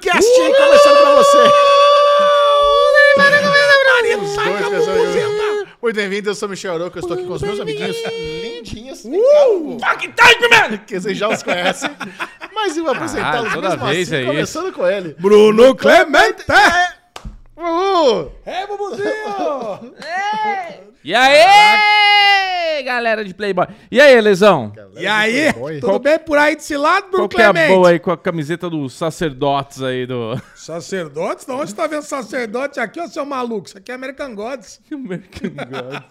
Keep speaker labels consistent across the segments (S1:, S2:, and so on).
S1: Cast uh! começando pra você. Marinho, sai com a buzina. Muito bem-vindo, eu sou o Michel Aroca, eu estou aqui com os meus amiguinhos lindinhos. Uh!
S2: Fucking time, man!
S1: Que vocês já os conhecem. Mas eu vou apresentá-los
S3: toda
S1: mesmo
S3: vez
S1: assim,
S3: é isso.
S1: começando com ele.
S2: Bruno Clemente!
S1: Uhul!
S2: É, Bubuzinho!
S3: E aí, galera de Playboy. E aí, Lesão?
S2: E aí,
S1: Playboy.
S2: tudo bem por aí desse lado, Bruno
S3: Qual que é a
S2: Clemente?
S3: boa aí com a camiseta dos sacerdotes aí do
S2: Sacerdotes? Não, onde você tá vendo sacerdote aqui, ô seu maluco? Isso aqui é American Gods.
S3: American God?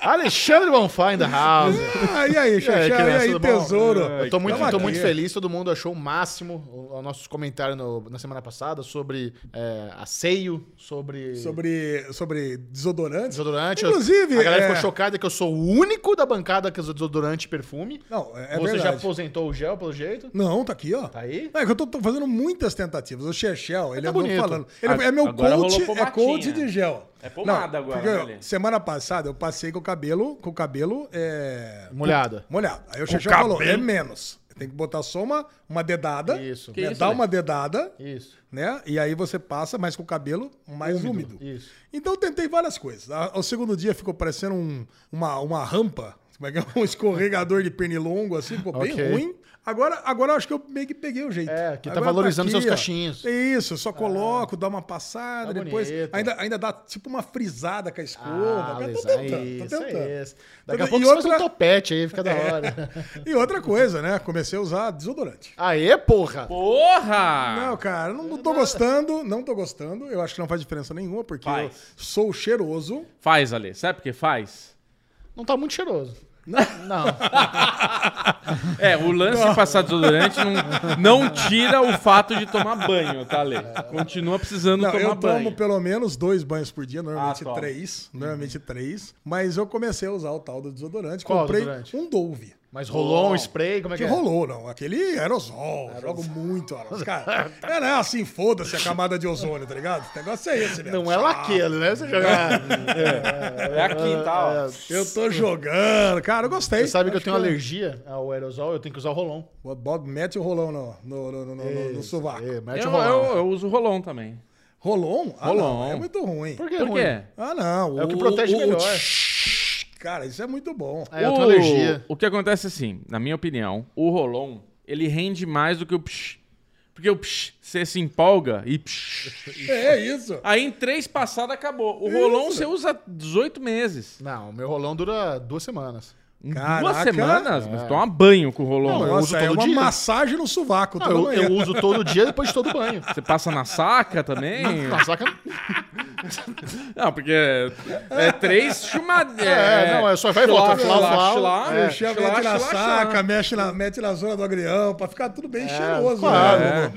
S1: Alexandre Bonfá in the house.
S2: Ah, e
S1: É,
S2: aí, Xaxá? E
S1: criança,
S2: aí,
S1: tudo bom? é,
S2: tesouro?
S1: Eu tô muito,
S2: Tamo
S1: tô
S2: aqui.
S1: muito feliz, todo mundo achou o máximo o, o nosso comentário no- na semana passada sobre é, asseio, sobre,
S2: Sobre, sobre desodorante?
S1: desodorante.
S2: Inclusive,
S1: a galera
S2: é-
S1: ficou chocada que eu sou o único da bancada que usa desodorante e perfume.
S2: Não, é, é
S1: Você já
S2: verdade.
S1: aposentou o gel, pelo jeito?
S2: Não, tá aqui, ó.
S1: Tá aí? tá
S2: Não, é que eu tô, tô fazendo muitas tentativas. O Chechel, ele andou
S1: bonito.
S2: falando. Ele
S3: A-
S2: é meu
S3: agora
S2: coach,
S3: rolou
S2: é
S3: pomadinha.
S2: coach de gel.
S3: É pomada agora,
S2: porque eu-
S3: né, Lê?
S2: semana passada eu passei com o cabelo, com o cabelo é,
S1: Molhada.
S2: molhado. Aí o Chechel falou, é menos. Tem que botar só uma, uma dedada.
S1: Isso.
S2: Né,
S3: Que isso,
S2: dá
S3: Lê?
S2: uma dedada,
S1: Isso.
S2: né? E aí você passa, mas com o cabelo mais úmido.
S1: Isso.
S2: Então eu tentei várias coisas. A- Ao segundo dia ficou parecendo um- uma, uma rampa, como é que é? um escorregador de pernilongo, assim, ficou
S1: Ok.
S2: bem ruim. Agora, agora eu acho que eu meio que peguei o jeito.
S1: É, que tá
S2: Agora
S1: valorizando seus
S2: ó.
S1: cachinhos.
S2: Isso, eu só coloco, dá uma passada,
S1: Tá
S2: depois
S1: bonito.
S2: ainda, ainda dá tipo uma frisada com a escova.
S1: Ah,
S2: Cara, tô
S1: isso,
S2: tentando,
S1: é
S2: tô
S1: isso, é
S2: tentando.
S1: isso. Daqui a
S2: E
S1: pouco você
S2: outra-
S1: faz um topete aí, fica da hora.
S2: E outra coisa, né? Comecei a usar desodorante.
S1: Aê, porra!
S3: Porra!
S2: Não, cara, não tô gostando, não tô gostando. Eu acho que não faz diferença nenhuma, porque
S3: Faz.
S2: eu sou cheiroso.
S3: Faz, Ale. Sabe por que faz?
S1: Não tá muito cheiroso. Não.
S3: É, o lance de passar desodorante não, não tira o fato de tomar banho, tá, Ale? Continua precisando
S2: Não,
S3: tomar
S2: eu tomo
S3: banho.
S2: pelo menos dois banhos por dia, normalmente
S3: Ah, toma.
S2: três. Normalmente três. Mas eu comecei a usar o tal do desodorante.
S1: Qual
S2: comprei
S1: desodorante?
S2: um Dove.
S1: Mas rolou um spray, como é que,
S2: Que
S1: é?
S2: rolou, não. Aquele aerosol. eu Jogo muito aerosol. Cara, é né, assim, foda-se a camada de ozônio, tá ligado? O negócio é esse, velho.
S1: Não é aquele, né? Você jogar.
S3: É aqui, tá, ó.
S2: Eu tô jogando. Cara, eu gostei.
S1: Você sabe que eu
S2: Acho é.
S1: tenho alergia ao aerosol, eu tenho que usar o rolon.
S2: Bo- bo- Mete o rolão no, no, no, no, no- no- no sovaco.
S1: É, mete
S3: Eu,
S1: o rolon.
S3: eu- eu uso rolon também.
S2: Rolon? Ah,
S3: Rolon.
S2: não, é muito ruim.
S1: Por que é
S3: Por
S1: ruim?
S3: quê?
S2: Ah, não.
S1: É o que protege melhor.
S2: Cara, isso é muito bom.
S1: É, eu tenho alergia.
S3: O que acontece assim, na minha opinião, o Rolon, ele rende mais do que o psh. Porque o psh, você se empolga e psh.
S2: É isso.
S1: Ah,
S3: Aí em três passadas acabou. O Rolon você usa 18 meses.
S1: Não, o meu rolão dura duas semanas.
S3: Duas
S2: Caraca.
S3: semanas, mas toma banho com o Rolon.
S1: É. Não, eu
S2: Nossa,
S1: uso
S2: é
S1: todo
S2: uma
S1: dia.
S2: massagem no sovaco.
S1: Não,
S2: toda
S1: eu,
S2: manhã.
S1: eu uso todo dia depois de todo banho.
S3: Você passa na saca também?
S1: Não, saca?
S3: Não, porque é três chumadinhas.
S1: É, não, é só vai e volta, flau, flau. É.
S2: Mexe, mete na saca, mexe na, mete na zona do agrião, pra ficar tudo bem cheiroso.
S1: É, claro. É,
S2: né?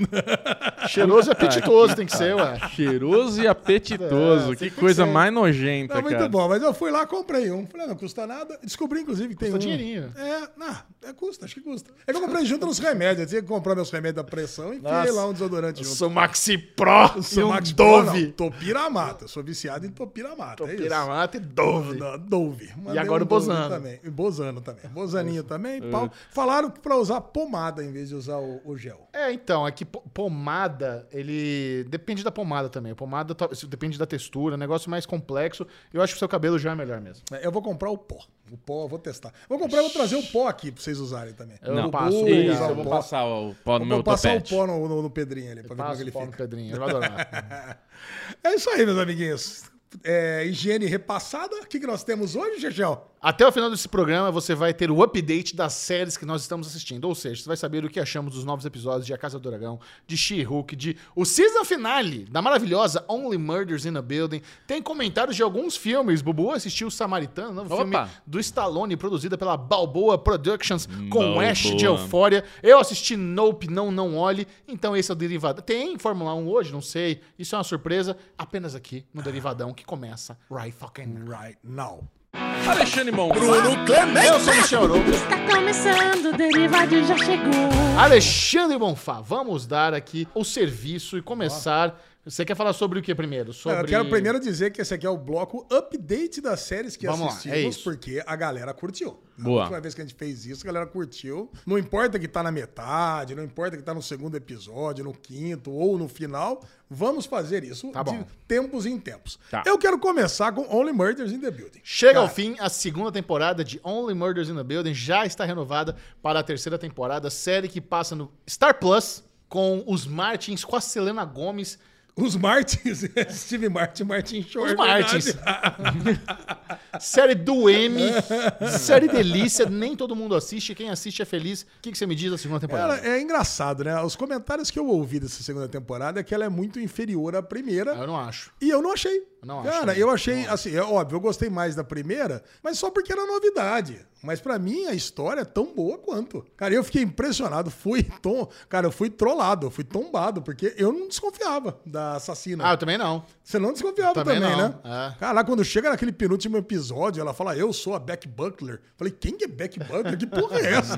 S3: É,
S1: Cheiroso e apetitoso tem que ser, ué.
S3: Cheiroso e apetitoso.
S1: É,
S3: que
S1: tem que
S3: coisa
S1: ser.
S3: mais nojenta,
S2: Tá muito
S3: cara.
S2: bom, mas eu fui lá, comprei um. Falei, não custa nada. Descobri, inclusive, que tem
S1: Custa
S2: um.
S1: dinheirinho.
S2: É, não, é, custa, acho que custa. É que eu comprei junto nos remédios. Eu tinha que comprar meus remédios da pressão e enfiei
S1: Nossa.
S2: lá um desodorante junto.
S1: Sou Maxi Pro e
S2: Sou
S1: um
S2: Max Pro, não,
S1: Dove.
S2: Topiramata. Eu sou viciado em Topiramata. é isso.
S1: Piramata e Dove.
S2: Da Dove. Mandei
S1: agora o
S2: Dove
S1: Bozano. É
S2: Também. E Bozano também. Bozaninho também. Pau. Falaram que pra usar pomada em vez de usar o, o gel.
S1: É, então, é que po- pomada, ele. Depende da pomada também. A pomada tá- isso depende da textura, é um negócio mais complexo. Eu acho que o seu cabelo já é melhor mesmo.
S2: É, Eu vou comprar o pó. O pó, eu vou testar. Vou comprar, eu vou trazer o pó aqui pra vocês usarem também.
S1: Eu
S2: Vou
S1: não passo,
S2: usar
S1: obrigado.
S3: Isso, eu vou
S2: pó.
S3: passar o pó no
S2: Vou
S3: meu
S2: passar
S3: topete.
S2: o pó no, no- no Pedrinho ali, pra ver como é que
S1: Passa
S2: ele
S1: o pau no
S2: fica.
S1: Pedrinho, ele vai adorar.
S2: É isso aí, meus amiguinhos. É, higiene repassada. O que, que nós temos hoje, Gegel?
S1: Até o final desse programa você vai ter o update das séries que nós estamos assistindo. Ou seja, você vai saber o que achamos dos novos episódios de A Casa do Dragão, de She-Hulk, de o season finale da maravilhosa Only Murders in the Building. Tem comentários de alguns filmes. Bubu assistiu o Samaritano, novo
S3: Opa.
S1: filme do Stallone, produzida pela Balboa Productions, com
S3: Balboa.
S1: Ash de Euphoria. Eu assisti Nope, Não Não Olhe. Então esse é o Derivadão. Tem Fórmula 1 hoje? Não sei. Isso é uma surpresa. Apenas aqui no Derivadão que começa right fucking now.
S2: Right now.
S3: Alexandre Monfá.
S1: Bruno Clemente. Eu sou Michel Arouca.
S4: Está começando, o Derivado já chegou.
S1: Alexandre Bonfá, vamos dar aqui o serviço e começar. Você quer falar sobre o que primeiro? Sobre...
S2: Eu quero primeiro dizer que esse aqui é o bloco update das séries que
S1: Vamos lá, é
S2: assistimos,
S1: isso.
S2: porque a galera curtiu.
S3: Boa.
S2: A última vez que a gente fez isso, a galera curtiu. Não importa que tá na metade, não importa que tá no segundo episódio, no quinto ou no final, vamos fazer isso
S1: Tá bom.
S2: de tempos em tempos.
S3: Tá.
S2: Eu quero começar com Only Murders in the Building.
S1: Chega ao
S2: Cara,
S1: fim a segunda temporada de Only Murders in the Building, já está renovada para a terceira temporada, série que passa no Star Plus com os Martins, com a Selena Gomes.
S2: Os Martins, Steve Martin, Martin Short.
S1: Os
S2: verdade.
S1: Martins. série do M, série delícia, nem todo mundo assiste, quem assiste é feliz. O que, que você me diz da segunda temporada?
S2: Cara, é engraçado, né? Os comentários que eu ouvi dessa segunda temporada é que ela é muito inferior à primeira.
S1: Ah, Eu não acho.
S2: E eu não achei.
S1: Não acho
S2: Cara,
S1: também.
S2: eu achei, assim, é óbvio, eu gostei mais da primeira, mas só porque era novidade. Mas pra mim a história é tão boa quanto. Cara, eu fiquei impressionado, fui tom, cara, eu fui trollado, eu fui tombado, porque eu não desconfiava da assassina.
S1: Ah, eu também não.
S2: Você não desconfiava
S1: Também
S2: também,
S1: não,
S2: né?
S1: é.
S2: Cara, lá quando chega naquele penúltimo episódio, ela fala, eu sou a Beck Buckler. Falei, quem que é Beck Buckler? Que porra é essa?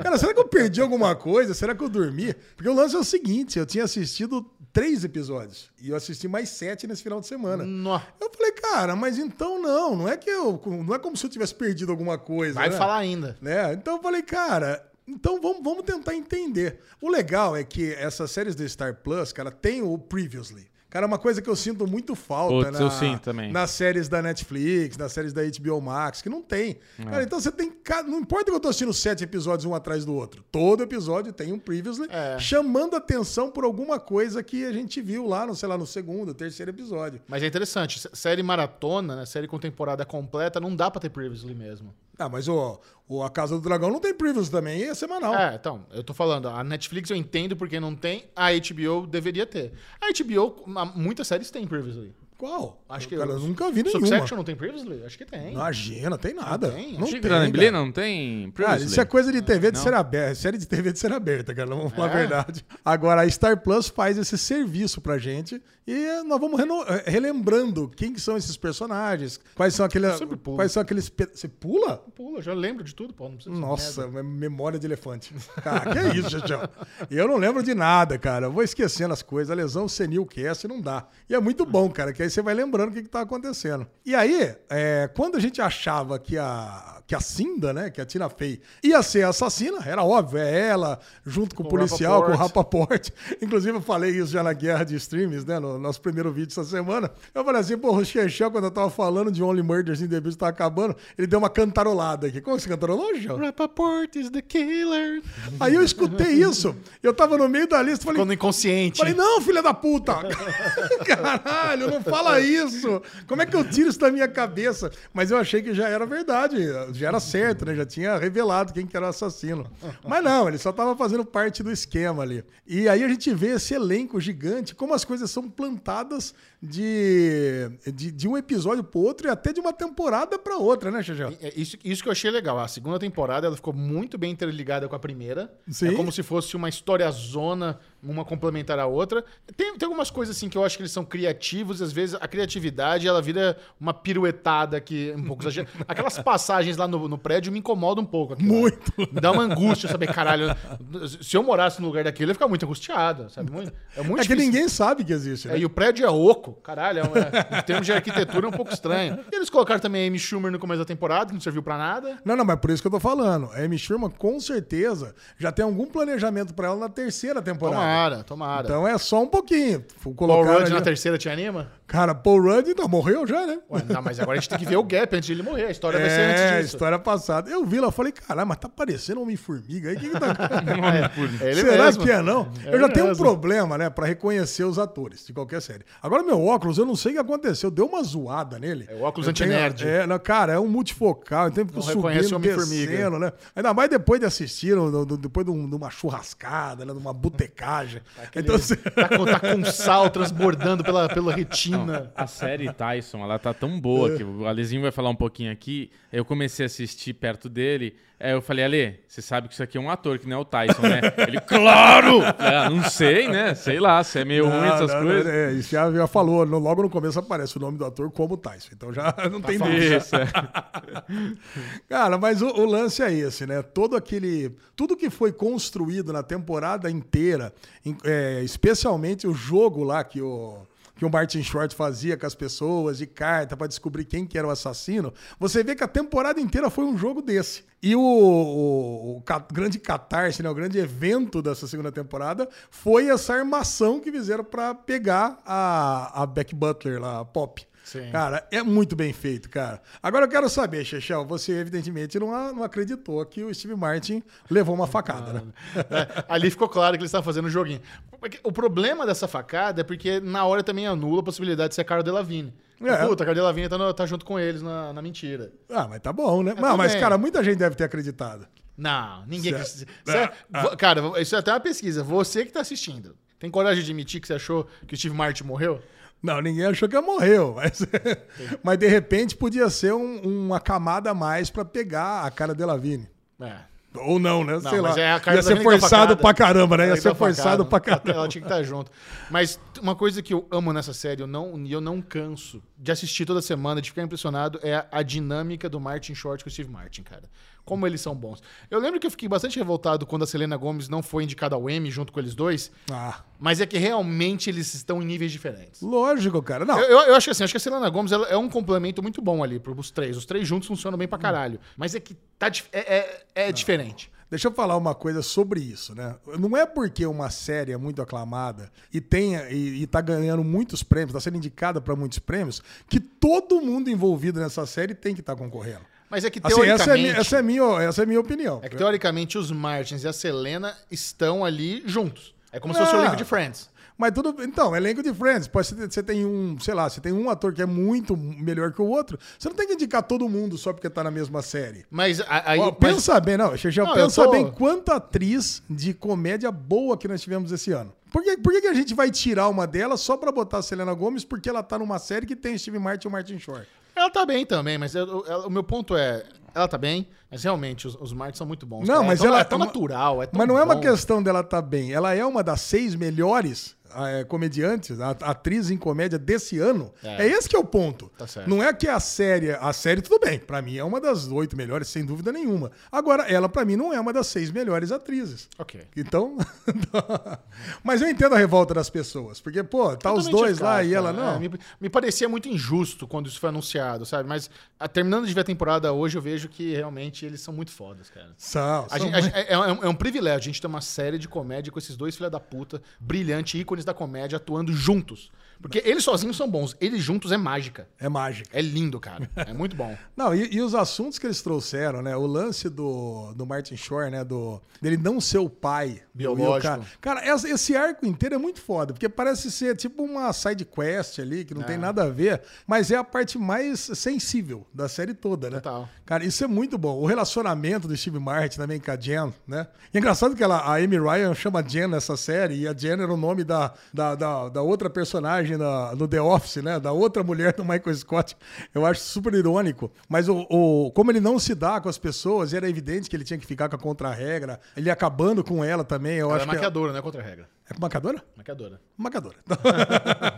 S2: Cara, será que eu perdi alguma coisa? Será que eu dormi? Porque o lance é o seguinte, eu tinha assistido três episódios e eu assisti mais sete nesse final de semana.
S1: Nó.
S2: Eu falei, cara, mas então não, não é que eu, não é como se eu tivesse perdido alguma coisa.
S1: Vai
S2: né?
S1: falar ainda.
S2: né? Então eu falei, cara, então vamos, vamos tentar entender. O legal é que essas séries do Star Plus, cara, tem o Previously. Cara, é uma coisa que eu sinto muito falta
S3: Putz, eu sinto também.
S2: nas séries da Netflix, nas séries da HBO Max, que não tem.
S3: É.
S2: Cara, então você tem. ca- Não importa que eu tô assistindo sete episódios um atrás do outro. Todo episódio tem um Previously
S1: É.
S2: chamando atenção por alguma coisa que a gente viu lá, no, sei lá, no segundo, terceiro episódio.
S1: Mas é interessante, sé- série maratona, né? série com temporada completa, não dá pra ter previously mesmo.
S2: Ah, mas o, o A Casa do Dragão não tem Previously também, e é semanal.
S1: É, então, eu tô falando, a Netflix eu entendo porque não tem, a HBO deveria ter. A HBO, ma- muitas séries têm previously.
S2: Qual?
S1: Acho que
S2: cara,
S1: eu-
S2: eu nunca vi nenhuma.
S1: Succession não tem previously? Acho que tem.
S2: Imagina, tem nada.
S1: Não tem?
S2: Não
S1: Achei
S2: tem,
S3: Chico da Neblina
S2: cara.
S3: não tem?
S2: Cara,
S3: Previously?
S2: isso é coisa de TV de ser aberta, série de TV de ser aberta, cara, vamos falar a
S1: É?
S2: verdade. Agora, a Star Plus faz esse serviço pra gente e nós vamos reno- eh, relembrando quem que são esses personagens, quais são aqueles...
S1: sempre pulo.
S2: Quais são aqueles... pe- Você pula?
S1: Pula, eu já lembro de tudo, pô, não precisa
S2: Nossa, me- memória de elefante. Cara, que isso, Chachão? Eu não lembro de nada, cara. Eu vou esquecendo as coisas. A lesão senil que é, essa não dá. E é muito bom, cara, que aí você vai lembrando o que, que tá acontecendo. E aí, é, quando a gente achava que a, que a Cinda, né, que a Tina Fey, ia ser a assassina, era óbvio, é ela, junto com o
S1: Com o
S2: policial, com o
S1: Rappaport.
S2: Rapaporte. Inclusive, eu falei isso já na guerra de streams, né, no nosso primeiro vídeo essa semana. Eu falei assim, pô, o Chechão, quando eu tava falando de Only Murders in the Building, tá acabando, ele deu uma cantarolada aqui. Como você cantarolou, Chechão?
S1: Rappaport is the killer.
S2: Aí eu escutei isso. Eu tava no meio da lista, falei,
S1: Ficando inconsciente.
S2: falei não, filha da puta. Caralho, não fala isso. Como é que eu tiro isso da minha cabeça? Mas eu achei que já era verdade, já era certo, né? Já tinha revelado quem que era o assassino. Mas não, ele só tava fazendo parte do esquema ali. E aí a gente vê esse elenco gigante, como as coisas são plantadas de, de, de um episódio pro outro e até de uma temporada pra outra, né, Xajão?
S1: É Isso, isso que eu achei legal. A segunda temporada ela ficou muito bem interligada com a primeira.
S2: Sim.
S1: É como se fosse uma história zona, uma complementar à outra. Tem, tem algumas coisas assim que eu acho que eles são criativos, e às vezes a criatividade ela vira uma piruetada que é um pouco exagerada. Aquelas passagens lá no, no prédio me incomodam um pouco. aquilo lá.
S2: Muito.
S1: Me dá uma angústia saber, caralho. Se eu morasse no lugar daquele, eu ia ficar muito angustiado, sabe? Muito, é muito
S2: É que
S1: difícil.
S2: ninguém sabe que existe, né?
S1: É, e o prédio é oco. Caralho, é, um- é, em termos de arquitetura é um pouco estranho. E eles colocaram também a Amy Schumer no começo da temporada, que não serviu pra nada.
S2: Não, não, mas é por isso que eu tô falando. A Amy Schumer, com certeza, já tem algum planejamento pra ela na terceira temporada.
S1: Tomara, tomara.
S2: Então é só um pouquinho. F-
S1: Paul
S2: Colocaram
S1: Rudd
S2: ali...
S1: na terceira te anima?
S2: Cara, Paul Rudd não, morreu já, né?
S1: Ué, não, mas agora a gente tem que ver o gap antes de ele morrer. A história vai ser
S2: É,
S1: antes disso.
S2: história passada. Eu vi lá, eu falei, caralho, mas tá parecendo um Homem-Formiga aí. Que que tá...
S1: É, é ele
S2: Será
S1: mesmo.
S2: que é não? eu já tenho um
S1: mesmo.
S2: problema, né, pra reconhecer os atores de qualquer série. Agora, meu óculos, eu não sei o que aconteceu. Deu uma zoada nele.
S1: É o óculos
S2: Eu tenho-
S1: anti-nerd.
S2: É, não, cara, é um multifocal. Então fico
S1: Não reconhece
S2: subindo,
S1: o Homem-Formiga.
S2: descendo, né? Ainda mais depois de assistir, no- no- depois de, um- de uma churrascada, né, de uma botecagem. então, você-
S1: Tá com, tá com sal transbordando pela, pela retina.
S3: Não, a série Tyson, ela tá tão boa que o Alezinho vai falar um pouquinho aqui. Eu comecei a assistir perto dele. Aí eu falei, Ale, você sabe que isso aqui é um ator, que não é o Tyson, né? Ele, claro!
S1: É,
S3: Ah, não sei, né? Sei lá, você é meio ruim essas
S2: não, não,
S3: coisas.
S2: é, isso já, já falou, no- logo no começo aparece o nome do ator como Tyson, então já
S1: Tá
S2: não tem dúvida.
S3: Isso, é.
S2: Cara, mas o, o lance é esse, né? Todo aquele. Tudo que foi construído na temporada inteira, em- é, especialmente o jogo lá que o. Que o Martin Short fazia com as pessoas de carta pra descobrir quem que era o assassino. Você vê que a temporada inteira foi um jogo desse. E o, o- o ca- grande catarse, né, o grande evento dessa segunda temporada foi essa armação que fizeram pra pegar a, a Beck Butler lá, a Pop.
S1: Sim.
S2: Cara, é muito bem feito, cara. Agora eu quero saber, Chechel, você evidentemente não, a- não acreditou que o Steve Martin levou uma facada, né?
S1: É, ali ficou claro que ele estava fazendo um joguinho. O problema dessa facada é porque na hora também anula a possibilidade de ser a Cara Delevingne.
S2: É.
S1: Puta, a Cara Delevingne tá, no- tá junto com eles na, na mentira.
S2: Ah, mas tá bom, né?
S1: tudo
S2: não, mas,
S1: bem.
S2: cara, muita gente deve ter acreditado.
S1: Não, ninguém...
S2: Cê- é- Ah,
S1: cê- é- vo- Cara, isso é até uma pesquisa. Você que tá assistindo, tem coragem de admitir que você achou que o Steve Martin morreu?
S2: Não, ninguém achou que ela morreu, mas, mas de repente podia ser um- uma camada a mais pra pegar a cara dela Vini.
S1: É.
S2: Ou não, né?
S1: Não,
S2: Sei lá.
S1: mas é a cara
S2: Ia ser
S1: Delevingne com a
S2: forçado
S1: facada.
S2: pra caramba, né? Ia
S1: Ela
S2: ser
S1: tá facada,
S2: forçado pra
S1: ela-
S2: caramba.
S1: Ela tinha que estar junto. Mas t- uma coisa que eu amo nessa série, eu não, e eu não canso de assistir toda semana, de ficar impressionado, é a, a dinâmica do Martin Short com o Steve Martin, cara. Como eles são bons. Eu lembro que eu fiquei bastante revoltado quando a Selena Gomes não foi indicada ao Emmy junto com eles dois,
S2: Ah,
S1: mas é que realmente eles estão em níveis diferentes.
S2: lógico, cara. Não,
S1: Eu, eu- eu acho que assim, acho que a Selena Gomes ela é um complemento muito bom ali pros três. Os três juntos funcionam bem pra
S2: Hum.
S1: caralho. Mas é que tá, dif- é, é- é diferente.
S2: Deixa eu falar uma coisa sobre isso, né? Não é porque uma série é muito aclamada e tenha e, e tá ganhando muitos prêmios, tá sendo indicada para muitos prêmios, que todo mundo envolvido nessa série tem que estar concorrendo.
S1: Mas é que
S2: Assim,
S1: teoricamente...
S2: essa é, mi- essa, é minha, essa é minha opinião.
S1: É que teoricamente os Martins e a Selena estão ali juntos. É como se
S2: Ah.
S1: fosse o link de Friends.
S2: Mas tudo. Então, elenco de Friends. Pode ser, você tem um, sei lá, você tem um ator que é muito melhor que o outro. Você não tem que indicar todo mundo só porque tá na mesma série.
S1: Mas a- aí.
S2: Ó,
S1: mas-
S2: pensa bem, não, Xixão,
S1: Não, eu
S2: pensa
S1: tô-
S2: bem quanta atriz de comédia boa que nós tivemos esse ano. Por que, por que que a gente vai tirar uma delas só pra botar a Selena Gomes porque ela tá numa série que tem Steve Martin e o Martin Short?
S1: Ela tá bem também, mas eu- ela- o meu ponto é. Ela tá bem, mas realmente os, os Martins são muito bons.
S2: Não,
S1: cara.
S2: mas
S1: é tão,
S2: ela-
S1: é tão
S2: uma-
S1: natural. É tão
S2: Mas não é uma
S1: bom.
S2: questão dela tá bem. Ela é uma das seis melhores eh, comediantes, a- atriz em comédia desse ano.
S1: É.
S2: É, esse que é o ponto.
S1: Tá certo.
S2: Não é que a série, a série tudo bem. Pra mim é uma das oito melhores, sem dúvida nenhuma. Agora, ela pra mim não é uma das seis melhores atrizes.
S1: Ok.
S2: Então. mas eu entendo a revolta das pessoas. Porque, pô, tá os
S1: Totalmente
S2: dois lá
S1: eficaz,
S2: e ela,
S1: cara.
S2: não.
S1: É, me, me parecia muito injusto quando isso foi anunciado, sabe? Mas a- terminando de ver a temporada hoje, eu vejo que realmente eles são muito fodas, cara.
S2: São,
S1: A
S2: são
S1: gente- a gente- é, é um, é um privilégio a gente ter uma série de comédia com esses dois filha da puta, brilhante, ícones da comédia, atuando juntos. Porque eles sozinhos são bons, eles juntos é mágica.
S2: É mágica.
S1: É lindo, cara. É muito bom.
S2: Não, e, e os assuntos que eles trouxeram, né? O lance do, do Martin Shore, né? Do, dele não ser o pai. do Will,
S1: Biológico.
S2: Cara, Cara, essa- esse arco inteiro é muito foda, porque parece ser tipo uma side quest ali, que não tem nada a ver, mas é a parte mais sensível da série toda, né?
S1: Total.
S2: Cara, isso é muito bom. O relacionamento do Steve Martin também com a Jen, né? E é engraçado que ela, a Amy Ryan chama Jen nessa série, e a Jen era o nome da, da, da, da outra personagem na, no The Office, né? Da outra mulher do Michael Scott. Eu acho super irônico. Mas o, o- como ele não se dá com as pessoas, era evidente que ele tinha que ficar com a contra-regra, ele acabando com ela também. Eu
S1: Ela é
S2: acho que
S1: maquiadora, né? Contra a regra.
S2: é com marcadora?
S1: Maquiadora.
S2: Marcadora.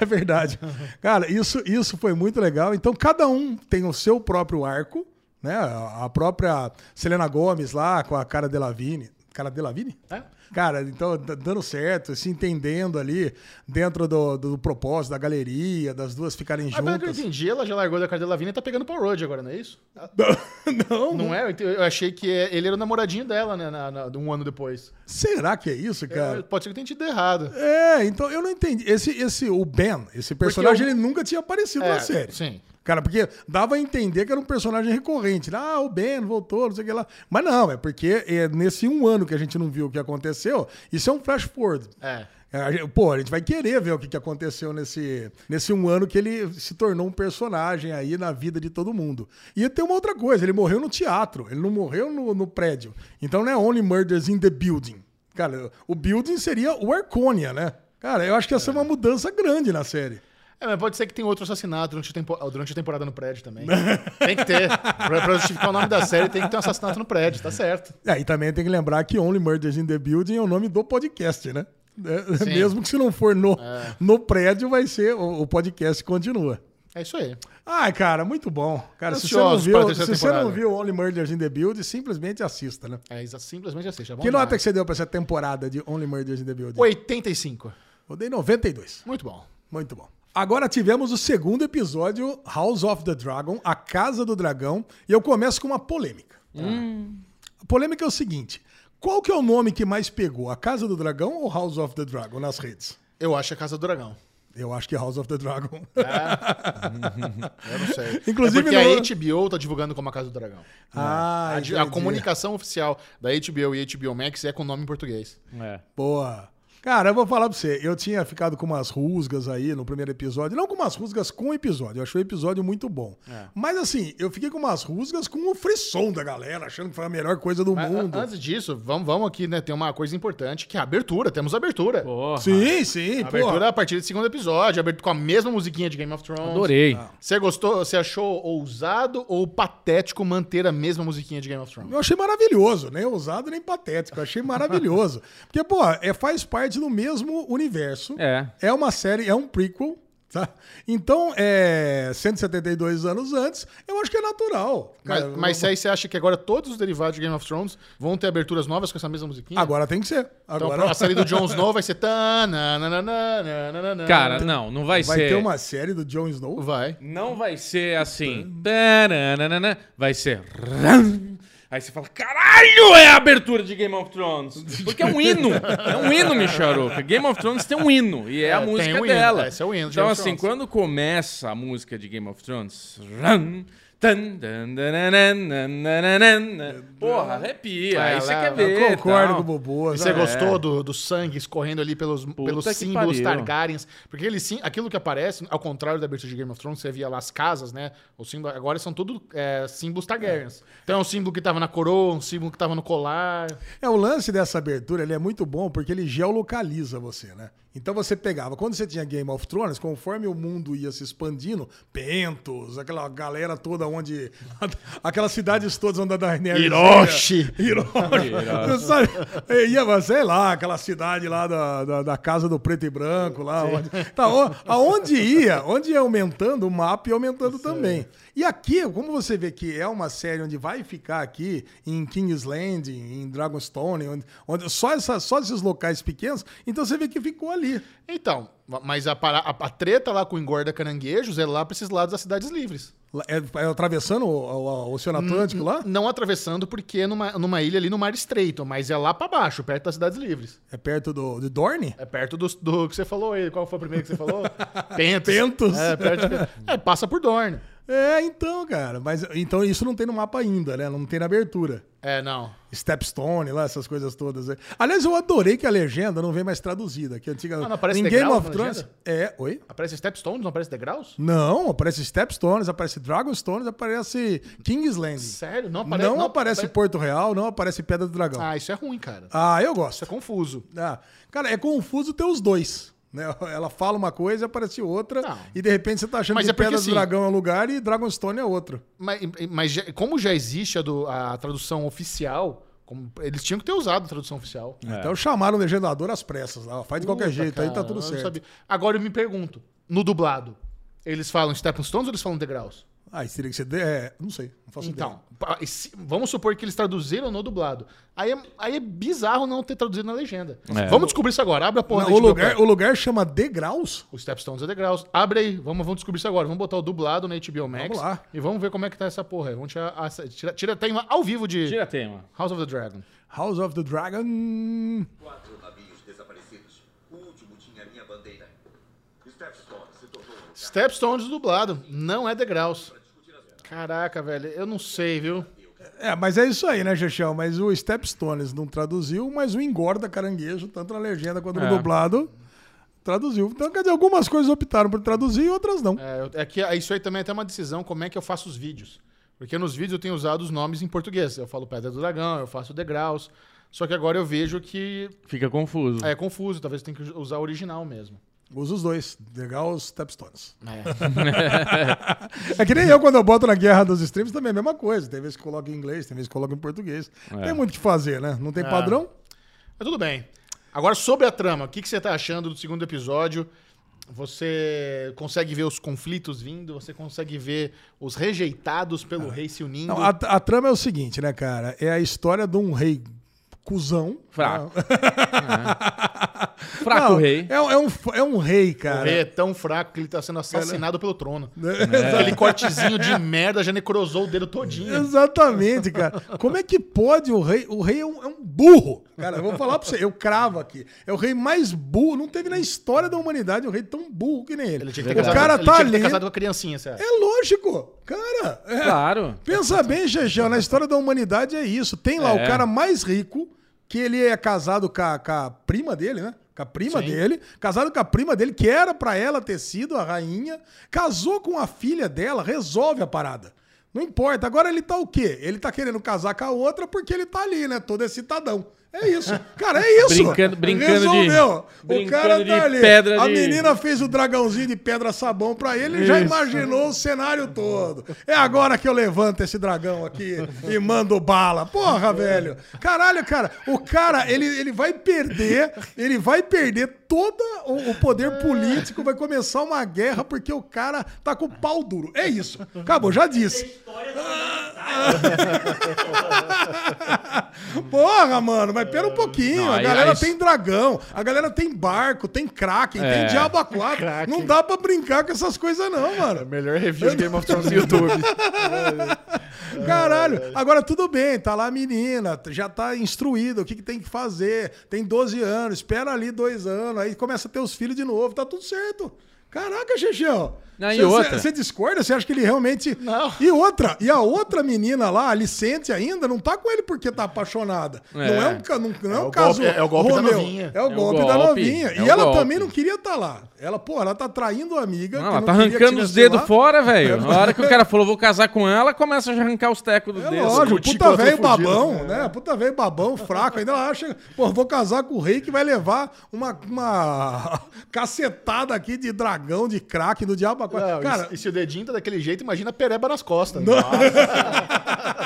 S2: é verdade. Cara, isso, isso foi muito legal. Então, cada um tem o seu próprio arco, né? A a própria Selena Gomes lá com a cara Delavine. Cara Delavine?
S1: É?
S2: Cara, então, d- dando certo, se entendendo ali dentro do, do propósito da galeria, das duas ficarem
S1: Ah, Mas pelo que eu
S2: juntas.
S1: entendi, ela já largou da cara dela e tá pegando Paul Rudd agora, não é isso?
S2: Não,
S1: Não é? Eu ent- Eu achei que é- ele era o namoradinho dela, né? na- na- um ano depois.
S2: será que é isso,
S1: Eu-
S2: cara?
S1: pode ser que eu tenha entendido errado.
S2: É, então eu não entendi. Esse, esse, o Ben, esse personagem, ele nunca tinha aparecido na série.
S1: É, Sim.
S2: Cara, porque dava a entender que era um personagem recorrente. Ah, o Ben voltou, não sei o que lá. Mas não, é porque é, nesse um ano que a gente não viu o que aconteceu, isso é um flash forward.
S1: É.
S2: É, a gente- pô, a gente vai querer ver o que, que aconteceu nesse, nesse um ano que ele se tornou um personagem aí na vida de todo mundo. E tem uma outra coisa, ele morreu no teatro, ele não morreu no, no prédio. Então não é Only Murders in the Building. Cara, o building seria o Arconia, né? Cara, eu acho que essa é uma mudança grande na série.
S1: É, mas pode ser que tenha outro assassinato durante a, tempo- durante a temporada no prédio também. tem que ter. Pra, pra justificar o nome da série, tem que ter um assassinato no prédio, tá certo.
S2: É, e também tem que lembrar que Only Murders in the Building é o nome do podcast, né? É,
S1: Sim.
S2: mesmo que se não for no, no prédio, vai ser. O, o podcast continua.
S1: É isso aí.
S2: Ai, cara, muito bom. Cara, se você, não
S1: Ansiosos para a
S2: viu,
S1: terceira
S2: se você não
S1: temporada.
S2: viu Only Murders in the Building, simplesmente assista, né?
S1: É, exa- simplesmente assim. Já
S2: que nota que você deu pra essa temporada de Only Murders in the Building?
S1: 85.
S2: Eu dei 92.
S1: Muito bom.
S2: Muito bom. Agora tivemos o segundo episódio, House of the Dragon, A Casa do Dragão, e eu começo com uma polêmica.
S1: Tá.
S2: A polêmica é o seguinte: qual que é o nome que mais pegou? A Casa do Dragão ou House of the Dragon nas redes?
S1: Eu acho a Casa do Dragão.
S2: Eu acho que é House of the Dragon.
S1: É. Eu não sei.
S2: Inclusive
S1: é
S2: no-
S1: porque a HBO tá divulgando como a Casa do Dragão.
S2: Ah,
S1: A, di- a
S2: entendi.
S1: comunicação oficial da HBO e HBO Max é com o nome em português.
S3: É.
S2: Boa. Cara, eu vou falar pra você. Eu tinha ficado com umas rusgas aí no primeiro episódio. Não com umas rusgas com o episódio. Eu achei o episódio muito bom.
S1: É.
S2: Mas assim, eu fiquei com umas rusgas com o frisson da galera, achando que foi a melhor coisa do
S1: Mas, ah,
S2: mundo.
S1: a- antes disso, vamos, vamos aqui, né? Tem uma coisa importante que é a abertura. Temos abertura.
S3: Porra.
S2: Sim, sim,
S1: A
S2: pô.
S1: abertura é a partir do segundo episódio, abertura com a mesma musiquinha de Game of Thrones.
S3: Adorei.
S1: Você gostou, você achou ousado ou patético manter a mesma musiquinha de Game of Thrones?
S2: Eu achei maravilhoso, nem ousado nem patético. Eu achei maravilhoso. Porque, pô, é, faz parte do mesmo universo.
S3: É.
S2: É uma série, é um prequel. Tá? Então, é 172 anos antes, eu acho que é natural.
S1: Mas,
S2: Cara,
S1: mas se aí você acha que agora todos os derivados de Game of Thrones vão ter aberturas novas com essa mesma musiquinha?
S2: Agora tem que ser.
S1: Então
S2: Agora
S1: a série do Jon Snow vai ser... tananana,
S3: Cara, não, não vai,
S2: vai
S3: ser.
S2: ter um uma série do Jon Snow.
S1: Vai.
S3: Não vai ser assim. Taranana, Vai ser. ram. Aí você fala, caralho, é a abertura de Game of Thrones. Porque é um hino. É um hino, Micharuca. Game of Thrones tem um hino. E é, a
S1: tem
S3: música
S1: um hino,
S3: dela.
S1: esse é o hino de
S3: Então,
S1: Game of
S3: assim,
S1: Thrones.
S3: quando começa a música de Game of Thrones. ram, tan, tan, tananana, Porra, arrepia.
S1: Ah,
S3: Aí você
S1: lá,
S3: quer
S1: eu
S3: ver.
S2: Eu concordo
S3: tal.
S2: com o Bobo.
S1: E você
S2: sabe?
S1: gostou do, do sangue escorrendo ali pelos, pelos
S3: que
S1: símbolos
S3: pariu.
S1: Targaryens? Porque ele, sim, aquilo que aparece, ao contrário da abertura de Game of Thrones, você via lá as casas, né? Os símbolos, agora são tudo é, símbolos Targaryens. Então é um símbolo que tava na coroa, um símbolo que tava no colar.
S2: É, o lance dessa abertura ele é muito bom porque ele geolocaliza você, né? Então você pegava, quando você tinha Game of Thrones, conforme o mundo ia se expandindo, Pentos, aquela galera toda onde. Aquelas cidades todas onde a Daenerys.
S1: Hiroshi!
S2: Hiroshi! Você sabe? Ia, sei lá, aquela cidade lá da, da, da Casa do Preto e Branco, lá onde. Tá, o- aonde ia, onde ia aumentando, o mapa ia aumentando também. E aqui, como você vê que é uma série onde vai ficar aqui em King's Landing, em Dragonstone, onde, onde só, essa, só esses locais pequenos, então você vê que ficou ali.
S1: Então, mas a, para- a- a treta lá com o engorda caranguejos é lá pra esses lados das cidades livres.
S2: Lá- É, é atravessando o, o- o Oceano Atlântico lá?
S1: Não atravessando porque é numa, numa ilha ali no mar estreito, mas é lá pra baixo, perto das cidades livres.
S2: É perto do, de Dorne?
S1: É perto do, do que você falou aí. Qual foi o primeiro que você falou? Pentos.
S2: Pentos.
S1: É, perto de- é, passa por Dorne.
S2: É, então, cara. Mas então isso não tem no mapa ainda, né? Não tem na abertura.
S1: É, não.
S2: Stepstone lá, essas coisas todas. né? Aliás, eu adorei que a legenda não vem mais traduzida. Que antiga...
S1: Ah, não aparece
S2: em
S1: degrau
S2: Game of
S1: na
S2: Thrones.
S1: legenda?
S2: É, oi?
S1: Aparece Stepstones, não aparece degraus?
S2: Não, aparece Stepstones, aparece Dragonstones, aparece King's Landing.
S1: Sério? Não aparece.
S2: Não aparece Porto Real, não aparece Pedra do Dragão.
S1: Ah, isso é ruim, cara.
S2: Ah, eu
S1: Isso é
S2: gosto.
S1: confuso.
S2: Ah, cara, é confuso ter os dois. Né? Ela fala uma coisa e aparece outra.
S1: Não.
S2: E de repente você tá achando
S1: Mas
S2: que
S1: é porque,
S2: Pedra
S1: assim,
S2: do Dragão é um lugar e Dragonstone é outro.
S1: Mas, mas já- como já existe a, do- a tradução oficial, como- eles tinham que ter usado a tradução oficial.
S2: Então chamaram o legendador às pressas. lá, ó, Faz de qualquer
S1: Puta,
S2: jeito, aí tá
S1: cara,
S2: tudo
S1: eu não
S2: certo.
S1: sabia. Agora eu me pergunto, no dublado, eles falam Stepping Stones ou eles falam degraus?
S2: Ah, isso teria que ser. de- é, não sei, não faço ideia.
S1: Então, pa- e se- vamos supor que eles traduziram no dublado. Aí é, aí é bizarro não ter traduzido na legenda.
S3: É.
S1: Vamos descobrir isso agora. Abre a porra
S2: Não,
S1: da
S2: o,
S1: HBO
S2: lugar,
S1: Max.
S2: o lugar chama Degraus?
S1: O Stepstones é degraus. Abre aí, vamos, vamos descobrir isso agora. Vamos botar o dublado na HBO Max.
S2: Vamos lá.
S1: E vamos ver como é que tá essa porra. aí. Vamos tirar, a, tira, tira tem uma ao vivo de
S3: Tira tema.
S1: House of the Dragon.
S2: House of the Dragon.
S5: Quatro navios desaparecidos. O último tinha minha bandeira. Stepstone se tornou um lugar
S1: Stepstones dublado, não é degraus. Caraca, velho, eu não sei, viu?
S2: É, mas é isso aí, né, Chechão? Mas o Stepstones não traduziu, mas o Engorda Caranguejo, tanto na legenda quanto no
S3: É.
S2: dublado, traduziu. Então, quer dizer, algumas coisas optaram por traduzir e outras não.
S1: É, eu- é que isso aí também é até uma decisão, como é que eu faço os vídeos. Porque nos vídeos eu tenho usado os nomes em português. Eu falo Pedra do Dragão, eu faço degraus. Só que é agora eu vejo que
S3: Fica confuso.
S1: é confuso, talvez eu tenha que usar o original mesmo.
S2: Uso os dois. Legal os Stepstones.
S1: É.
S2: É que nem eu, quando eu boto na Guerra dos Streams, também é a mesma coisa. Tem vezes que coloca em inglês, tem vezes que coloca em português.
S1: É.
S2: Tem muito o que fazer, né? Não tem padrão?
S1: Mas tudo bem. Agora, sobre a trama, o que, que você tá achando do segundo episódio? Você consegue ver os conflitos vindo? Você consegue ver os rejeitados pelo rei se unindo?
S2: Ah. Não, a, a trama é o seguinte, né, cara? É a história de um rei cuzão.
S3: Fraco. Fraco
S2: Não,
S3: rei.
S2: É, um- é um, f- é um rei,
S1: O
S2: cara.
S1: rei é tão fraco que ele tá sendo assassinado pelo trono.
S2: É, né? Exato.
S1: Aquele cortezinho de merda já necrosou o dedo todinho.
S2: Exatamente, cara. Como é que pode o rei? O rei é um, é um burro. Cara, eu vou falar pra você, eu cravo aqui. É o rei mais burro. Não teve na história da humanidade um rei tão burro que nem ele.
S1: Ele tinha que ter
S2: o
S1: casado,
S2: cara
S1: ele
S2: tá
S1: tinha que ter
S2: ali.
S1: casado com a criancinha, você acha?
S2: É lógico, cara. é.
S3: Claro.
S2: Pensa bem, Xexão, na história da humanidade é isso. Tem lá
S3: É.
S2: o cara mais rico, que ele é casado com a, com a prima dele, né? Com a prima
S1: Sim.
S2: dele. Casado com a prima dele, que era pra ela ter sido a rainha. Casou com a filha dela, resolve a parada. Não importa. Agora ele tá o quê? Ele tá querendo casar com a outra porque ele tá ali, né? Todo excitadão. É isso. Cara, é isso.
S3: Brincando- brincando de-
S2: Resolveu. o cara tá
S3: brincando de
S2: ali.
S3: pedra
S2: a
S3: de-
S2: menina Ela fez o dragãozinho de pedra sabão pra ele, ele já imaginou o cenário todo. É agora que eu levanto esse dragão aqui e mando bala. Porra, velho. Caralho, cara. O cara, ele, ele vai perder, ele vai perder todo o, o poder político, vai começar uma guerra porque o cara tá com o pau duro. É isso. Acabou, já disse. Porra, mano, mas pera um pouquinho.
S3: Não,
S2: a
S3: aí-
S2: galera
S3: aí-
S2: tem dragão, a galera tem barco, tem Kraken,
S3: É.
S2: tem Diabo a quatro. Não dá pra brincar com essas coisas, não, mano.
S1: Melhor review de Game of Thrones no YouTube. É.
S2: Caralho. Agora, tudo bem, tá lá a menina, já tá instruída, o que, que tem que fazer, tem 12 anos, espera ali dois anos, aí começa a ter os filhos de novo, tá tudo certo. Caraca, Xexão.
S3: Não, e outra?
S2: Você discorda? Você acha que ele realmente.
S1: Não.
S2: E outra, e a outra menina lá, a Licente ainda, não tá com ele porque tá apaixonada. Não é um, ca- não, não é um
S1: o
S2: caso.
S1: golpe- é o golpe da
S2: Romeu.
S1: novinha.
S2: É o
S3: É o
S2: golpe da
S3: golpe,
S2: novinha.
S3: é
S2: e
S3: o
S2: ela
S3: golpe.
S2: também não queria estar lá. Ela, pô, ela tá traindo a amiga.
S3: Não,
S2: que
S3: ela tá
S2: queria que
S3: arrancando os
S2: tivesse
S3: dedos
S2: lá.
S3: fora, velho. Na hora que o cara falou, vou casar com ela, começa a já arrancar os tecos do
S2: É
S3: dedo.
S2: lógico,
S1: o
S2: puta
S1: Tico
S2: velho
S1: tá fudido,
S2: babão,
S3: É.
S2: né? Puta velho babão, fraco. Ainda ela acha, pô, vou casar com o rei que vai levar uma, uma cacetada aqui de dragão, de craque, do diabo. a quatro.
S1: Não,
S2: É, Cara,
S1: e, se o dedinho tá daquele jeito, imagina a pereba nas costas. um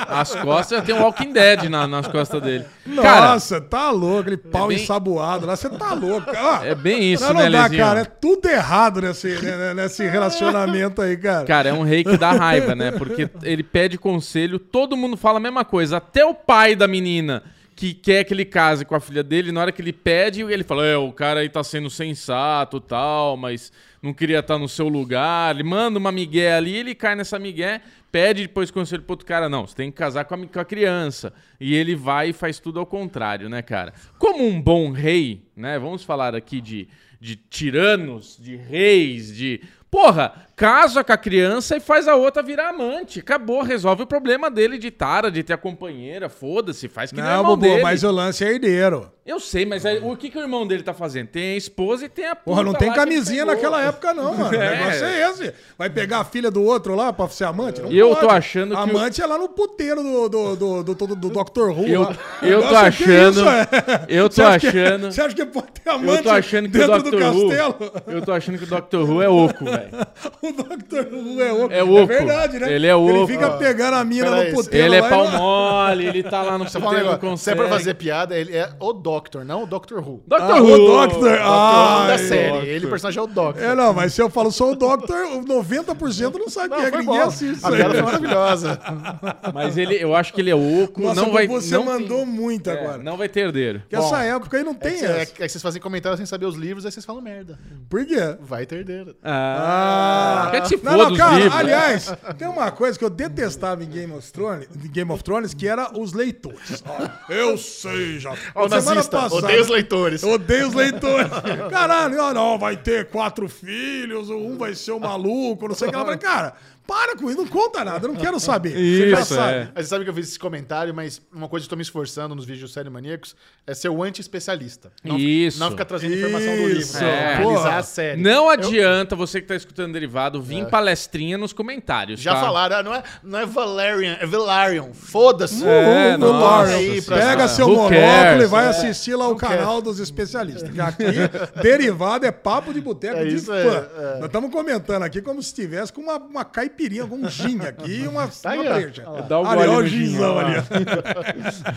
S3: As costas, tem um Walking Dead na- nas costas dele. Cara, é
S2: Nossa, tá louco, aquele pau
S3: bem-
S2: ensaboado lá, você tá louco. cara. Ó,
S3: É bem isso,
S2: não,
S3: né,
S2: Não dá,
S3: Lezinho?
S2: cara, é tudo errado nesse, né, nesse relacionamento aí, cara.
S3: Cara, é um rei que dá raiva, né? Porque ele pede conselho, todo mundo fala a mesma coisa. Até o pai da menina que quer que ele case com a filha dele, na hora que ele pede, ele fala: É, o cara aí tá sendo sensato tal, mas não queria estar no seu lugar. Ele manda uma migué ali, ele cai nessa migué, pede depois conselho pro outro cara: Não, você tem que casar com a, mi- com a criança. E ele vai e faz tudo ao contrário, né, cara? Como um bom rei, né? Vamos falar aqui de, de tiranos, de reis, de. Porra, casa com a criança e faz a outra virar amante. Acabou, resolve o problema dele de tara, de ter a companheira, foda-se, faz que não, é
S2: não,
S3: irmão
S2: Bubu,
S3: dele.
S2: mas
S3: eu...
S2: o lance é herdeiro.
S3: sei, mas aí, o que, que o irmão dele tá fazendo? Tem a esposa e tem a
S2: Porra, não
S3: puta
S2: tem
S3: lá que ele
S2: camisinha
S3: pegou.
S2: naquela época, não, mano.
S3: É.
S2: O negócio é esse. Vai pegar a filha do outro lá pra ser amante? Não
S3: E eu
S2: pode.
S3: tô achando que o-
S2: Amante é lá no puteiro do, do, do, do, do, do Dr. Who.
S3: Eu-
S2: lá.
S3: eu tô
S2: Nossa, que
S3: achando-
S2: isso, é?
S3: eu tô
S2: Você acha que-
S3: achando-
S2: Você acha que pode ter amante
S3: Eu tô achando que
S2: dentro
S3: o Dr.
S2: do castelo?
S3: Who, eu tô achando que o Dr. Who é oco, velho.
S2: O Dr. Who é oco.
S3: É oco.
S2: verdade, né?
S3: Ele é oco.
S2: Ele fica pegando a mina
S1: Peraí,
S2: no puteiro.
S3: Ele é
S2: lá e
S3: pau
S2: não-
S3: mole, ele tá lá no
S1: Você fala um
S3: puteiro, não
S1: negócio. Se é pra
S3: consegue.
S1: fazer piada, ele é o Doctor, não o Doctor Who.
S3: Dr.
S2: Ah,
S3: Who.
S2: o Doctor.
S1: Doctor Who da
S2: Ai,
S1: série. Ele, o personagem, é o Doctor.
S2: É, não, mas se eu falo só o Doctor, 90% não sabe
S1: Não,
S2: quem é, que
S1: foi
S2: ninguém
S1: bom.
S2: assiste.
S1: A
S2: isso aí.
S1: piada foi maravilhosa.
S3: Mas ele, eu acho que ele é oco,
S2: Nossa,
S3: não vai...
S2: você
S3: não tem-
S2: mandou muito
S3: é,
S2: agora.
S3: Não vai ter herdeiro.
S2: Porque essa época aí não
S1: É
S2: tem
S1: que cê- é
S2: essa.
S1: que- é que vocês fazem comentários sem saber os livros, aí vocês falam merda.
S2: Por quê?
S1: Vai ter herdeiro.
S3: Ah, quer que se
S2: Não,
S3: foda
S2: não,
S3: os
S2: cara,
S3: livros.
S2: aliás, tem uma coisa que eu detestava em Game of Thrones, em Game of Thrones que era os leitores. Ó, eu sei, já.
S1: Ó, o nazista, odeio os leitores.
S2: Odeio os leitores. Caralho, ó, não, vai ter quatro filhos, um vai ser o maluco, não um sei o que lá. Eu falei, Cara, Para com isso, não conta nada, eu não quero saber.
S3: Isso,
S2: Você já sabe.
S3: é.
S1: Mas você sabe que eu fiz esse comentário, mas uma coisa que eu tô me esforçando nos vídeos série maníacos é ser o anti-especialista. Não,
S3: Isso.
S1: Não ficar trazendo informação do
S2: Isso,
S1: livro. né?
S3: é.
S1: Analisar
S2: porra.
S1: a série.
S3: Não adianta você que tá escutando derivado vir
S2: É.
S3: palestrinha nos comentários.
S1: Já
S3: tá?
S1: falaram, ah, não é, não é Valerian, é Velaryon. Foda-se.
S3: É,
S2: Ô, ô,
S3: nossa
S2: Lawrence,
S1: aí pra-
S2: pega seu
S3: Who
S2: monóculo
S3: cares? É.
S2: e vai assistir lá o canal dos especialistas. Que aqui, derivado é papo de boteco
S1: É
S2: de
S1: isso,
S2: fã.
S1: é, é.
S2: Nós estamos comentando aqui como se estivesse com uma, uma caipirinha, com um gin aqui e uma, uma
S1: Tá aí, ó.
S2: breja.
S3: Dá um
S2: ali,
S3: gole
S2: ó, o
S3: no gin,
S2: ginzão
S3: ó.
S2: ali. ó.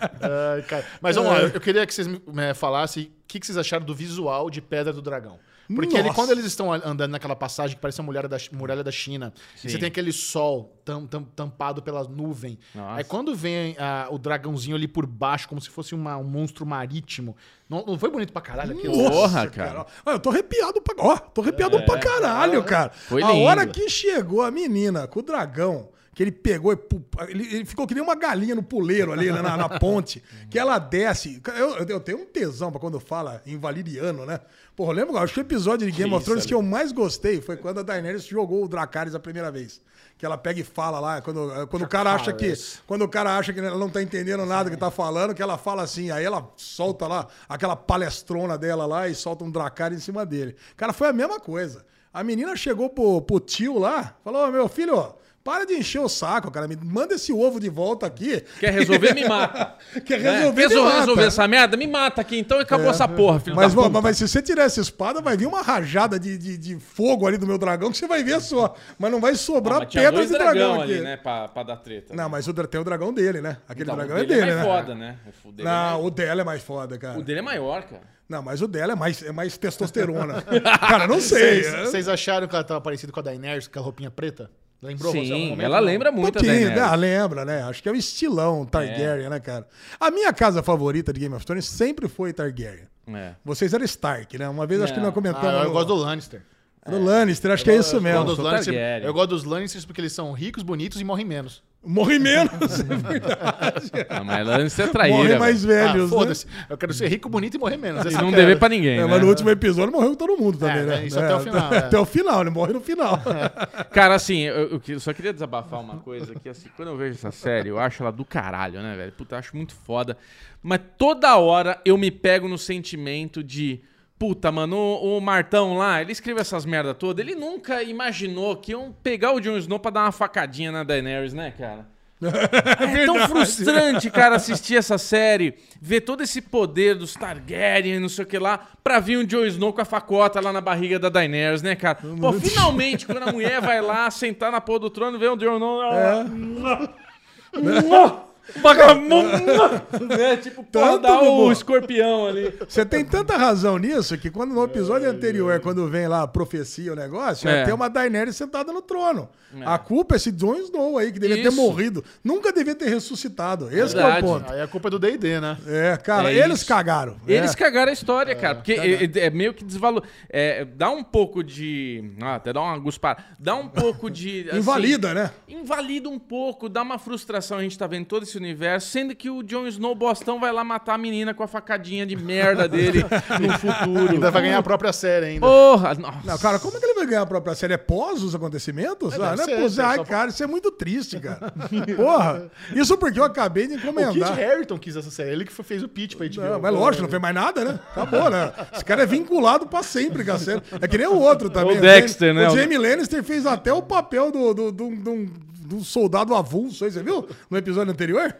S1: Ai, cara. Mas vamos lá, eu eu queria que vocês me me falassem o que, que vocês acharam do visual de Pedra do Dragão. Porque ele-
S2: Nossa.
S1: quando eles estão a- andando naquela passagem que parece a muralha da, Chi- muralha da China, e você
S3: Sim.
S1: tem aquele sol tam- tam- tampado pela nuvem.
S3: Nossa.
S1: É quando vem ah, o dragãozinho ali por baixo, como se fosse uma- um monstro marítimo. Não, não foi bonito pra caralho aquilo?
S3: Nossa.
S2: Porra,
S3: Porra,
S2: cara.
S3: cara. É.
S2: Olha, eu tô arrepiado pra, ó, tô arrepiado pra caralho, cara.
S3: Foi
S2: a
S3: lindo.
S2: hora que chegou a menina com o dragão, que ele pegou, e pu- ele, ele ficou que nem uma galinha no puleiro ali, né, na, na ponte, que ela desce. Eu, eu- eu tenho um tesão pra quando fala em valiriano, né? Porra, eu lembro, acho que o episódio de Game of
S3: isso,
S2: Thrones
S3: Ale.
S2: que eu mais gostei foi quando a Daenerys jogou o Dracarys a primeira vez. Que ela pega e fala lá, quando, eh, quando o cara acha que. Quando o cara acha que ela não tá entendendo nada que tá falando, que ela fala assim, aí ela solta lá aquela palestrona dela lá e solta um dracar em cima dele. Cara, foi a mesma coisa. A menina chegou pro, pro tio lá, falou: "Ô, meu filho, ó, para de encher o saco, cara. Me manda esse ovo de volta aqui.
S3: Quer resolver, me mata.
S2: Quer
S3: Né?
S2: resolver, me
S3: Resol-
S2: mata. É.
S3: resolver essa merda? Me mata aqui então e acabou essa porra, filho
S2: Mas,
S3: da
S2: vó,
S3: puta.
S2: mas se você tirar essa espada, vai vir uma rajada de, de, de fogo ali do meu dragão que você vai ver só. Mas não vai
S3: Ah,
S2: sobrar
S3: mas tinha
S2: pedras
S3: dois
S2: de dragão,
S3: dragão
S2: aqui.
S3: ali, né, pra, pra dar treta.
S2: Não, mas o, dra- tem o dragão dele, né? Aquele
S3: Então,
S2: dragão
S3: o
S2: é
S3: dele
S2: dele,
S3: é mais
S2: né?
S3: foda, né? O dele, é
S2: Não,
S3: mais-
S2: o dela é mais foda, cara.
S3: o dele é maior, cara.
S2: Não, mas o dela é mais, é mais testosterona. cara, não sei.
S1: Vocês- Vocês acharam que ela tava parecida com a Daenerys, com a roupinha preta? Lembrou? você, em algum
S3: Sim,
S1: momento?
S3: ela
S1: Não.
S3: lembra
S2: Um
S3: muito a
S2: pouquinho, né? Ah,
S3: Daenerys.
S2: lembra, né? Acho que é o estilão Targaryen,
S1: É.
S2: né, cara? A minha casa favorita de Game of Thrones sempre foi Targaryen.
S3: É.
S2: Vocês eram Stark, né? Uma vez acho que
S3: Não.
S2: nós comentamos.
S1: Ah, eu
S2: no-
S1: gosto
S3: né?
S1: do Lannister.
S2: do Lannister, acho que é isso
S1: Eu gosto
S2: mesmo.
S1: dos
S3: sou
S1: Lannister-
S3: Targaryen.
S1: eu gosto dos Lannisters porque eles são ricos, bonitos e morrem menos.
S2: Morri menos, é verdade.
S3: Não, mas Lance é
S1: Tá
S2: Morrem
S3: traíra.
S2: mais
S3: velho.
S1: Ah,
S2: velhos, né?
S1: foda-se. Eu quero ser rico, bonito e morrer menos.
S3: E
S1: Essa
S3: não
S1: que é-
S3: dever pra ninguém,
S2: É,
S3: né?
S2: mas no último episódio morreu todo mundo também,
S1: É,
S2: né?
S1: é, isso até o final, é.
S2: Até o final, ele morre no final.
S3: Cara, assim, eu, eu que- só queria desabafar uma coisa que, assim, quando eu vejo essa série, eu acho ela do caralho, né, velho? Puta, eu acho muito foda. Mas toda hora eu me pego no sentimento de. Puta, mano, o, o Martão lá, ele escreveu essas merda toda, ele nunca imaginou que iam pegar o Jon Snow pra dar uma facadinha na Daenerys, né, cara? É tão frustrante, cara, assistir essa série, ver todo esse poder dos Targaryen, não sei o que lá, pra vir um Jon Snow com a facota lá na barriga da Daenerys, né, cara? Pô, finalmente, quando a mulher vai lá sentar na porra do trono, vê um Jon Snow... Vagabundo! né? Tipo, porra,
S2: Tanto,
S3: dá o
S2: Bubu.
S3: escorpião ali.
S2: Você tem tanta razão nisso que quando no episódio anterior, quando vem lá a profecia, o negócio,
S3: É.
S2: tem uma Daenerys sentada no trono. A culpa é esse Jon Snow aí, que devia ter
S3: Isso.
S2: morrido. Nunca devia ter ressuscitado. Esse que é o
S3: Verdade.
S2: ponto.
S1: Aí a culpa é do D&D, né?
S2: É, cara,
S3: É
S2: eles
S3: isso.
S2: cagaram.
S3: Eles
S2: é.
S3: cagaram a história, cara. Porque é, é meio que desvalor. é, dá um pouco de. Ah, até dá uma guspada. Dá um pouco de. assim,
S2: Invalida, né?
S3: Invalida um pouco, dá uma frustração. A gente tá vendo todo esse universo. Sendo que o Jon Snow Bostão vai lá matar a menina com a facadinha de merda dele no futuro.
S1: Ainda vai ganhar a própria série ainda.
S3: Porra! Nossa.
S2: Não, cara, como é que ele vai ganhar a própria série? É pós os acontecimentos?
S1: deve
S2: ah, não é
S1: ser,
S2: pós.
S1: deve
S2: Ai,
S1: ser.
S2: cara, isso é muito triste, cara. Porra, isso porque eu acabei de
S1: o Kit
S2: encomendar.
S1: Harington quis essa série. Ele que fez o pitch pra HBO.
S2: Não, mas lógico, não fez mais nada, né? Acabou, né? Esse cara é vinculado pra sempre, com a série. É que nem o outro também.
S3: O Dexter, né?
S2: O Jamie Lannister fez até o papel do, do, do, do- do soldado avulso aí, você viu? No episódio anterior?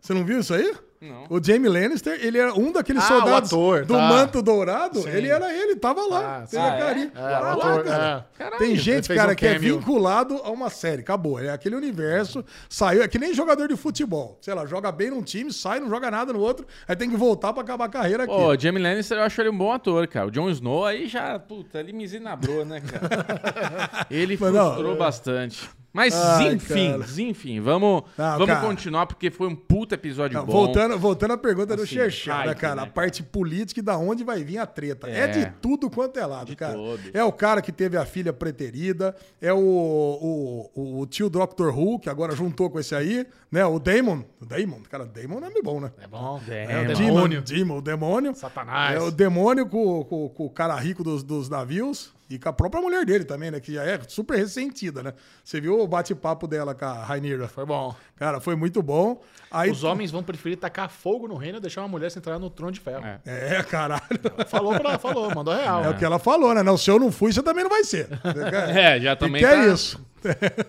S2: Você não viu isso aí?
S3: Não.
S2: O Jamie Lannister, ele era um daqueles
S1: Ah,
S2: soldados
S1: o ator,
S2: do
S1: tá.
S2: manto dourado. Ele era ele, tava lá.
S1: Ah,
S2: teve
S1: sim.
S2: a carinha.
S1: É,
S2: Tava lá,
S1: o ator,
S2: cara.
S1: é.
S3: Caralho,
S2: Tem
S1: ele
S2: gente,
S1: fez
S2: cara,
S1: um
S2: que é
S1: cameo.
S2: vinculado a uma série. Acabou. É aquele universo. Saiu. É que nem jogador de futebol. Sei lá, joga bem num time, sai, não joga nada no outro. Aí tem que voltar pra acabar a carreira aqui.
S3: Pô, o Jamie Lannister eu acho ele um bom ator, cara. O Jon Snow aí já, puta, ele me zinabrou, né, cara? ele
S2: Mas não,
S3: frustrou
S2: é.
S3: bastante. Mas
S2: Ai,
S3: enfim,
S2: cara.
S3: enfim, vamos,
S2: Ah,
S3: vamos
S2: cara.
S3: continuar porque foi um puta episódio
S2: Não,
S3: bom.
S2: voltando, voltando à pergunta do
S3: Assim,
S2: Xerxá, né,
S3: hype,
S2: cara?
S3: né,
S2: A parte política e da onde vai vir a treta. É,
S3: É.
S2: de tudo quanto é lado, cara.
S3: todo.
S2: É o cara que teve a filha preterida, é o, o, o, o tio Doctor Who, que agora juntou com esse aí, né? O Damon. O Damon, cara, Damon não é meio bom, né?
S1: É bom. o
S2: É, o demônio.
S1: demônio.
S2: Demon, o demônio.
S1: Satanás.
S2: É o demônio com, com, com o cara rico dos, dos navios. E com a própria mulher dele também, né? Que já é super ressentida, né? Você viu o bate-papo dela com a Rainira?
S1: Foi bom.
S2: Cara, foi muito bom. Aí,
S1: Os homens vão preferir tacar fogo no reino e deixar uma mulher se entrar no trono de ferro.
S3: É.
S2: É, caralho.
S1: Falou pra falou, mandou real.
S2: É o que ela falou, né? Não, se eu não fui, você também não vai ser.
S3: É, já também
S2: E que
S3: tá-
S2: é isso.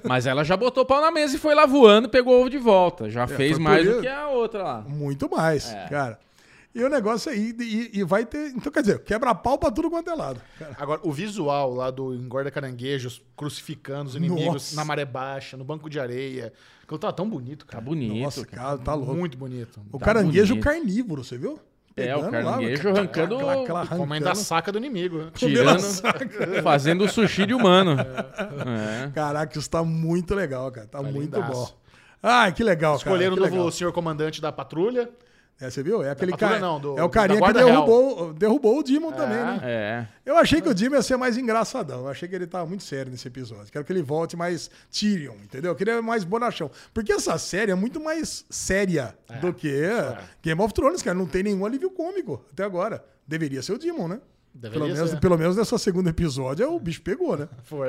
S3: Mas ela já botou o pau na mesa e foi lá voando, pegou o ovo de volta. Já fez
S2: É, foi
S3: mais
S2: por
S3: do
S2: isso.
S3: que a outra lá.
S2: Muito mais, cara. E o negócio aí, e, e vai ter. Então, quer dizer, quebra pau pra tudo quanto é lado. cara.
S1: Agora, o visual lá do Engorda Caranguejos crucificando os inimigos
S2: Nossa.
S1: na maré baixa, no banco de areia. Aquilo tá tão bonito,
S3: Tá
S1: cara.
S3: bonito.
S2: Nossa,
S3: cara.
S2: cara, tá louco.
S1: Muito bonito.
S2: O
S3: Tá
S2: caranguejo
S3: bonito.
S2: carnívoro, você viu?
S3: É, o
S2: Pegando lá,
S3: caranguejo
S2: cara,
S3: arrancando-
S2: aquela- aquela arrancando.
S1: Comendo a saca do inimigo. né?
S3: Tirando,
S2: saca.
S3: fazendo o sushi de humano. É.
S2: Caraca, isso tá muito legal, cara. Tá muito
S1: lindaço.
S2: bom. Ai, que legal,
S1: Escolheram o
S2: cara.
S1: novo
S2: que legal.
S1: senhor comandante da patrulha.
S2: É, você viu? É aquele
S1: patrulha
S2: cara.
S1: não, do-
S2: é o
S1: da
S2: carinha que
S1: Guarda
S2: derrubou, derrubou o Demon também, né?
S3: É.
S2: Eu achei que o Jimmy ia ser mais engraçadão. Eu achei que ele tava muito sério nesse episódio. Quero que ele volte mais Tyrion, entendeu? Eu queria mais bonachão. Porque essa série é muito mais séria
S1: É.
S2: do que Game of Thrones, cara. Não tem nenhum alívio cômico até agora. Deveria ser o Demon, né?
S1: Deveria
S2: pelo, menos,
S1: ser.
S2: pelo menos nessa segunda episódio o bicho pegou, né?
S1: Foi.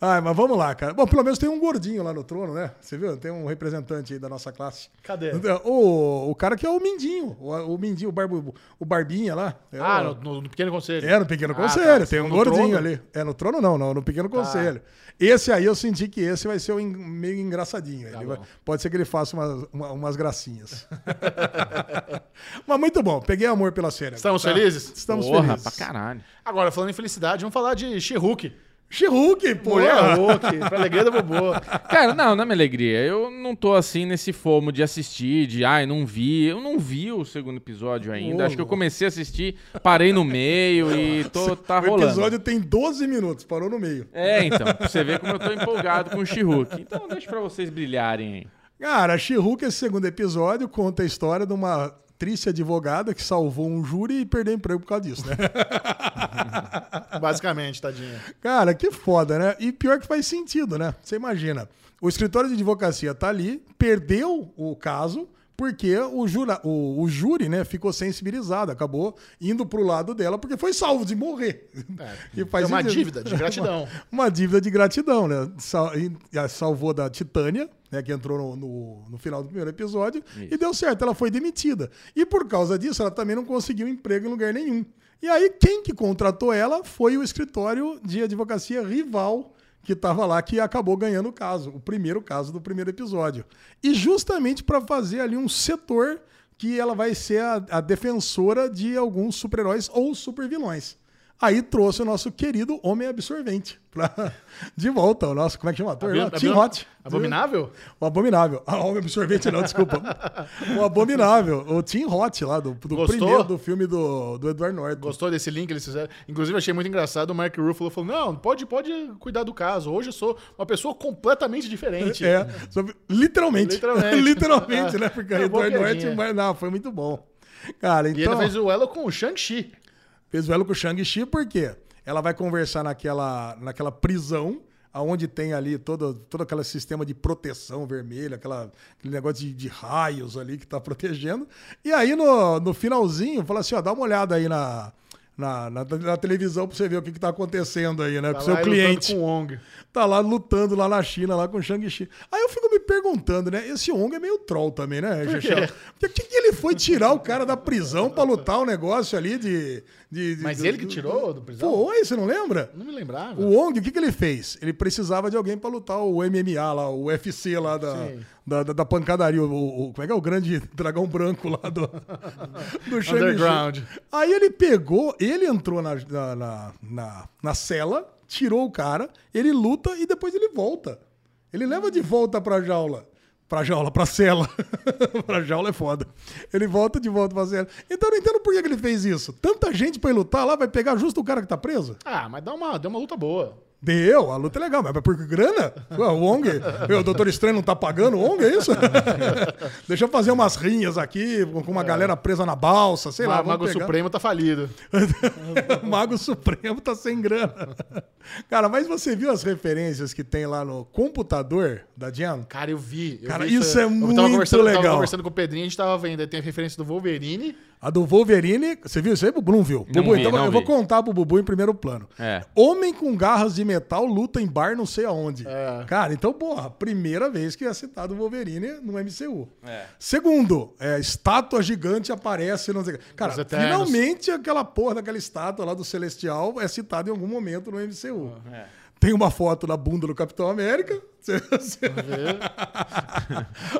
S2: Ai, mas vamos lá, cara. Bom, pelo menos tem um gordinho lá no trono, né? Você viu? Tem um representante aí da nossa classe. Então,
S1: Cadê?
S2: O, o cara que é o Mindinho. O, o Mindinho, o, barbu, o Barbinha lá. É
S1: Ah, no,
S2: o-
S1: no- no pequeno conselho.
S2: É, no Pequeno
S1: Ah,
S2: Conselho,
S1: tá.
S2: tem um
S1: No
S2: gordinho
S1: trono? Tá.
S2: ali. É, no trono não, não, no Pequeno Conselho. Esse aí eu senti que esse vai ser um en- meio engraçadinho. Ele vai-
S1: Tá bom.
S2: pode ser que ele faça umas, uma- umas gracinhas. Mas muito bom, peguei amor pela série.
S1: Estamos
S2: tá?
S1: felizes?
S2: Estamos
S3: Porra, pra
S2: felizes.
S3: caralho.
S1: Agora, falando em felicidade, vamos falar de She-Hulk.
S2: She-Hulk, pô!
S1: Mulher Hulk, pra alegria da Bobô.
S3: Cara, não, não é minha alegria. Eu não tô assim nesse fomo de assistir, de ai, não vi. Eu não vi o segundo episódio ainda.
S2: Ô,
S3: Acho que eu comecei a assistir, parei no meio e tô, tá
S2: o
S3: rolando.
S2: episódio tem 12 minutos, parou no meio.
S3: É, então, pra você ver como eu tô empolgado com o She-Hulk. Então deixa pra vocês brilharem aí.
S2: Cara, She-Hulk, esse segundo episódio, conta a história de uma triste advogada que salvou um júri e perdeu emprego por causa disso, né?
S1: Basicamente, tadinha.
S2: Cara, que foda, né? E pior que faz sentido, né? Você imagina, o escritório de advocacia tá ali, perdeu o caso porque o, jura, o, o júri, né, ficou sensibilizado, acabou indo pro lado dela porque foi salvo de morrer.
S1: É,
S2: E faz
S1: é uma
S2: sentido.
S1: dívida de gratidão.
S2: Uma dívida de gratidão, né? Sal- e- e a salvou da Titânia, né? Que entrou no, no- no final do primeiro episódio. E deu certo, ela foi demitida. E por causa disso, ela também não conseguiu emprego em lugar nenhum. E aí, quem que contratou ela foi o escritório de advocacia rival que estava lá, que acabou ganhando o caso, o primeiro caso do primeiro episódio. E justamente para fazer ali um setor que ela vai ser a, a defensora de alguns super-heróis ou super-vilões. Aí trouxe o nosso querido Homem Absorvente pra- de volta. O nosso, como é que chama? o Ator, lá?
S1: Abomi-
S2: Tim
S1: abomi-
S2: Roth.
S1: Tá Abominável?
S2: O Abominável. Ah, Homem Absorvente não, desculpa. O Abominável. O Tim Roth lá, do, do
S1: Gostou?
S2: primeiro do filme do, do Edward Norton.
S1: Gostou desse link que eles fizeram? Inclusive, achei muito engraçado. O Mark Ruffalo falou: Não, pode, pode cuidar do caso. Hoje eu sou uma pessoa completamente diferente.
S2: É, sobre- literalmente.
S1: Literalmente.
S2: Literalmente, né? Porque
S1: É uma boa
S2: Edward Norton...
S1: piadinha.
S2: vai- Não, foi muito bom. Cara, então...
S1: E ele fez o elo com o Shang-Chi.
S2: Fez o elo com o Shang-Chi porque ela vai conversar naquela, naquela prisão, aonde tem ali todo, todo aquele sistema de proteção vermelho, aquela, aquele negócio de, de raios ali que tá protegendo. E aí no, no finalzinho, fala assim: ó, dá uma olhada aí na. Na, na- na televisão pra você ver o que, que tá acontecendo aí, né? com
S1: Tá
S2: o
S1: lá
S2: seu
S1: lutando
S2: cliente
S1: Com o Wong.
S2: tá lá lutando lá na China, lá com o Shang-Chi. Aí eu fico me perguntando, né? Esse Ong é meio troll também, né, Xexel? Porque o que, que ele foi tirar o cara da prisão pra lutar um negócio ali de. de- de-
S1: Mas
S2: do-
S1: ele que
S2: do-
S1: tirou do prisão?
S2: Foi, você não lembra?
S1: Não me lembrava.
S2: O Ong, o que, que ele fez? Ele precisava de alguém pra lutar o MMA lá, o UFC lá da,
S1: Sim.
S2: da, da- da pancadaria. O, o- como é que é o grande dragão branco lá do, do Shang-Chi?
S1: Underground.
S2: Aí ele pegou, ele entrou na, na, na, na- na cela, tirou o cara, ele luta e depois ele volta. Ele leva de volta pra jaula. Pra jaula, pra cela. pra jaula é foda. Ele volta de volta pra cela. Então eu não entendo por que que ele fez isso. Tanta gente pra ele lutar lá, vai pegar justo o cara que tá preso?
S1: Ah, mas dá uma, deu uma luta boa.
S2: Deu, a luta é legal, mas por grana? Ué, o ONG, meu, o Doutor Estranho não tá pagando o ONG, é isso? Deixa eu fazer umas rinhas aqui, com uma galera presa na balsa, sei
S1: o
S2: lá.
S1: É. Mago
S2: vamos pegar.
S1: Supremo tá falido.
S2: o Mago Supremo tá sem grana. Cara, mas você viu as referências que tem lá no computador da Jan?
S1: Cara, eu vi. eu
S2: Cara,
S1: vi
S2: isso é
S1: eu
S2: muito
S1: tava conversando, Eu tava
S2: legal.
S1: conversando com o Pedrinho, a gente tava vendo. aí Tem a referência do Wolverine,
S2: A do Wolverine, você viu isso aí? Bubu não viu.
S3: Não
S2: Bubu,
S3: vi,
S2: então
S3: não
S2: eu vou
S3: vi.
S2: contar pro Bubu em primeiro plano.
S3: É.
S2: Homem com garras de metal luta em bar não sei aonde. Cara, então, porra, primeira vez que é citado o Wolverine no MCU. Segundo, é, estátua gigante aparece. Não sei... o quê. Cara,
S1: Os Eternos.
S2: finalmente aquela porra daquela estátua lá do Celestial é citada em algum momento no MCU.
S3: Ah, é.
S2: Tem uma foto na bunda do Capitão América. Você- você-
S3: Uhum.
S1: É,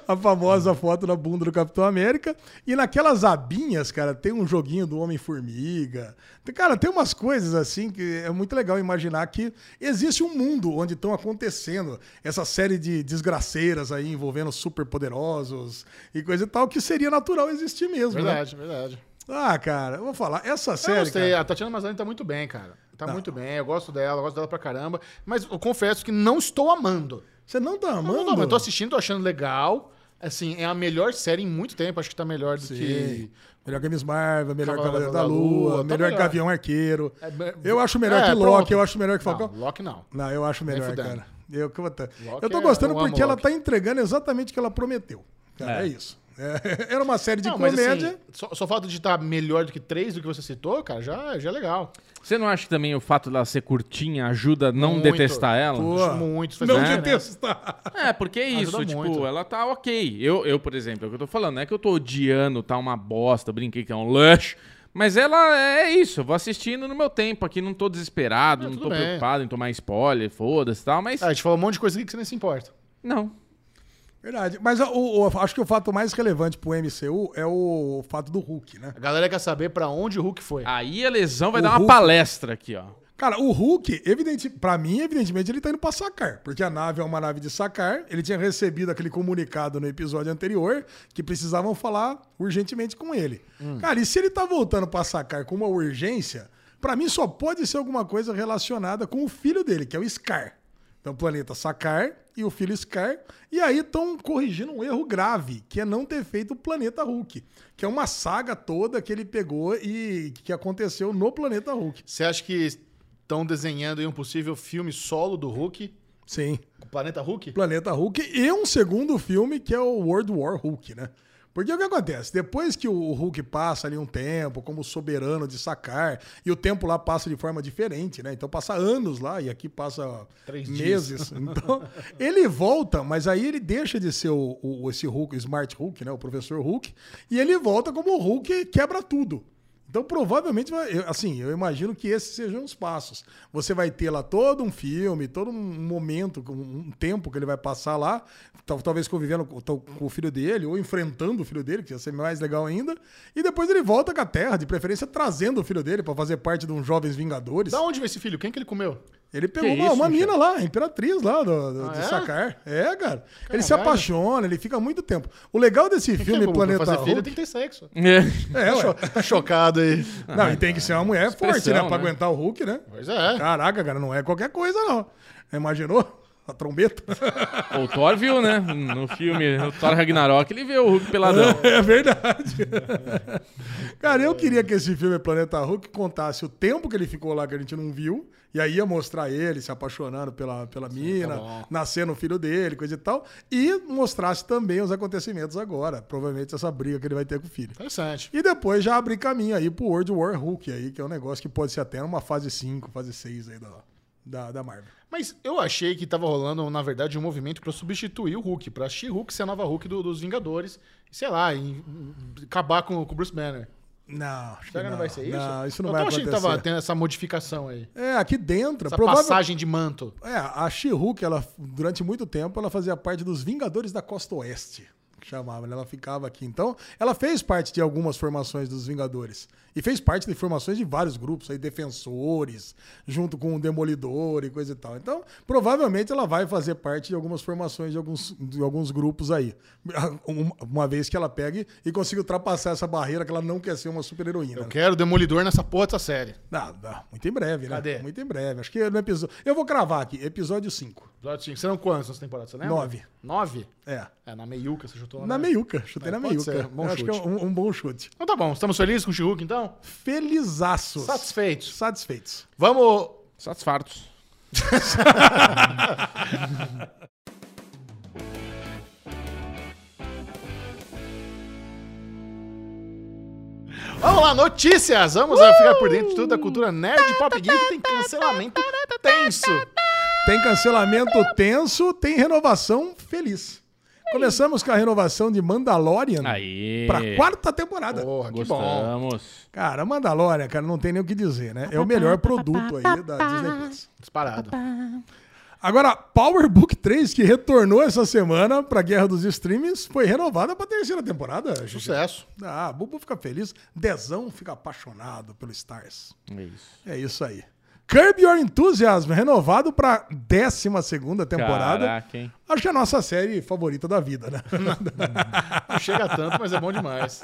S2: a famosa foto na bunda do Capitão América. E naquelas abinhas, cara, tem um joguinho do Homem-Formiga. Tem- Cara, tem umas coisas assim que é muito legal imaginar que existe um mundo onde estão acontecendo essa série de desgraceiras aí envolvendo superpoderosos e coisa e tal, que seria natural existir mesmo,
S1: Verdade, verdade.
S2: né? Ah, cara, eu vou falar, essa
S1: eu
S2: série,
S1: gostei.
S2: cara,
S1: A Tatiana Maslany tá muito bem, cara. Tá muito bem. Eu gosto dela, eu gosto dela pra caramba. Mas eu confesso que não estou amando.
S2: você não tá
S1: Não,
S2: amando?
S1: não, é. eu tô assistindo, tô achando legal. Assim, é a melhor série em muito tempo. Acho que tá melhor do que.
S2: Melhor Games Marvel, melhor
S1: Cavaleiro
S2: Cavaleiro
S1: da
S2: da Lua,
S1: Lua, tá
S2: melhor
S1: melhor.
S2: Gavião Arqueiro.
S1: É, be-
S2: eu acho melhor
S1: É,
S2: que Loki,
S1: pronto.
S2: eu acho melhor que Falcão.
S1: Não, Loki não.
S2: Não, eu acho melhor,
S1: fudendo.
S2: cara. Eu, que eu tô- eu
S1: é-
S2: tô gostando
S1: eu amo
S2: porque ela
S1: Loki.
S2: tá entregando exatamente o que ela prometeu. Cara, é,
S3: É.
S2: isso. É, era uma série de
S1: Não, mas
S2: comédia.
S1: assim, só, só falta de estar melhor do que três do que você citou, cara, já, já é legal.
S3: Você não acha que também o fato dela ser curtinha ajuda a não
S1: Muito.
S3: detestar ela?
S2: Pô,
S1: Acho muito, isso faz
S2: não
S1: bem, né?
S2: detestar.
S3: É, porque é isso,
S1: Ajuda
S3: tipo,
S1: muito.
S3: ela tá ok. Eu, eu, por exemplo, é o que eu tô falando, não é que eu tô odiando, tá uma bosta, eu brinquei que é um lush. Mas ela é isso, eu vou assistindo no meu tempo aqui, não tô desesperado, não
S1: tudo
S3: tô
S1: bem.
S3: preocupado em tomar spoiler, foda-se e tal, mas.
S1: Ah, a gente falou um monte de coisa aqui que você nem se importa.
S3: Não.
S2: Verdade. Mas o- o- acho que o fato mais relevante pro MCU é o fato do Hulk, né?
S1: A galera quer saber pra onde o Hulk foi.
S3: Aí a lesão vai
S2: O
S3: dar uma
S2: Hulk-
S3: palestra aqui, ó.
S2: Cara, o Hulk, evidente, para mim, evidentemente, ele tá indo pra sacar, porque a nave é uma nave de sacar. Ele tinha recebido aquele comunicado no episódio anterior que precisavam falar urgentemente com ele. Cara, e se ele tá voltando pra sacar com uma urgência, pra mim só pode ser alguma coisa relacionada com o filho dele, que é o Scar. Então, o planeta Sakar e o filho Scar. E aí estão corrigindo um erro grave, que é não ter feito o planeta Hulk, que é uma saga toda que ele pegou e que aconteceu no planeta Hulk.
S1: Você acha que estão desenhando aí um possível filme solo do Hulk?
S2: Sim.
S1: O Planeta Hulk?
S2: Planeta Hulk e um segundo filme que é o World War Hulk, né? Porque o que acontece? Depois que o Hulk passa ali um tempo como soberano de sacar, e o tempo lá passa de forma diferente, né? Então passa anos lá e aqui passa
S1: Três
S2: meses. Então, ele volta, mas aí ele deixa de ser o, o- esse Hulk, o Smart Hulk, né? O professor Hulk, e ele volta como o Hulk que quebra tudo. Então, provavelmente, vai- eu- assim, eu imagino que esses sejam os passos. Você vai ter lá todo um filme, todo um momento, um um tempo que ele vai passar lá, tal- talvez convivendo com tal- com o filho dele, ou enfrentando o filho dele, que ia ser mais legal ainda. E depois ele volta com a Terra, de preferência trazendo o filho dele para fazer parte de um Jovens Vingadores.
S1: Da onde veio esse filho? Quem que ele comeu?
S2: Ele pegou
S3: Que
S2: uma,
S3: isso,
S2: uma
S3: Michel?
S2: mina lá, a imperatriz lá do, do-
S1: Ah,
S2: de
S1: é?
S2: Sakar. É, cara. Ele se
S1: Caralho.
S2: apaixona, ele fica muito tempo. O legal desse filme
S1: Porque, pra
S2: Planeta
S1: fazer filho
S2: Hulk-
S1: tem que ter sexo.
S2: É, ué.
S1: Tá chocado aí.
S2: Não, e tem que ser uma mulher forte, né? Pra
S3: né?
S2: aguentar o Hulk, né?
S1: Pois é.
S2: Caraca, cara, não é qualquer coisa, não. Imaginou? A trombeta?
S3: O Thor viu, né? No filme, o Thor Ragnarok, ele viu o Hulk peladão.
S2: É verdade. Cara, eu queria que esse filme Planeta Hulk contasse o tempo que ele ficou lá que a gente não viu. E aí ia mostrar ele se apaixonando pela, pela mina,
S1: tá bom.
S2: nascendo o filho dele, coisa e tal. E mostrasse também os acontecimentos agora. Provavelmente essa briga que ele vai ter com o filho.
S1: Interessante.
S2: E depois já abrir caminho aí pro World War Hulk aí, que é um negócio que pode ser até numa fase 5, fase 6 aí da, da, da Marvel.
S1: Mas eu achei que tava rolando, na verdade, um movimento pra substituir o Hulk, pra She-Hulk ser a nova Hulk do- dos Vingadores, e, sei lá, e, e acabar com o Bruce Banner.
S2: Não, acho
S1: Será que não, vai ser isso?
S2: Não, isso não
S1: eu
S2: vai
S1: tava
S2: acontecer.
S1: achando que tava tendo essa modificação aí.
S2: É, aqui dentro,
S1: Essa
S2: provável...
S1: passagem de manto.
S2: É, a She-Hulk, ela, durante muito tempo, ela fazia parte dos Vingadores da Costa Oeste, que chamava, né? ela ficava aqui. Então, ela fez parte de algumas formações dos Vingadores. E fez parte de formações de vários grupos, aí defensores, junto com o Demolidor e coisa e tal. Então, provavelmente ela vai fazer parte de algumas formações de alguns, de alguns grupos aí. Uma- Uma vez que ela pegue e consiga ultrapassar essa barreira que ela não quer ser uma super-heroína. né?
S1: Eu quero Demolidor nessa porra dessa série.
S2: Nada, muito em breve, né?
S1: Cadê?
S2: Muito em breve. Acho que é no episódio. Eu vou cravar aqui, episódio 5.
S1: Episódio 5. Serão quantas nas temporadas, você lembra?
S2: Nove.
S1: Nove?
S2: É.
S1: É, na meiuca você chutou.
S2: Na
S1: né?
S2: meiuca, chutei
S1: É,
S2: na
S1: pode
S2: meiuca.
S1: ser, bom
S2: Eu Acho que é
S1: chute.
S2: um, um bom chute.
S1: Então tá bom, estamos felizes com o She-Hulk, então?
S2: Felizaços.
S1: Satisfeitos.
S2: Satisfeitos.
S1: Vamos...
S3: Satisfartos.
S1: Vamos lá, notícias! Vamos a ficar por dentro de tudo da cultura nerd pop geek. Tem cancelamento tenso.
S2: Tem cancelamento tenso, tem renovação feliz. Começamos com a renovação de Mandalorian
S3: Aí.
S2: pra quarta temporada.
S1: Porra, que bom.
S3: Gostamos.
S2: Cara, Mandalorian, cara, não tem nem o que dizer, né? É o melhor produto aí da Disney Plus.
S1: Disparado.
S2: Agora, Power Book 3, que retornou essa semana pra Guerra dos Streamings, foi renovada pra terceira temporada. Gigi.
S1: Sucesso.
S2: Ah, Bubu fica feliz. Dezão fica apaixonado pelo Stars.
S3: É isso.
S2: É isso aí. Curb Your Enthusiasm, renovado pra 12 segunda temporada.
S3: Caraca, hein?
S2: Acho que é a nossa série favorita da vida, né?
S1: Não chega tanto, mas é bom demais.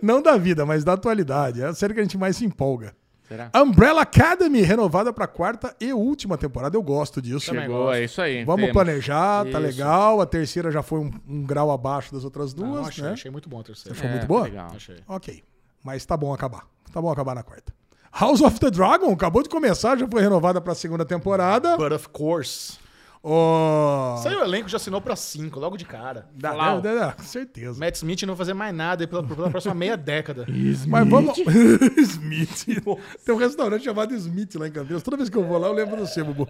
S2: Não da vida, mas da atualidade. É a série que a gente mais se empolga.
S3: Será?
S2: Umbrella Academy, renovada pra quarta e última temporada. Eu gosto disso.
S3: Chegou, é isso aí.
S2: um Vamos
S3: temos.
S2: planejar, tá
S3: Isso.
S2: legal. A terceira já foi um, um grau abaixo das outras duas,
S1: Não, achei,
S2: né?
S1: achei muito bom a terceira.
S2: Foi
S3: É,
S2: muito boa?
S3: tá legal.
S1: Achei.
S2: Ok. Mas tá bom acabar. Tá bom acabar na quarta. House of the Dragon acabou de começar, já foi renovada pra segunda temporada.
S1: But of course.
S2: Oh...
S1: Saiu o elenco, já assinou pra cinco, logo de cara.
S2: Dá,
S3: Flau.
S2: dá, dá, dá, com certeza.
S1: Matt Smith não vai fazer mais nada aí pela, pela próxima meia década.
S2: Mas vamos. Smith. Tem um restaurante chamado Smith lá em Campinas. Toda vez que eu vou lá, eu lembro do seu, Bubu.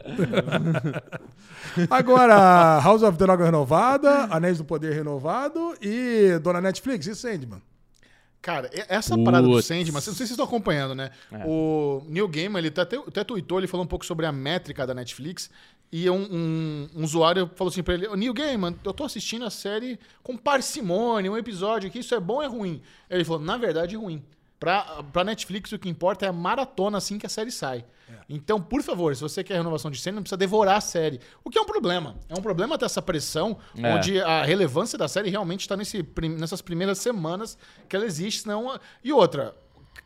S2: Agora, House of the Dragon renovada, Anéis do Poder renovado e Dona Netflix e Sandman.
S1: Cara, e- essa parada do
S3: Putz. É.
S1: Sandman, não sei se vocês estão acompanhando, né? O Neil Gaiman, ele até, até tweetou, ele falou um pouco sobre a métrica da Netflix. E um, um- um usuário falou assim pra ele, "Ô, Neil Gaiman, eu tô assistindo a série com parcimônia, um episódio aqui, isso é bom ou é ruim? Ele falou, na verdade, ruim. Pra, pra Netflix, o que importa é a maratona assim que a série sai. Então, por favor, se você quer renovação de Sandman, precisa devorar a série. O que é um problema. É um problema ter essa pressão,
S3: É.
S1: onde e a relevância da série realmente está nessas primeiras semanas que ela existe, senão. E outra,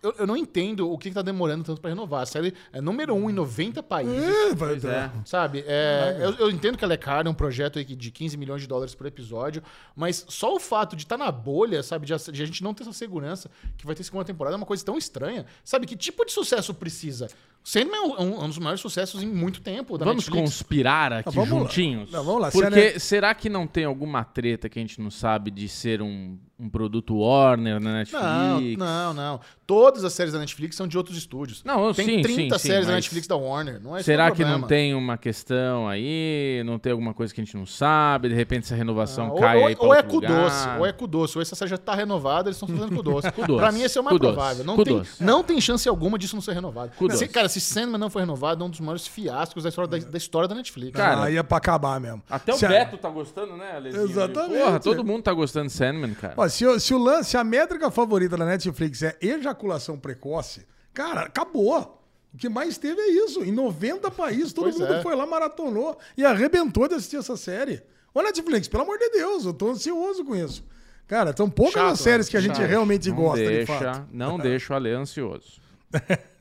S1: eu, eu não entendo o que está demorando tanto para renovar. A série é número um em 90 países.
S2: Ih, vai
S3: Pois
S2: ter-
S3: é.
S1: Sabe? É, eu, eu entendo que ela é cara, é um projeto aí que- de 15 milhões de dólares por episódio, mas só o fato de estar na bolha, sabe? De, a- de a gente não ter essa segurança que vai ter segunda temporada é uma coisa tão estranha. Sabe? Que tipo de sucesso precisa? Sandman é um, é um dos maiores sucessos em muito tempo da
S3: Vamos
S1: Netflix.
S3: conspirar aqui
S2: Ah, vamos lá.
S3: juntinhos?
S2: Não, vamos lá. Se a
S3: Porque
S2: Net-
S3: será que não tem alguma treta que a gente não sabe de ser um, um produto Warner na Netflix?
S1: Não, não, não. Todas as séries da Netflix são de outros estúdios.
S3: Não, eu-
S1: tem
S3: sim,
S1: 30
S3: sim, sim,
S1: séries da
S3: mas-
S1: Netflix da Warner. Não é esse
S3: Será
S1: o
S3: que não
S1: problema.
S3: tem uma questão aí? Não tem alguma coisa que a gente não sabe? De repente essa renovação
S1: Ou,
S3: cai
S1: ou-
S3: aí pra
S1: ou é
S3: outro
S1: cu doce,
S3: lugar?
S1: ou é cu doce, ou essa série já tá renovada, eles estão fazendo cu doce.
S3: doce,
S1: pra mim, esse é o mais
S3: cu doce,
S1: provável. Não
S3: cu
S1: tem,
S3: doce.
S1: não tem chance alguma disso não ser renovado.
S3: Cu
S1: Se-
S3: doce.
S1: cara, se Sandman não foi renovado, é um dos maiores fiascos da história da, da história da Netflix.
S3: Cara,
S2: Ah, ia pra acabar mesmo.
S3: Até o
S2: Se a-
S3: Beto tá gostando, né, Alezinho?
S2: Exatamente.
S3: Porra, todo mundo tá gostando de Sandman, cara.
S2: Ó, se, o- se o lance, se a métrica favorita da Netflix é ejaculação precoce, cara, acabou. O que mais teve é isso. Em 90 países, todo
S1: Pois
S2: mundo
S1: é.
S2: foi lá, maratonou e arrebentou de assistir essa série. Ô, Netflix, pelo amor de Deus, eu tô ansioso com isso. Cara, são poucas
S1: Chato, né?
S2: as séries que a gente
S1: chato.
S2: realmente
S3: não
S2: gosta, de
S3: deixa,
S2: fato.
S3: Não deixa o Ale ansioso.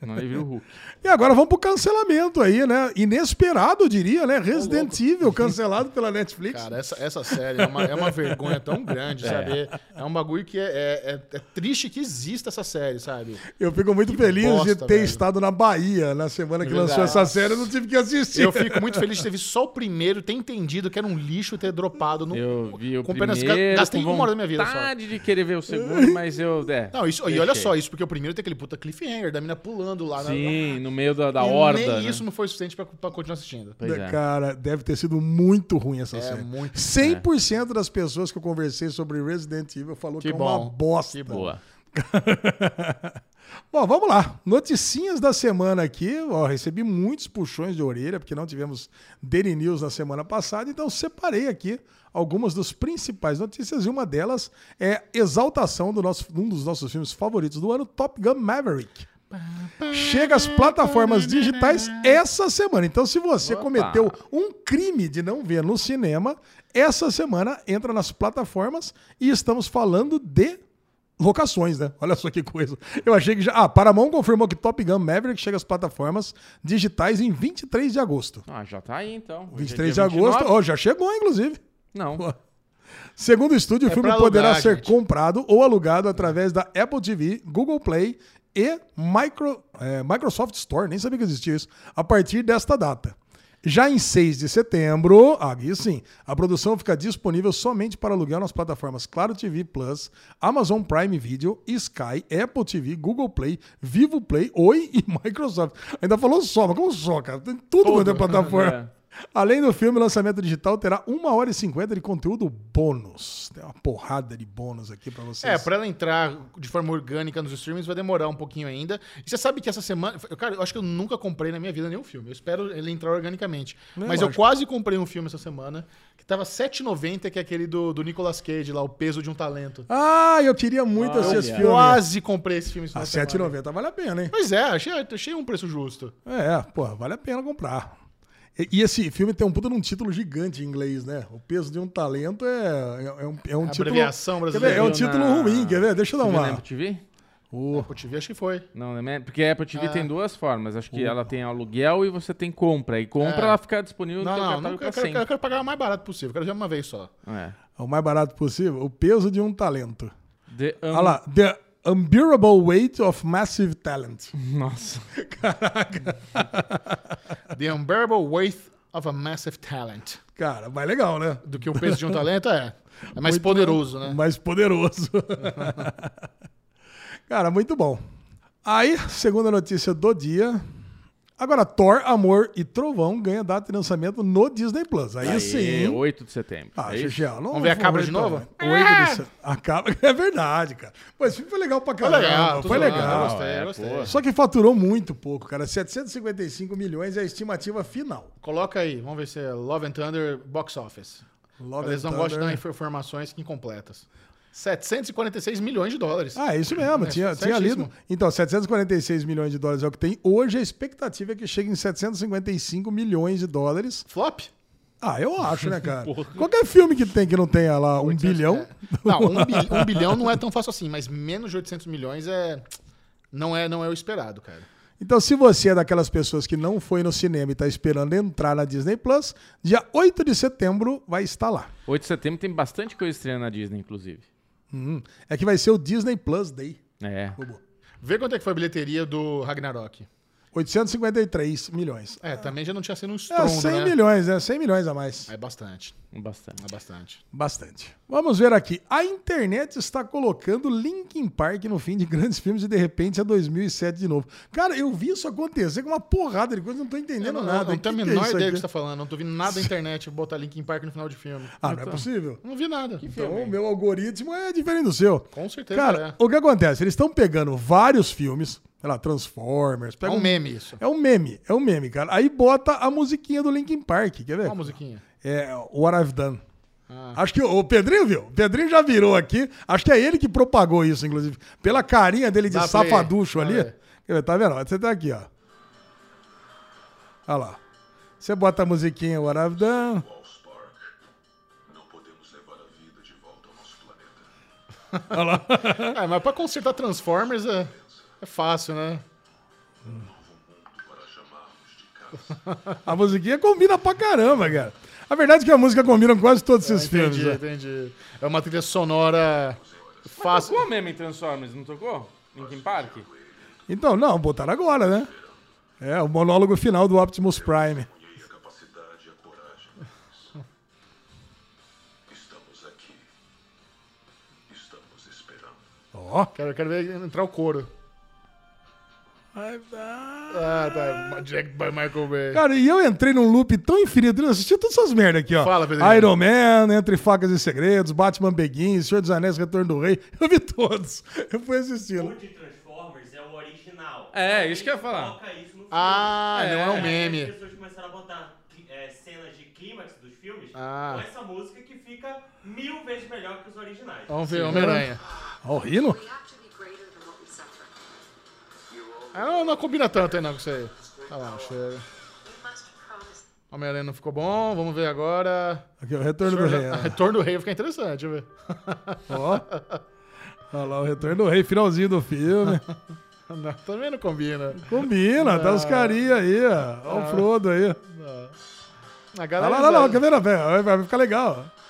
S3: não ele vira o Hulk.
S2: E agora vamos pro cancelamento aí, né? Inesperado, eu diria, né? Resident Evil cancelado pela Netflix.
S1: Cara, essa, essa série é uma, é uma vergonha tão grande, sabe? É um bagulho que é, é- é- é triste que exista essa série, sabe?
S2: eu fico muito feliz de
S1: bosta,
S2: ter
S1: velho. É
S2: estado na Bahia na semana que lançou
S1: Verdade.
S2: essa série, eu não tive que assistir.
S1: Eu fico muito feliz de ter visto só o primeiro, ter entendido que era um lixo ter dropado no.
S3: Eu vi o
S1: com apenas-
S3: primeiro, gastei
S1: gastei
S3: com
S1: uma hora da minha vida só.
S3: vontade de querer ver o segundo, mas eu... É,
S1: Não, isso, e olha
S3: deixei.
S1: só isso, porque o primeiro tem aquele puta cliffhanger da mina pulando lá na-
S3: Sim, no meio da, da
S1: E
S3: horda,
S1: Nem
S3: né?
S1: isso não foi suficiente pra, pra continuar assistindo.
S3: Pois é.
S2: Né, Cara, deve ter sido muito ruim essa
S1: É,
S2: série.
S1: muito.
S2: 100% das pessoas que eu conversei sobre Resident Evil falou que,
S1: Que
S2: é uma
S1: bom.
S2: bosta.
S1: Que bom.
S3: Boa.
S2: Bom, vamos lá. Noticinhas da semana aqui. Ó, recebi muitos puxões de orelha, porque não tivemos Daily News na semana passada, então separei aqui algumas das principais notícias e uma delas é exaltação do nosso, um dos nossos filmes favoritos do ano, Top Gun Maverick. Chega às plataformas digitais essa semana. Então, se você
S3: Opa.
S2: cometeu um crime de não ver no cinema, essa semana entra nas plataformas e estamos falando de locações, né? Olha só que coisa. Eu achei que já. Ah, Paramount confirmou que Top Gun Maverick chega às plataformas digitais em 23 de agosto.
S3: Ah, já tá aí, então. Hoje é
S2: 23 de
S3: dia
S2: agosto,
S3: 29.
S2: ó, já chegou, inclusive.
S3: Não.
S2: Pô. Segundo o estúdio, o
S1: É
S2: filme
S1: pra
S2: poderá
S1: alugar,
S2: ser
S1: gente.
S2: comprado ou alugado através da Apple TV, Google Play é, e Micro- eh, Microsoft Store, nem sabia que existia isso, a partir desta data. Já em 6 de setembro, ah, aí sim, a produção fica disponível somente para aluguel nas plataformas Claro TV Plus, Amazon Prime Video, Sky, Apple TV, Google Play, Vivo Play, Oi e Microsoft. Ainda falou só, mas como só, cara? Tem tudo quanto é plataforma. Além do filme, o lançamento digital terá 1 hora e 50 de conteúdo bônus. Tem uma porrada de bônus aqui pra vocês.
S1: É, pra ela entrar de forma orgânica nos streamings vai demorar um pouquinho ainda. E você sabe que essa semana. eu- Cara, eu acho que eu nunca comprei na minha vida nenhum filme. Eu espero ele entrar organicamente. Mas eu
S2: lógico.
S1: quase comprei um filme essa semana que tava R$ 7,90, que é aquele do, do Nicolas Cage lá, O Peso de um Talento.
S2: Ah, eu queria muito Ah,
S3: Olha.
S2: assistir esse filme.
S1: Quase comprei esse filme. essa
S2: A
S1: semana.
S2: 7,90 vale a pena, hein?
S1: Pois é, achei, achei um preço justo.
S2: É, pô, vale a pena comprar. E, e esse filme tem um puta num título gigante em inglês, né? O peso de um talento é, é, é um, é um título.
S1: Abreviação
S2: Quer ver?
S1: brasileira.
S2: É um
S3: Viu
S2: título
S3: na-
S2: ruim, quer ver? Deixa eu dar
S3: Você viu na
S2: uma.
S3: Apple TV?
S2: O-
S1: Apple TV, acho que foi.
S3: Não, não é mesmo? porque a Apple
S1: Ah.
S3: TV tem duas formas. Acho que ela tem aluguel e você tem compra. E compra
S1: Hum. É.
S3: ela fica disponível no
S1: Não,
S3: teu
S1: não,
S3: catálogo
S1: não
S3: pra
S1: eu, quero, eu
S3: sempre.
S2: assim.
S1: quero- eu quero pagar o mais barato possível. Eu quero ver uma vez só.
S3: É.
S2: o mais barato possível. O peso de um talento.
S3: The Un-
S2: Olha Ah lá. The Unbearable Weight of Massive Talent.
S3: Nossa.
S1: The Unbearable Weight of a Massive Talent.
S2: Cara, mais legal, né?
S1: Do que o peso de um talento é. É mais poderoso, né?
S2: Mais poderoso. Cara, muito bom. Aí, segunda notícia do dia. Agora, Thor, Amor e Trovão ganha data de lançamento no Disney Plus. Aí,
S3: Aí,
S2: sim.
S3: 8 de setembro.
S2: assim, Ah,
S3: é isso?
S2: Gegel, não
S1: Vamos ver a
S2: vou
S1: cabra
S2: ver
S1: de
S2: também.
S1: novo?
S2: Oito de set- A cabra é verdade, cara. Pô, esse filme foi legal pra caramba. Foi legal.
S1: Ah, tudo
S2: Foi
S1: legal,
S2: legal.
S1: eu gostei, eu
S3: é,
S1: gostei.
S3: pô.
S2: Só que faturou muito pouco, cara. 755 milhões é a estimativa final.
S1: Coloca aí, vamos ver se é Love and Thunder Box Office.
S2: Love
S1: Eles
S2: and
S1: não gostam de dar
S2: Thunder.
S1: inf- informações incompletas. 746 milhões de dólares.
S2: Ah, é isso mesmo.
S1: É,
S2: tinha, tinha
S1: certíssimo.
S2: lido. Então, 746 milhões de dólares é o que tem. Hoje a expectativa é que chegue em 755 milhões de dólares.
S1: Flop?
S2: Ah, eu acho, né, cara? Qualquer filme que tem que não tenha lá um bilhão.
S1: Não, um, bi- um bilhão não é tão fácil assim, mas menos de 800 milhões é não é, não é o esperado, cara.
S2: Então, se você é daquelas pessoas que não foi no cinema e tá esperando entrar na Disney Plus, dia 8 de setembro vai estar lá.
S3: 8 de setembro tem bastante coisa estreia na Disney, inclusive.
S2: Hum, É que vai ser o Disney Plus Day.
S3: É.
S2: Bobo.
S1: Vê quanto é que foi a bilheteria do Ragnarok.
S2: 853 milhões.
S1: É, também já não tinha sido um estrondo,
S2: Ah. É 100
S1: né?
S2: milhões, né? 100 milhões a mais.
S1: É bastante,
S3: Bastante.
S1: é bastante.
S2: Bastante. Vamos ver aqui. A internet está colocando Linkin Park no fim de grandes filmes e de repente é 2007 de novo. Cara, eu vi isso acontecer com uma porrada de coisa, não tô entendendo
S1: Eu não,
S2: nada.
S1: não, não tenho a
S2: Que que é
S1: menor
S2: isso
S1: ideia do
S2: aqui?
S1: que você tá falando. Não tô vendo nada na internet botar Linkin Park no final de filme.
S2: Ah, não é possível.
S1: Não vi nada.
S2: Então, o meu algoritmo é diferente do seu.
S1: Com certeza
S2: Cara,
S1: é.
S2: o que acontece? Eles estão pegando vários filmes, sei lá, Transformers,
S1: É
S2: pegam
S1: um meme isso.
S2: É um meme, é um meme, cara. Aí bota a musiquinha do Linkin Park, quer ver?
S1: Qual a musiquinha?
S2: É What I've Done.
S1: Ah.
S2: Acho que o, o Pedrinho viu. O Pedrinho já virou aqui. Acho que é ele que propagou isso, inclusive. Pela carinha dele de
S1: Dá pra ir.
S2: safaducho
S1: Dá
S2: ali.
S1: pra ir.
S2: Quer ver? Tá vendo? Você tá aqui, ó. Olha lá. Você bota a musiquinha What I've Done.
S5: Walls Park. Não podemos levar a vida de volta ao nosso planeta.
S1: Ah, mas pra consertar Transformers é, é fácil, né?
S5: Para chamarmos de casa.
S2: A musiquinha combina pra caramba, cara. A verdade é que a música combina com quase todos esses filmes.
S1: Ah, Entendi,
S2: né?
S1: entendi. É uma trilha sonora fácil.
S2: é?
S3: Tocou mesmo em Transformers, não tocou? Linkin Park?
S2: Então, não, botaram agora, né? É, o monólogo final do Optimus Prime.
S5: E a capacidade e a coragem. Estamos aqui. Estamos esperando.
S2: Ó.
S1: Quero, quero ver entrar o coro. Ah, tá. Jack by Michael Bay.
S2: Cara, e eu entrei num loop tão infinito, eu assisti todas essas merdas aqui, ó.
S1: Fala, Pedrinho.
S2: Iron Man, Entre Facas e Segredos, Batman Begins, Senhor dos Anéis, Retorno do Rei. Eu vi todos. Eu fui assistindo.
S6: O de Transformers é o original.
S3: É,
S6: Aí
S3: isso que eu ia falar.
S6: coloca isso no filme.
S1: Ah, não é um
S6: Aí As
S1: meme.
S6: pessoas começaram a botar é, cenas de clímax dos filmes
S1: Ah.
S6: com essa música que fica mil vezes melhor que os originais.
S1: Vamos ver, É um Homem-Aranha.
S2: Ó, o Rino.
S7: We have to be greater than what we suffer.
S1: Ah, não, não combina tanto aí não com isso aí. Tá lá, cheiro.
S7: We must promise
S1: Homem-Aranha não ficou bom, vamos ver agora.
S2: Aqui, é o Retorno do Rei. né? ó.
S1: Retorno do Rei fica interessante, deixa eu ver.
S2: Ó. Olha lá, o Retorno do Rei, finalzinho do filme.
S1: Não, também não combina.
S2: Combina, tá os
S1: Ah.
S2: carinha aí, ó. Ó o Frodo aí.
S1: A
S2: Olha
S1: galera.
S2: lá, olha lá, quer ver? ó, Vai vai ficar legal, ó.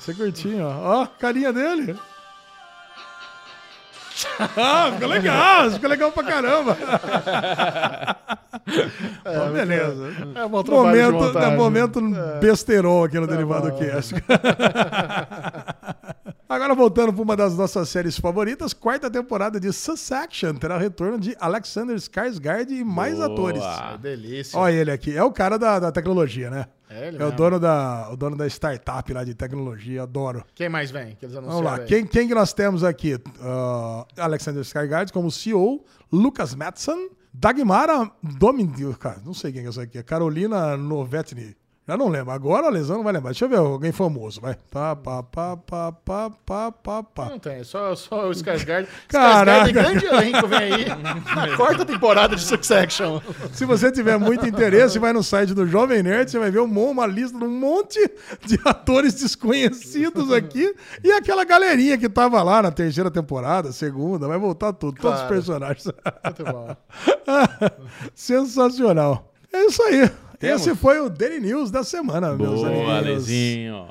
S2: Você curtinho, ó. Ó, a carinha dele. Ah, ficou legal, ficou legal pra caramba.
S1: É,
S2: Homem-Aranha Beleza.
S1: É um É, bom trabalho de
S2: Momento, é
S1: montagem. Tá
S2: momento besterol aqui no Derivado
S1: bom.
S2: Cast. Agora voltando para uma das nossas séries favoritas, quarta temporada de Succession terá retorno de Alexander Skarsgård e mais
S3: Boa.
S2: atores.
S1: Ah, delícia.
S2: Olha ele aqui, é o cara da, da tecnologia, né?
S1: É ele
S2: é o
S1: mesmo.
S2: dono, da, o dono da startup lá de tecnologia, adoro.
S1: Quem mais vem? Que eles anunciaram
S2: Vamos lá,
S1: aí?
S2: quem, quem que nós temos aqui? Ah, Alexander Skarsgård como CEO, Lucas Matson, Dagmara Domingo, cara, não sei quem é essa aqui, é Carolina Novetny. Já não lembro, agora a lesão não vai lembrar. Deixa eu ver alguém famoso, vai. Pá, pá, pá, pá, pá, pá, pá, pá.
S1: Não tem, só, só o Skarsgård.
S2: Caraca.
S1: Skarsgård é grande elenco, vem aí. na quarta temporada de Succession.
S2: Se você tiver muito interesse, vai no site do Jovem Nerd, você vai ver um mon- uma lista de um monte de atores desconhecidos aqui e aquela galerinha que tava lá na terceira temporada, segunda, vai voltar tudo, todos os
S1: Claro.
S2: personagens.
S1: Muito bom.
S2: Sensacional. É isso aí.
S3: Temos?
S2: Esse foi o Daily News da semana, meus amigos.
S3: Boa, Alezinho.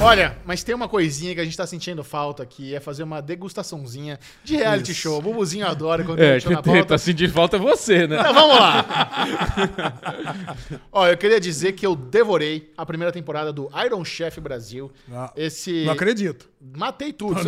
S1: Olha, mas tem uma coisinha que a gente tá sentindo falta aqui, é fazer uma degustaçãozinha de reality show. O Bubuzinho adora quando
S3: É,
S1: ele
S3: que
S1: na pauta.
S3: tá sentindo falta é você, né?
S1: Então vamos lá. Ó, eu queria dizer que eu devorei a primeira temporada do Iron Chef Brasil.
S2: Ah,
S1: Esse
S2: Não acredito.
S1: matei tudo.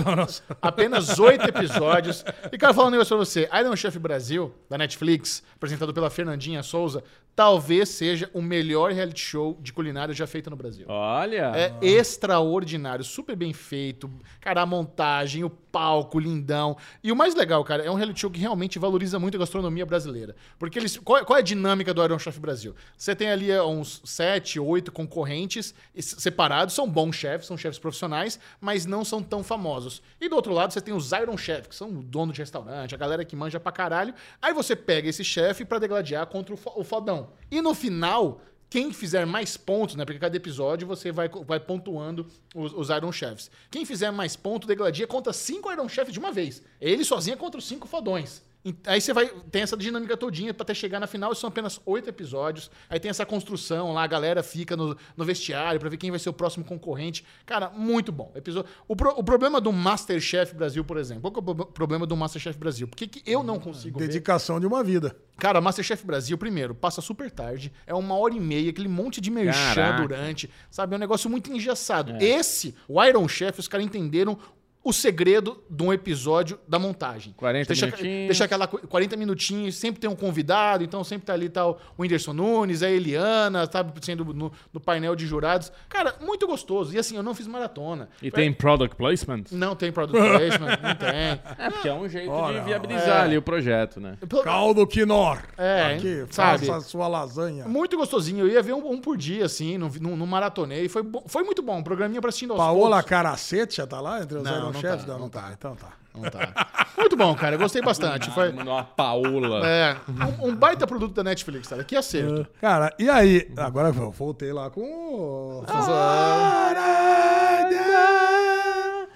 S1: Apenas oito episódios. E quero falar um negócio pra você. Iron Chef Brasil, da Netflix, apresentado pela Fernandinha Souza, talvez seja o melhor reality show de culinária já feito no Brasil.
S3: Olha.
S1: É extraordinário, super bem feito. Cara, a montagem, o palco, lindão. E o mais legal, cara, é um reality show que realmente valoriza muito a gastronomia brasileira. Porque eles. Qual, é- qual é a dinâmica do Iron Chef Brasil? Você tem ali é, uns sete, oito concorrentes e s- separados, são bons chefs, são chefs profissionais, mas não são tão famosos. E do outro lado, você tem os Iron Chef, que são o dono de restaurante, a galera que manja pra caralho. Aí você pega esse chefe pra degladiar contra o fo- o fodão. E no final, quem fizer mais pontos, né? Porque cada episódio você vai, vai pontuando os, os Iron Chefs. Quem fizer mais pontos, degladia conta cinco Iron Chefs de uma vez. Ele sozinho é contra os cinco fodões. E- Aí você vai. Tem essa dinâmica todinha pra até chegar na final, são apenas oito episódios. Aí tem essa construção lá, a galera fica no, no vestiário pra ver quem vai ser o próximo concorrente. Cara, muito bom. Episódio... O, pro- o problema do Masterchef Brasil, por exemplo. Qual que é o pro- problema do Masterchef Brasil? Por que, que eu não consigo ver?
S2: Dedicação de uma vida.
S1: Cara, Masterchef Brasil, primeiro, passa super tarde, é uma hora e meia, aquele monte de merchan
S3: Caraca. É.
S1: durante, sabe? É um negócio muito engessado. Esse, o Iron Chef, os caras entenderam o segredo de um episódio da montagem.
S3: 40
S1: deixa,
S3: minutinhos.
S1: Deixa aquela co- 40 minutinhos, sempre tem um convidado, então sempre tá ali tal o Whindersson Nunes, a Eliana, sabe? Sendo no, no painel de jurados. Cara, muito gostoso. E assim, eu não fiz maratona.
S3: E tem product placement?
S1: Não tem product placement, não tem.
S3: É, porque é um jeito
S2: Ora,
S3: de viabilizar ali o projeto, né?
S1: Pelo-
S2: Caldo Quinor.
S1: É,
S2: Aqui,
S1: sabe?
S2: faça a sua lasanha.
S1: Muito gostosinho. Eu ia ver um, um por dia, assim, no, no, no maratonei. Foi, bo- foi muito bom. Um programinha pra assistindo aos
S2: Paola
S1: poucos.
S2: Caracete já tá lá entre os
S1: Não,
S2: Iron
S1: não
S2: Chefs?
S1: tá,
S2: não,
S1: não
S2: tá. Então tá.
S1: Não tá. Muito bom, cara. Eu gostei bastante. Foi,
S3: Mandou uma paola.
S1: é, um, um baita produto da Netflix, cara. Que acerto.
S2: Cara, e aí? Agora eu voltei lá com o...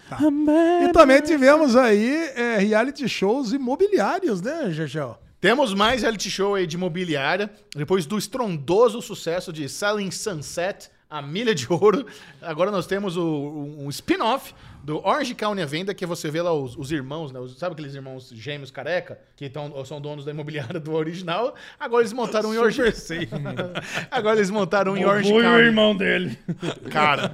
S2: Tá. E também tivemos aí é, reality shows imobiliários, né, Gegel?
S1: Temos mais reality show aí de imobiliária. Depois do estrondoso sucesso de Selling Sunset, A Milha de Ouro, agora nós temos o- um, um spin-off do Orange County à Venda, que você vê lá os, os irmãos, né? Os- sabe aqueles irmãos gêmeos careca? Que tão, são donos da imobiliária do original. Agora eles montaram um Orange... Agora eles montaram um em Orange
S3: Foi o
S1: County.
S3: irmão dele.
S1: Cara...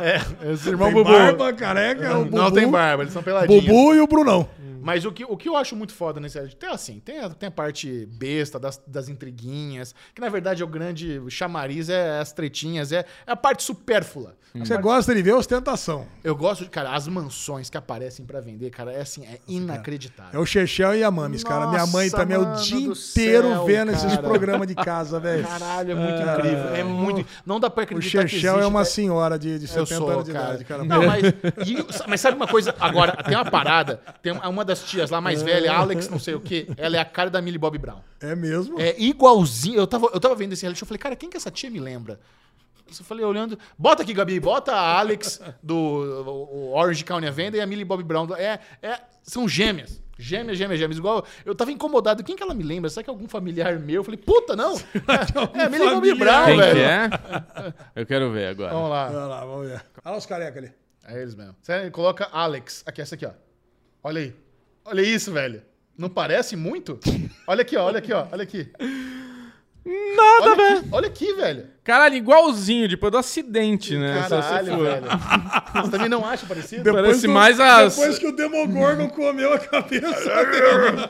S1: é, esse irmão
S2: Tem
S1: Bubu...
S2: barba, careca, o Bubu.
S1: Não tem barba, Hum. eles são peladinhos.
S2: Bubu e o Brunão.
S1: Mas o que, o que eu acho muito foda nesse reality tem assim, tem a, tem a parte besta das, das intriguinhas, que na verdade é o grande chamariz, é as tretinhas, é, é a parte supérflua.
S2: Você gosta de ver ostentação.
S1: Eu gosto, de, cara, as mansões que aparecem pra vender, cara, é assim, é inacreditável.
S2: É o Chechel e a Mames, cara. Minha mãe
S1: Nossa,
S2: também é o
S1: mano
S2: dia
S1: do
S2: inteiro
S1: céu,
S2: vendo esses
S1: cara.
S2: programas de casa, velho.
S1: Caralho, é muito incrível. É muito. Não dá pra
S2: O
S1: acreditar. que
S2: Chechel é
S1: existe,
S2: uma
S1: velho.
S2: senhora de, de
S1: tá Eu
S2: 70
S1: sou,
S2: anos de
S1: cara.
S2: idade, cara.
S1: Não, mas, e- mas sabe uma coisa? Agora, tem uma parada. Tem uma das tias lá mais velha, Alex, não sei o quê. Ela é a cara da Millie Bob Brown.
S2: É mesmo?
S1: É igualzinho. Eu tava, eu tava vendo esse reality show, eu falei, cara, quem que essa tia me lembra? Eu falei, olhando. Bota aqui, Gabi, bota a Alex do o- o Orange County à venda e a Millie Bob Brown. É, é, são gêmeas. Gêmeas, gêmeas, gêmeas. Igual. Eu tava incomodado. Quem que ela me lembra? Será que é algum familiar meu? Eu falei, puta, não! É, é a Millie Bob
S2: familiar?
S1: Brown,
S3: Quem que
S1: velho.
S3: é? Eu quero ver agora.
S1: Vamos lá.
S2: Olha lá, vamos ver. Olha os carecas ali.
S1: É eles mesmo. Você coloca Alex. Aqui, essa aqui, ó. Olha aí. Olha isso, velho. Não parece muito? Olha aqui, ó, olha aqui, ó, olha aqui.
S3: Nada,
S1: Olha
S3: velho.
S1: aqui, olha aqui velho.
S3: Caralho, igualzinho, depois do acidente, né? Se você
S1: Caralho,
S3: for-
S1: velho. Você também não acha parecido?
S2: Depois
S3: Parece
S2: que o-
S3: mais as-
S2: Depois que o Demogorgon comeu a cabeça dele.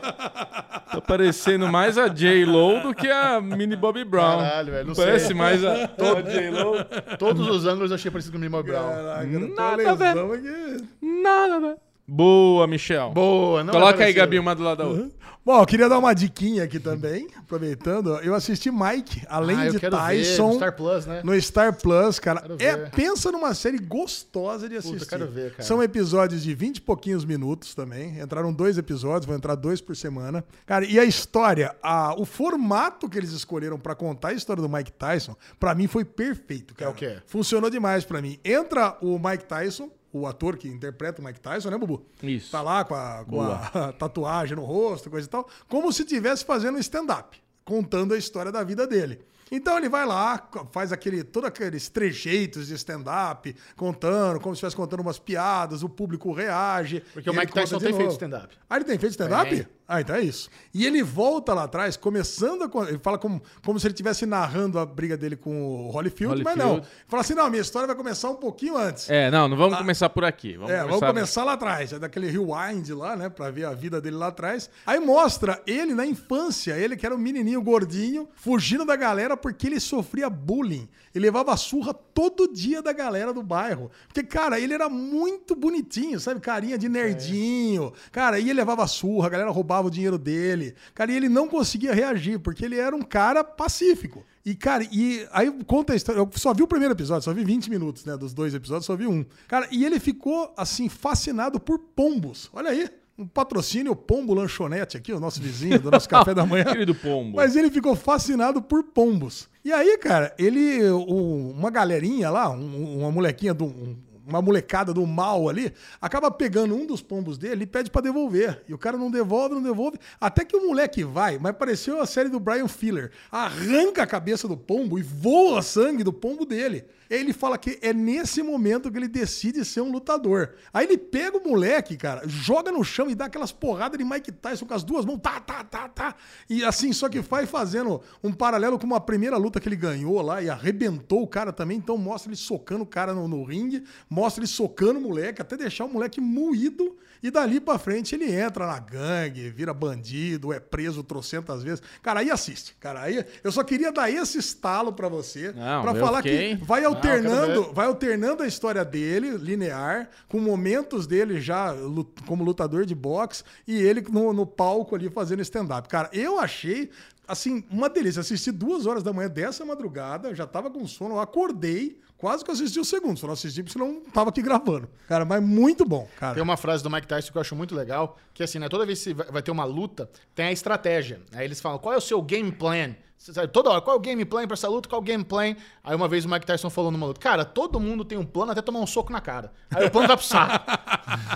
S3: Tá parecendo mais a J-Lo do que a mini Bobby Brown.
S1: Caralho, velho, não
S3: Parece
S1: sei.
S3: mais a, a J-Lo.
S1: Todos os ângulos eu achei parecido com o Minimal Brown.
S2: Caraca, eu tô
S3: Nada,
S2: lesão aqui.
S3: Nada, velho. Boa, assim, Michel.
S1: Boa, não é
S3: Coloca aí,
S1: parecido.
S3: Gabi, uma do lado da outra.
S2: Bom, eu queria dar uma diquinha aqui também, aproveitando. Eu assisti Mike, além
S1: Ah, eu
S2: de
S1: quero
S2: Tyson,
S1: ver, Star Plus, né?
S2: no Star Plus, cara.
S1: Quero
S2: É,
S1: ver.
S2: pensa numa série gostosa de assistir.
S1: quero ver, cara.
S2: São episódios de 20 e pouquinhos minutos também. Entraram dois episódios, vão entrar dois por semana. Cara, e a história, a- o formato que eles escolheram pra contar a história do Mike Tyson, pra mim foi perfeito, cara.
S1: É o quê?
S2: Funcionou demais pra mim. Entra o Mike Tyson, o ator que interpreta o Mike Tyson, né, Bubu?
S3: Isso.
S2: Tá lá com a, com a tatuagem no rosto, coisa e tal, como se estivesse fazendo um stand-up, contando a história da vida dele. Então ele vai lá, co- faz aquele, todos aqueles trejeitos de stand-up, contando, como se estivesse contando umas piadas, o público reage.
S1: Porque o
S2: e ele
S1: Mike Tyson
S2: conta de
S1: tem feito
S2: novo.
S1: stand-up.
S2: Ah, ele tem feito stand-up?
S1: Tem.
S2: Ah, então é isso. E ele volta lá atrás, começando a. con- Ele fala como, como se ele estivesse narrando a briga dele com o Holyfield, mas não. Ele
S3: Holyfield.
S2: fala assim: não, minha história vai começar um pouquinho antes.
S3: É, não, não vamos começar por aqui. Vamos
S2: É,
S3: começar.
S2: vamos começar lá atrás, é daquele rewind lá, né, pra ver a vida dele lá atrás. Aí mostra ele na infância, ele que era um menininho gordinho, fugindo da galera porque ele sofria bullying. Ele levava surra todo dia da galera do bairro. Porque, cara, ele era muito bonitinho, sabe? Carinha de nerdinho. Cara, e ele levava surra, a galera roubava o dinheiro dele. Cara, e ele não conseguia reagir porque ele era um cara pacífico. E, cara, e aí conta a história. Eu só vi o primeiro episódio, só vi 20 minutos, né? Dos dois episódios, só vi um. Cara, e ele ficou, assim, fascinado por pombos. Olha aí. Um patrocínio Pombo Lanchonete aqui, o nosso vizinho, do nosso café da manhã.
S3: Querido pombo.
S2: Mas ele ficou fascinado por pombos. E aí, cara, ele. o- uma galerinha lá, um- uma molequinha do. um- uma molecada do mal ali, acaba pegando um dos pombos dele e pede pra devolver. E o cara não devolve, não devolve. Até que o moleque vai, mas pareceu a série do Brian Filler. Arranca a cabeça do pombo e voa sangue do pombo dele. Ele fala que é nesse momento que ele decide ser um lutador. Aí ele pega o moleque, cara, joga no chão e dá aquelas porradas de Mike Tyson com as duas mãos, tá, tá, tá, tá. E assim, só que vai fazendo um paralelo com uma primeira luta que ele ganhou lá e arrebentou o cara também. Então mostra ele socando o cara no, no ringue, mostra ele socando o moleque, até deixar o moleque moído. E dali pra frente ele entra na gangue, vira bandido, é preso trocentas vezes. Cara, aí assiste. Cara, aí eu só queria dar esse estalo pra você,
S3: Não,
S2: pra
S3: eu
S2: falar
S3: fiquei-
S2: que vai
S1: eu quero
S2: alternando,
S1: ver.
S2: vai alternando a história dele, linear, com momentos dele já lu- como lutador de boxe e ele no, no palco ali fazendo stand-up. Cara, eu achei, assim, uma delícia. Assisti duas horas da manhã dessa madrugada, já tava com sono, eu acordei, quase que eu assisti o segundo, só não assisti porque senão tava aqui gravando. Cara, mas muito bom,
S1: Tem
S2: cara.
S1: uma frase do Mike Tyson que eu acho muito legal, que assim, né, toda vez que vai vai ter uma luta, tem a estratégia. Aí eles falam, qual é o seu game plan? Você sabe, toda hora, qual é o game plan pra essa luta? Qual é o game plan? Aí uma vez o Mike Tyson falou numa luta, cara, todo mundo tem um plano até tomar um soco na cara. Aí o plano vai pro saco.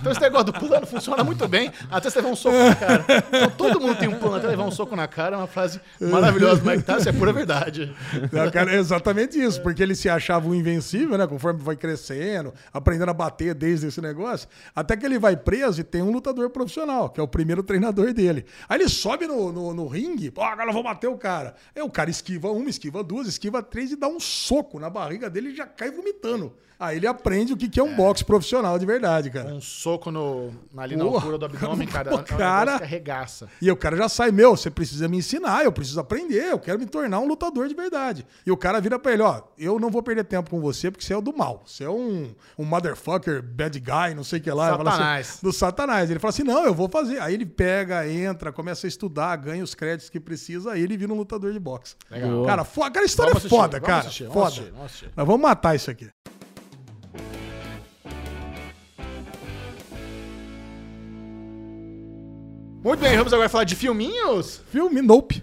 S1: Então esse negócio do plano funciona muito bem até você levar um soco na cara. Então todo mundo tem um plano até levar um soco na cara, é uma frase maravilhosa do Mike Tyson, é pura verdade.
S2: Não, cara, é exatamente isso, porque ele se achava o invencível, né? Conforme vai crescendo, aprendendo a bater desde esse negócio. Até que ele vai preso e tem um lutador profissional, que é o primeiro treinador dele. Aí ele sobe no, no, no ringue, pô, agora eu vou bater o cara. Aí o cara esquiva uma, esquiva duas, esquiva três e dá um soco na barriga dele e já cai vomitando. Aí ele aprende o que, que é um boxe profissional de verdade, cara.
S1: Um soco no, ali na
S2: Porra,
S1: altura do abdômen, cara, é um negócio
S2: cara.
S1: que arregaça.
S2: E o cara já sai, meu, você precisa me ensinar, eu preciso aprender, eu quero me tornar um lutador de verdade. E o cara vira pra ele, ó, eu não vou perder tempo com você porque você é o do mal. Você é um, um motherfucker, bad guy, não sei o que lá. Ele fala assim,
S1: Satanás.
S2: do satanás. Ele fala assim, não, eu vou fazer. Aí ele pega, entra, começa a estudar, ganha os créditos que precisa, aí ele vira um lutador de boxe.
S3: Legal.
S2: Cara, fo- cara, a história
S1: Vamos
S2: é
S1: assistir,
S2: foda,
S1: vamos
S2: cara.
S1: assistir, vamos
S2: foda.
S1: assistir, vamos assistir.
S2: Nós vamos matar isso aqui.
S1: Muito bem, vamos agora falar de filminhos?
S2: Filme Nope.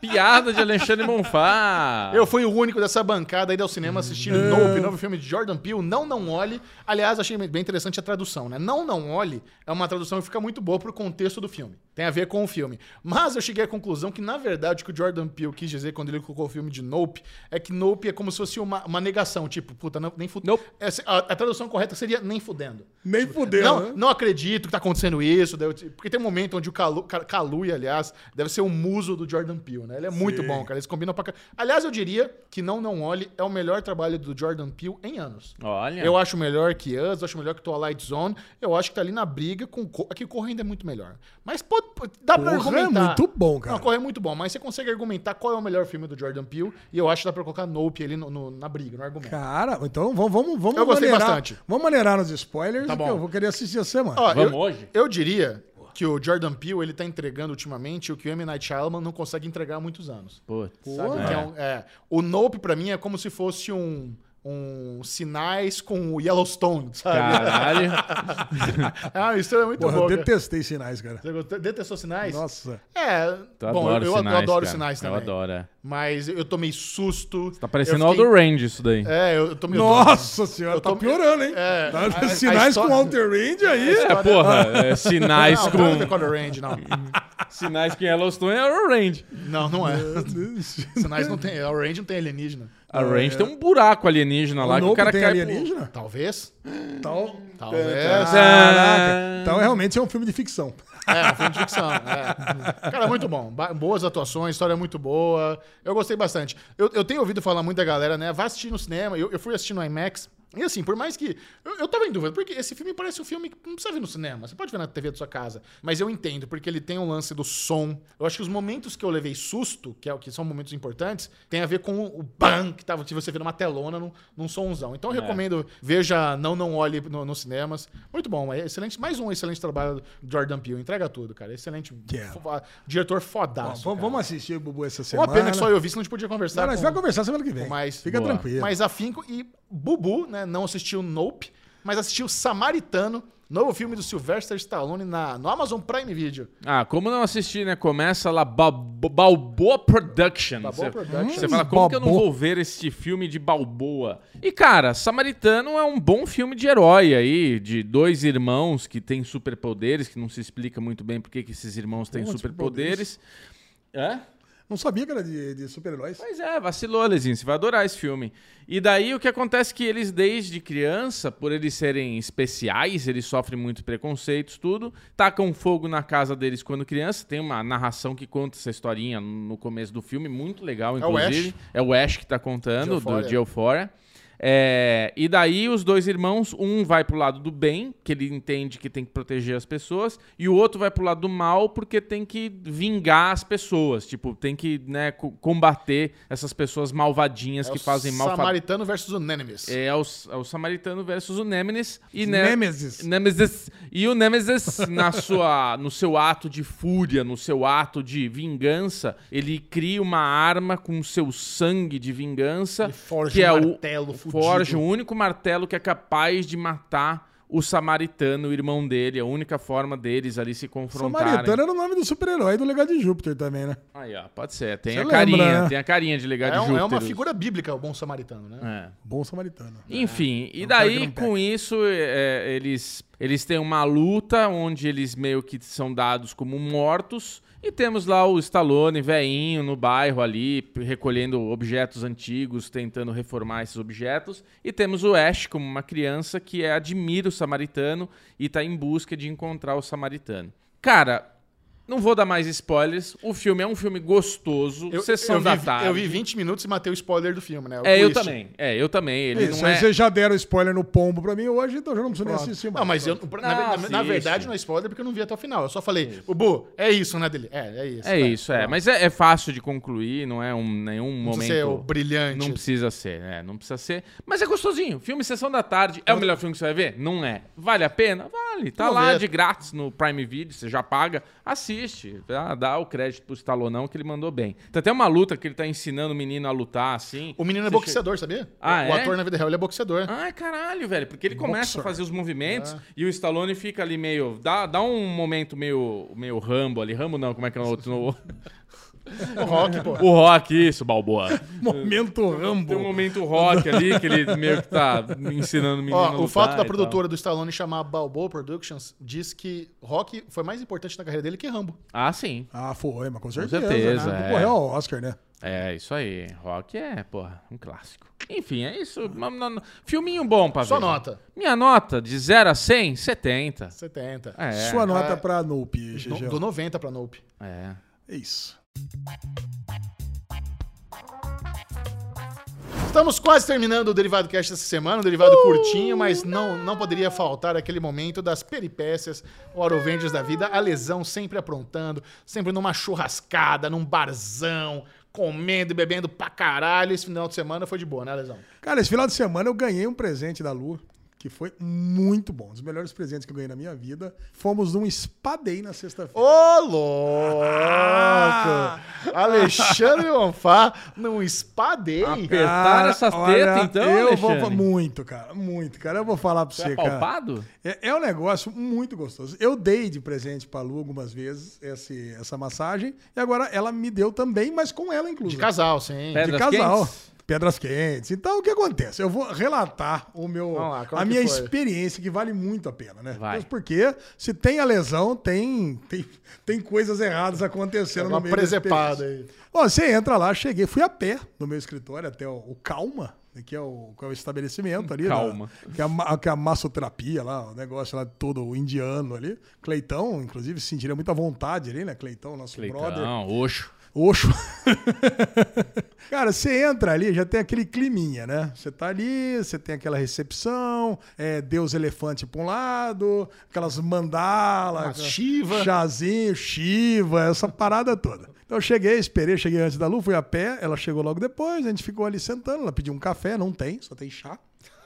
S3: Piada de Alexandre Monfá.
S1: Eu fui o único dessa bancada aí ao cinema assistindo Nope, novo filme de Jordan Peele, Não Não Olhe. Aliás, achei bem interessante a tradução, né? Não Não Olhe é uma tradução que fica muito boa pro contexto do filme. Tem a ver com o filme. Mas eu cheguei à conclusão que, na verdade, o que o Jordan Peele quis dizer quando ele colocou o filme de Nope é que Nope é como se fosse uma, uma negação, tipo, puta, não- nem fudendo.
S3: Nope.
S1: A, a tradução correta seria nem fudendo.
S2: Nem fudeu.
S1: Não,
S2: né?
S1: não acredito que tá acontecendo isso. daí eu te- Porque tem um momento onde o Calu, Ca- Calui, aliás, deve ser o muso do Jordan Peele, né? Ele é muito bom, cara. Eles combinam pra... ca- Aliás, eu diria que Não Não Olhe é o melhor trabalho do Jordan Peele em anos.
S3: Olha.
S1: Eu acho melhor que Us, eu acho melhor que Twilight Zone. Eu acho que tá ali na briga com... Co- É que Corra ainda é muito melhor. Mas pode, pode- dá pra
S2: Corra é
S1: argumentar.
S2: muito bom, cara.
S1: Não, Corra é muito bom, mas você consegue argumentar qual é o melhor filme do Jordan Peele e eu acho que dá pra colocar Nope ali no- no- na briga, no argumento.
S2: Cara, então vamos, vamos, vamos
S1: Eu gostei
S2: maneirar-
S1: bastante.
S2: Vamos maneirar nos spoilers,
S3: Tá
S2: que
S3: bom.
S2: eu vou querer assistir a semana.
S1: Ó,
S3: Vamos
S1: eu,
S3: hoje?
S1: Eu diria que o Jordan Peele ele tá entregando ultimamente o que o M. Night Shyamalan não consegue entregar há muitos anos.
S3: Putz.
S1: Sabe?
S3: É.
S1: Que é um- é. o Nope, pra mim, é como se fosse um, um Sinais com o Yellowstone, sabe?
S3: Caralho.
S1: é uma história muito
S2: Porra, eu
S1: boa. cara.
S2: detestei sinais, cara.
S1: Você gostou- detestou Sinais?
S2: Nossa.
S1: É,
S3: Tu
S1: bom, eu-
S3: adora
S1: eu, eu
S3: sinais,
S1: adoro
S3: cara.
S1: Sinais também.
S3: Eu adoro. é.
S1: Mas eu tomei susto.
S3: Tá parecendo
S1: eu fiquei-
S3: Aldo Range isso daí.
S1: É, eu eu tomei... eu tomei-
S2: Nossa senhora,
S1: eu
S2: tá
S1: tô-
S2: piorando, hein?
S1: É,
S2: Tá-
S1: a- a- a
S2: sinais
S1: histó-
S2: com Outer Range aí.
S3: É, porra. é, sinais
S1: não, não é The
S3: com.
S1: Color Range, não.
S3: Sinais com Yellowstone é o Range.
S1: Não, não é. Sinais não tem... O Range não tem alienígena.
S3: A Range tem um buraco alienígena lá que o
S2: Nope
S3: cara
S2: tem
S3: cai.
S2: alienígena?
S1: Talvez.
S2: Tal-
S1: Talvez.
S3: Ah,
S2: Caraca. Então realmente é um filme de ficção.
S1: É, um filme de ficção. É. Cara, muito bom. Ba- boas atuações, história muito boa. Eu gostei bastante. Eu, eu tenho ouvido falar muito da galera, né? Vá assistir no cinema. Eu, eu fui assistir no IMAX. E assim, por mais que. Eu, eu tava em dúvida, porque esse filme parece um filme que não precisa ver no cinema. Você pode ver na TV da sua casa. Mas eu entendo, porque ele tem um lance do som. Eu acho que os momentos que eu levei susto, que é o que são momentos importantes, tem a ver com o bang que tava, se você vê numa telona, num, num sonzão. Então eu recomendo, veja Não Não Olhe no- nos cinemas. Muito bom, é excelente. Mais um excelente trabalho do Jordan Peele. Entrega tudo, cara. Excelente.
S2: Yeah.
S1: fo- Diretor
S2: Ó,
S1: fodaço.
S2: vamos-
S1: cara.
S2: vamos assistir o Bubu essa
S1: É Uma
S2: semana.
S1: pena que só eu vi, senão a gente podia conversar.
S2: Não, nós
S1: com-
S2: vamos conversar semana que vem.
S1: mais-
S2: Fica
S3: Boa.
S2: tranquilo.
S1: mais afinco. E Bubu, né, não assistiu Nope, mas assistiu Samaritano, novo filme do Sylvester Stallone na, no Amazon Prime Video.
S3: Ah, como não assistir, né? Começa lá Balbo- Balboa Productions.
S1: Balboa
S3: Você-
S1: Productions.
S3: Você fala, como que eu não
S2: Balboa.
S3: vou ver este filme de Balboa? E, cara, Samaritano é um bom filme de herói aí, de dois irmãos que têm superpoderes, que não se explica muito bem por que que esses irmãos têm
S2: Putz,
S3: superpoderes. É?
S2: Não sabia que era de, de super-heróis.
S3: Pois é, vacilou, Lezinho. Você vai adorar esse filme. E daí o que acontece é que eles, desde criança, por eles serem especiais, eles sofrem muito preconceitos, tudo. Tacam fogo na casa deles quando criança. Tem uma narração que conta essa historinha no começo do filme, muito legal,
S1: É o Ash.
S3: inclusive. É o Ash que tá contando,
S1: De Euphoria.
S3: do de Euphoria. É, e daí os dois irmãos, um vai pro lado do bem, que ele entende que tem que proteger as pessoas, e o outro vai pro lado do mal porque tem que vingar as pessoas, tipo, tem que né, co- combater essas pessoas malvadinhas
S1: É
S3: que
S1: o
S3: fazem mal.
S1: Samaritano versus Unanimous.
S3: É o, s- é o Samaritano versus o Nemesis. E né,
S2: Nemesis.
S3: Nemesis. E o Nemesis, na sua, no seu ato de fúria, no seu ato de vingança, ele cria uma arma com seu sangue de vingança.
S1: Ele forja
S3: que
S1: um
S3: é o-
S1: martelo fudido.
S3: Forja o único martelo que é capaz de matar o samaritano, o irmão dele. É A única forma deles ali se confrontarem.
S1: é
S2: Samaritano era o nome do super-herói do Legado de Júpiter também, né?
S3: Aí, ó, pode ser. Tem
S2: Você
S3: a
S2: lembra,
S3: carinha,
S2: né?
S3: tem a carinha de
S1: É
S3: legado de
S1: um-
S3: Júpiter.
S1: é uma figura bíblica, o bom samaritano, né?
S3: É.
S2: Bom samaritano.
S3: Enfim, e
S2: um cara que
S3: daí
S2: não peca.
S3: com isso é, eles, eles têm uma luta onde eles meio que são dados como mortos. E temos lá o Stallone, veinho, no bairro ali, p- recolhendo objetos antigos, tentando reformar esses objetos. E temos o Ash como uma criança que é- admira o samaritano e tá em busca de encontrar o samaritano. Cara, não vou dar mais spoilers. O filme é um filme gostoso, sessão
S1: vi,
S3: da tarde.
S1: Eu vi 20 minutos e matei o spoiler do filme, né? O
S3: É, eu
S1: twist.
S3: também. É, eu também. Ele
S2: Isso,
S3: não
S2: aí
S3: é... Ah,
S2: vocês já deram spoiler no pombo pra mim hoje, então eu já não preciso nem assistir mais.
S1: Não, mas eu, na, na- na
S3: assiste.
S1: verdade não é spoiler porque eu não vi até o final. Eu só falei, Bubu, é isso, né, dele? É, é isso.
S3: É
S1: tá.
S3: isso, é. Mas é, é fácil de concluir, não é um, nenhum
S1: Não precisa ser o
S3: momento.
S1: brilhante.
S3: Não precisa ser, né? Não precisa ser. Mas é gostosinho. Filme Sessão da Tarde. É o melhor filme que você vai ver? Não é. Vale a pena? Vale. Tá
S1: Vou
S3: lá
S1: ver.
S3: de grátis no Prime Video, você já paga. Assiste. Dá, dá o crédito pro Stallonão que ele mandou bem. Tem até uma luta que ele tá ensinando o menino a lutar, assim.
S1: O menino é
S3: Você
S1: boxeador, sabia?
S3: Ah,
S1: o
S3: é?
S1: ator na vida real ele é boxeador.
S3: Ai, caralho, velho. Porque ele começa
S2: Boxer.
S3: a fazer os
S1: É.
S3: movimentos e o Stallone fica ali meio. Dá, dá um momento meio, meio Rambo ali. Rambo não, como é que é o outro? No-
S1: O rock, pô.
S3: O rock, isso, Balboa.
S2: Momento
S3: um Tem um
S2: Rambo.
S3: momento rock ali que ele meio que tá ensinando o menino a
S1: Ó, o
S3: lutar
S1: fato da
S3: e
S1: produtora do Stallone chamar Balboa Productions diz que rock foi mais importante na carreira dele que Rambo.
S3: tal. Ah, sim.
S2: Ah, foi, mas com certeza.
S3: certeza,
S2: né?
S3: é.
S2: Concorreu ao Oscar, né?
S3: É, isso aí. Rock é, porra, um clássico. Enfim, é isso. Mam- nam- nam- Filminho bom pra
S1: Sua
S3: ver.
S1: nota.
S3: Minha nota de 0 a 100, 70.
S1: 70.
S3: É,
S2: Sua nota
S1: Ah,
S2: pra Noob,
S1: No-
S2: GG.
S1: do 90 pra Nope.
S3: é.
S2: É isso.
S1: Estamos quase terminando o Derivado Cast dessa semana, um derivado curtinho, mas não, não poderia faltar aquele momento das peripécias, o Aurovendias da vida, a lesão sempre aprontando, sempre numa churrascada, num barzão, comendo e bebendo pra caralho. Esse final de semana foi de boa, né, lesão?
S2: Cara, esse final de semana eu ganhei um presente da Lu, que foi muito bom. Um dos melhores presentes que eu ganhei na minha vida. Fomos num spa day na sexta-feira.
S1: Ô, louco! Ah! Alexandre Bonfá num spa day.
S3: Apertaram essas tetas, então,
S2: eu vou
S3: Alexandre?
S2: Muito, cara. Muito, cara. Eu vou falar pra
S3: Você
S2: você,
S3: é
S2: cara.
S3: palpado?
S2: É, é um negócio muito gostoso. Eu dei de presente pra Lu algumas vezes esse- essa massagem. E agora ela me deu também, mas com ela inclusive.
S1: De casal, sim.
S3: Pera-
S2: de
S3: Pedras
S2: casal.
S3: quentes?
S2: Pedras quentes. Então, o que acontece? Eu vou relatar o meu,
S1: Vamos lá, como
S2: a
S1: que
S2: minha
S1: foi?
S2: experiência, que vale muito a pena, né?
S3: Vai.
S2: Mesmo Porque se tem a lesão, tem, tem, tem coisas erradas acontecendo
S1: Uma
S2: no meio da
S1: presepada
S2: experiência.
S1: aí.
S2: Ó, você entra lá, cheguei, fui a pé no meu escritório até o, o Calma, né, que é o, que é o estabelecimento ali.
S3: Calma.
S2: da- que, é a, ma- que é a massoterapia lá, o negócio lá todo indiano ali. Cleitão, inclusive, se sentiria muito à vontade ali, né? Cleitão, nosso brother.
S3: Leitão, oxo.
S2: Oxo. Cara, você entra ali, já tem aquele climinha, né? Você tá ali, você tem aquela recepção, é, Deus elefante pra um lado, aquelas
S1: Uma
S2: mandalas.
S1: Shiva.
S2: Chazinho, Shiva, essa parada toda. Então eu cheguei, esperei, cheguei antes da Lu, fui a pé, ela chegou logo depois, a gente ficou ali sentando, ela pediu um café, não tem, só tem chá.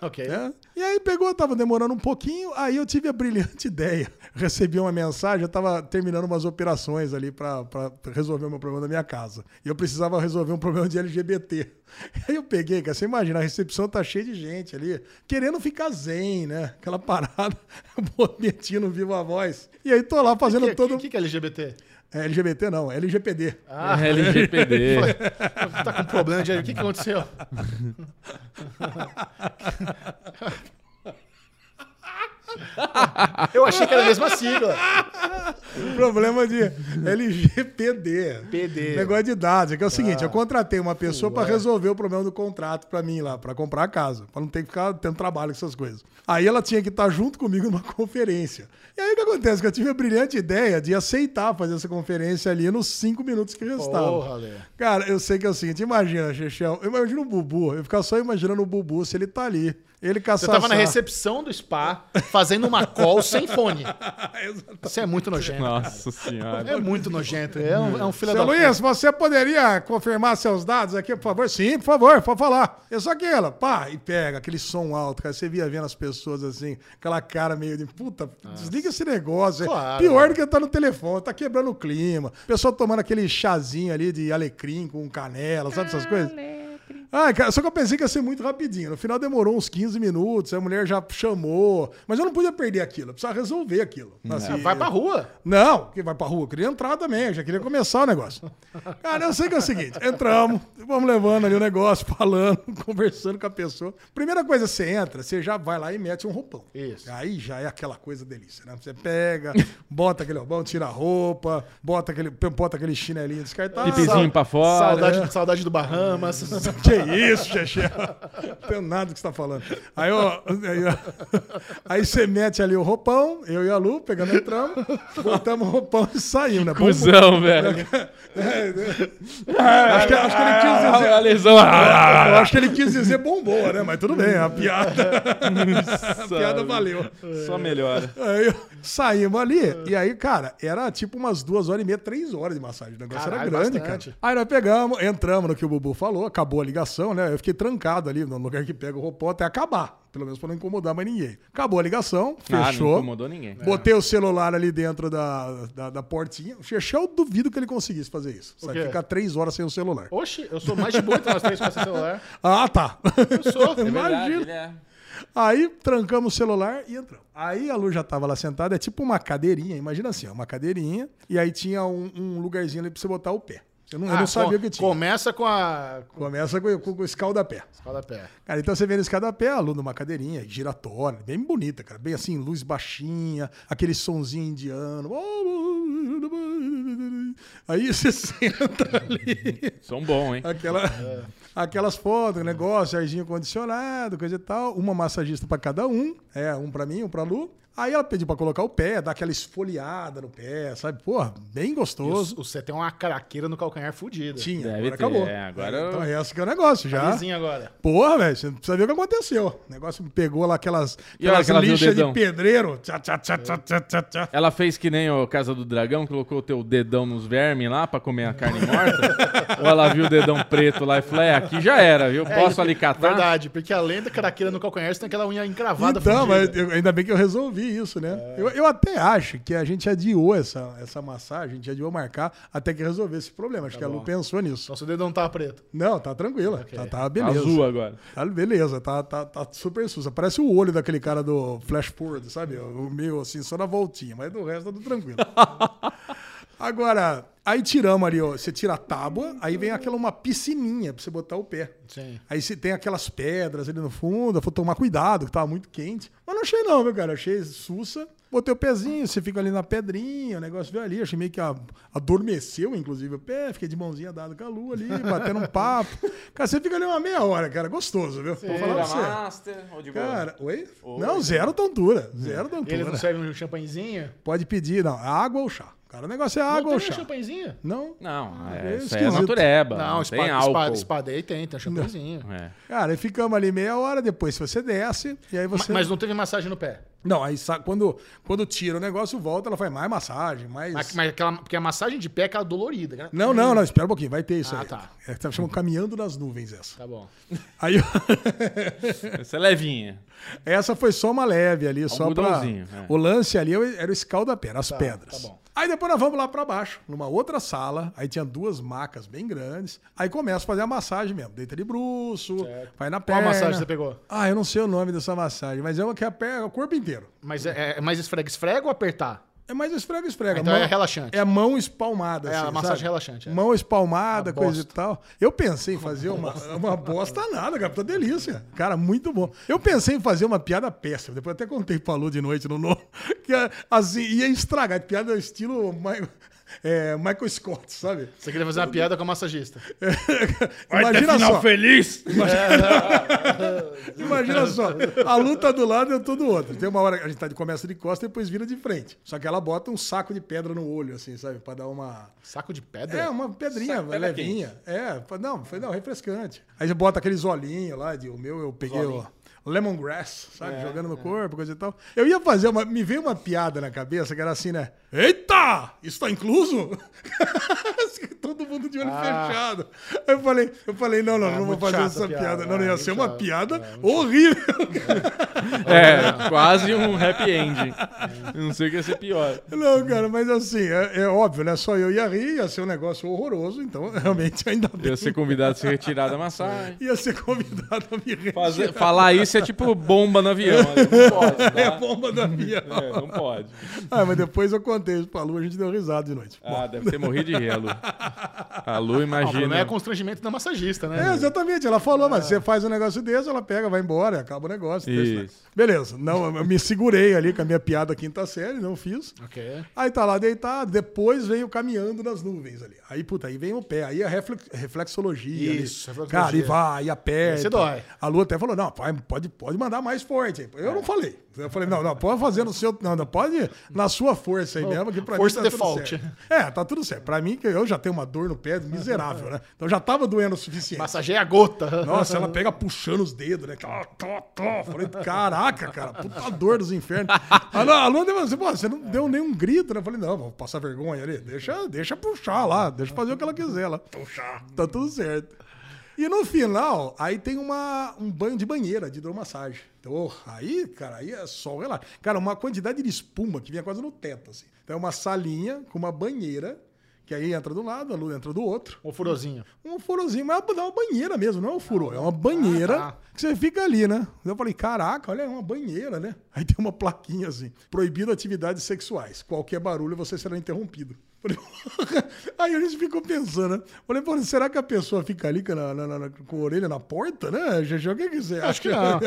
S1: Ok.
S2: né? E aí pegou, tava demorando um pouquinho, aí eu tive a brilhante ideia. Recebi uma mensagem, eu tava terminando umas operações ali pra, pra resolver o meu problema da minha casa. E eu precisava resolver um problema de LGBT. Aí eu peguei, cara, você imagina, a recepção tá cheia de gente ali, querendo ficar zen, né? Aquela parada, metindo viva voz. E aí tô lá fazendo
S1: Que,
S2: todo...
S1: que, que é LGBT?
S2: É LGBT não, é LGPD.
S1: Ah,
S3: LGPD.
S1: tá com problema de... O que, que aconteceu? Eu achei que era a mesma sigla.
S2: Problema de LGPD.
S1: PD.
S2: Negócio de dados. É que é o seguinte,
S1: Ah,
S2: eu contratei uma pessoa
S1: é.
S2: pra resolver o problema do contrato pra mim lá, pra comprar a casa, pra não ter que ficar tendo trabalho com essas coisas. Aí ela tinha que estar junto comigo numa conferência. E aí o que acontece? Que eu tive a brilhante ideia de aceitar fazer essa conferência ali nos cinco minutos que restavam.
S1: Porra, Lê.
S2: Cara, eu sei que é o seguinte, imagina, Chechel, eu imagino o Bubu, eu ficava só imaginando o Bubu se ele tá ali. Ele
S1: Você
S2: caçar.
S1: tava na recepção do spa fazendo uma call sem fone. Isso é muito nojento.
S3: Nossa senhora.
S1: É muito nojento. É um, é um filho da...
S2: Seu Luiz, você poderia confirmar seus dados aqui, por favor? Sim, por favor, pode falar. É só aquela, pá, e pega aquele som alto, cara. Você via vendo as pessoas assim, aquela cara meio de puta, desliga esse negócio.
S1: Ah, Claro.
S2: Pior do que tá no telefone, tá quebrando o clima. O pessoal tomando aquele chazinho ali de alecrim com canela, sabe essas coisas? Ai, cara, só que eu pensei que ia ser muito rapidinho. No final demorou uns 15 minutos, a mulher já chamou. Mas eu não podia perder aquilo, eu precisava resolver aquilo. Assim,
S1: Hum. Ah, Vai pra rua.
S2: não, quem vai pra rua? Eu queria entrar também, eu já queria começar o negócio. Cara, eu sei que é o seguinte: entramos, vamos levando ali o negócio, falando, conversando com a pessoa. Primeira coisa, você entra, você já vai lá e mete um roupão.
S1: Isso.
S2: Aí já é aquela coisa delícia, né? Você pega, bota aquele roupão, tira a roupa, bota aquele, bota aquele chinelinho descartável.
S3: Pipizinho pra fora.
S1: Saudade, saudade do Bahamas.
S2: Que isso, Xexé? Não tenho nada que você tá falando. Aí, ó, aí, ó, aí você mete ali o roupão, eu e a Lu, pegando entramos, botamos o roupão e saímos, né? Bom-
S3: Cusão, velho. É, né?
S2: É, acho, que, acho que ele quis dizer.
S1: Ah,
S3: A lesão. ah,
S2: Eu acho que ele quis dizer bomboa, né? Mas tudo bem, a piada, a piada valeu.
S3: Só melhora.
S2: Aí eu- saímos ali, e aí, cara, era tipo umas duas horas e meia, três horas de massagem. O negócio
S1: Caralho,
S2: era grande,
S1: bastante.
S2: cara. Aí nós pegamos, entramos no que o Bubu falou, acabou a ligação, né? Eu fiquei trancado ali no lugar que pega o roupão até acabar. Pelo menos pra não incomodar mais ninguém. Acabou a ligação,
S3: Ah, não
S2: fechou.
S3: incomodou ninguém.
S2: Botei o celular ali dentro da, da, da portinha. O Chechel, duvido que ele conseguisse fazer isso. Só
S1: quê?
S2: ficar três horas sem o celular.
S1: Oxi, eu sou mais de boa entre nós três com esse celular.
S2: Ah, tá.
S1: Eu sou. é
S2: Imagina.
S3: né?
S2: Aí trancamos o celular e entramos. Aí a Lu já tava lá sentada, é tipo uma cadeirinha, imagina assim, ó, uma cadeirinha, e aí tinha um, um lugarzinho ali pra você botar o pé. Você Eu não, eu não sabia o que tinha.
S1: Começa Ah, com a.
S2: Começa com, com, com o escaldapé.
S1: Escola pé.
S2: Cara, então você vê no escadapé, a Lu numa cadeirinha giratória, bem bonita, cara. Bem assim, luz baixinha, aquele sonzinho indiano. Aí você senta ali.
S3: São bom, hein?
S2: Aquela, Aquelas fotos, negócio, arzinho condicionado, coisa e tal. Uma massagista pra cada um. É, um pra mim, um pra Lu. Aí ela pediu pra colocar o pé, dar aquela esfoliada no pé, sabe? Porra, bem gostoso.
S1: Você tem uma craqueira no calcanhar fudida.
S2: Tinha,
S3: Deve
S2: agora
S3: ter,
S2: acabou.
S3: é, agora-
S2: Então é esse que é o negócio já.
S1: Vizinho agora.
S2: Porra, velho, você não precisa ver o que aconteceu. O negócio me pegou lá aquelas,
S3: E olha
S2: aquelas
S3: que ela viu o
S2: lixas de
S3: dedão.
S2: pedreiro. Tchá, tchá, tchá, tchá, tchá, tchá, tchá.
S3: Ela fez que nem o Casa do Dragão, colocou o teu dedão nos vermes lá pra comer a carne morta. Ou ela viu o dedão preto lá e falou: é, aqui já era, viu? Posso
S2: Ah.
S3: alicatar?
S1: Verdade, porque além da craqueira no calcanhar, você tem aquela unha encravada
S2: Então,
S1: fudida.
S2: mas eu- ainda bem que eu resolvi isso, né? Eu, eu até acho que a gente adiou essa, essa massagem, a gente adiou marcar até que resolver esse problema. Acho que a Lu pensou nisso.
S1: Nosso dedo não tá preto.
S2: Não, tá tranquila. Tá, tá beleza.
S3: Azul agora.
S2: Tá beleza, tá, tá, tá super sussa. Parece o olho daquele cara do Flash Forward, sabe? O meu, assim, só na voltinha, mas do resto tá tudo tranquilo. Agora, aí tiramos ali, ó. Você tira a tábua, aí vem aquela uma piscininha pra você botar o pé.
S1: Sim.
S2: Aí você tem aquelas pedras ali no fundo, eu vou tomar cuidado, que tava muito quente. Mas não achei não, meu cara, achei sussa. Botei o pezinho, você fica ali na pedrinha, o negócio veio ali, achei meio que a- adormeceu, inclusive, o pé, fiquei de mãozinha dada com a lua ali, batendo um papo. Cara, você fica ali uma meia hora, cara, gostoso, viu? Vou falar pra você.
S3: Master, ou de
S2: Cara, oi? Não, zero tontura, zero
S1: Ele não
S2: tontura.
S1: serve um champanhezinho?
S2: Pode pedir, não, água ou chá. Cara, o negócio é água
S1: não
S2: ou
S1: tem um
S2: chá.
S1: champanhezinho?
S2: Não?
S3: Não,
S2: é
S3: é, isso aí é
S2: esquisito.
S3: natureba. Não,
S1: Não,
S3: tem
S1: espada,
S3: álcool.
S1: espada, espada aí tem, tem um champanhezinho.
S3: É.
S2: Cara, aí ficamos ali meia hora, depois você desce, e aí
S1: Ma-
S2: você...
S1: Mas não teve massagem no pé.
S2: Não, aí sa- quando, quando tira o negócio, volta, ela faz mais massagem, mais.
S1: Mas, mas aquela, porque a massagem de pé é aquela dolorida, né?
S2: Não, não, não, espera um pouquinho, vai ter isso
S1: Ah,
S2: aí.
S1: tá.
S2: É, tá chamando Caminhando nas Nuvens essa.
S1: Tá bom.
S2: Aí,
S3: Essa é levinha.
S2: essa foi só uma leve ali, só pra...
S3: algodãozinho, é.
S2: O lance ali era o escaldapé, as pedras.
S1: tá bom.
S2: Aí depois nós vamos lá pra baixo, numa outra sala, aí tinha duas macas bem grandes, aí começa a fazer a massagem mesmo, deita de bruxo, vai na
S1: Qual
S2: perna.
S1: massagem você pegou?
S2: Ah, eu não sei o nome dessa massagem, mas é uma que é a perna, o corpo inteiro.
S1: Mas é, é mais esfrega, esfrega ou apertar?
S2: É mais esfrega, esfrega.
S1: Então é relaxante.
S2: É a mão espalmada. assim,
S1: É a massagem relaxante, é.
S2: Mão espalmada,
S1: A
S2: coisa e
S1: bosta.
S2: tal. Eu pensei em fazer uma, uma bosta nada, cara. Tá delícia. Cara, muito bom. Eu pensei em fazer uma piada péssima. Depois eu até contei pra Lu de noite no novo. Que assim, ia estragar. Piada estilo Mi- é, Michael Scott, sabe?
S1: Você queria fazer uma piada com a massagista.
S2: Imagina só.
S3: feliz!
S2: Imagina só, a Lu tá do lado e eu tô do outro. Tem uma hora que a gente tá de começa de costa e depois vira de frente. Só que ela bota um saco de pedra no olho, assim, sabe? Pra dar uma.
S1: Saco de pedra?
S2: É, uma pedrinha
S3: Saco de pedra
S2: levinha. É, fa- não, foi não, refrescante. Aí você bota aqueles olhinhos lá, de, o meu eu peguei o lemongrass,
S1: É,
S2: sabe? Jogando no corpo, coisa e tal. Eu ia fazer uma. Me veio uma piada na cabeça que era assim, né? Eita! Isso tá incluso? Todo mundo de olho fechado. Aí eu falei, eu falei, não, não,
S1: Ah.
S2: não vou
S1: É, muito
S2: fazer
S1: chata
S2: essa
S1: a
S2: piada.
S1: piada,
S2: Não, não
S1: é,
S2: ia
S1: muito
S2: ser uma
S1: chata.
S2: piada horrível.
S3: É, quase um happy ending. Eu Não sei o que ia ser pior.
S2: Não, cara, mas assim, é, é óbvio, né? Só eu ia rir, ia ser um negócio horroroso, então realmente ainda bem.
S3: Ia ser convidado a se retirar da massagem.
S2: Ia ser convidado a me retirar.
S3: Fazer- falar isso é tipo bomba no avião. Não pode, tá?
S2: É a bomba do avião.
S3: É, não pode.
S2: Ah, mas depois eu contei isso pra Lu, a gente deu risada de noite.
S3: Ah, deve ter morrido de rir, a Lu. A Lu,
S1: Não, não
S3: imagina.
S1: é constrangimento da massagista, né?
S2: É, exatamente, ela falou, mas você faz um negócio desse, ela pega, vai embora, acaba o negócio.
S3: Isso.
S2: Isso. Beleza, não, eu me segurei ali com a minha piada quinta série, não fiz.
S1: Ok.
S2: Aí tá lá deitado, depois veio caminhando nas nuvens ali. Aí, puta, aí vem o pé, aí a reflex- reflexologia. ali.
S1: Isso, reflexologia.
S2: Cara, e vai, e aperta.
S1: Esse dói. É.
S2: A Lu até falou, não, pai, pode, pode mandar mais forte. aí. Eu não falei. Eu falei, não, não, pode fazer no seu... Não, não, pode na sua força aí mesmo, que pra
S1: Força
S2: mim tá tudo
S1: default.
S2: certo. É, tá tudo certo. Pra mim, que eu já tenho uma dor no pé miserável, né? Então já tava doendo o suficiente.
S1: Massageia a gota.
S2: Nossa, ela pega puxando os dedos, né? Tó, tó, tó. Falei, caraca, cara, puta dor dos infernos. A Lu, a Lu falou assim, pô, você não deu nenhum grito, né? Eu falei, não, vou passar vergonha ali. Deixa, deixa puxar lá, deixa fazer o que ela quiser lá. Puxar. Tá tudo certo. E no final, aí tem uma, um banho de banheira, de hidromassagem. Então, oh, aí, cara, aí é só relaxa. Cara, uma quantidade de espuma que vinha quase no teto, assim. Então é uma salinha com uma banheira, que aí entra de um lado, a Lu entra do outro
S1: O furozinho.
S2: um furozinho, mas é uma banheira mesmo, não é um furo, é uma banheira
S1: Ah, tá.
S2: que você fica ali, né? Eu falei, caraca, olha, é uma banheira, né? Aí tem uma plaquinha assim: proibido atividades sexuais. Qualquer barulho você será interrompido. Falei, Aí a gente ficou pensando, né? Falei, pô, será que a pessoa fica ali com, a- na- na- na- com a orelha na porta, né? GG, o que, que você acha?
S1: Acho que não.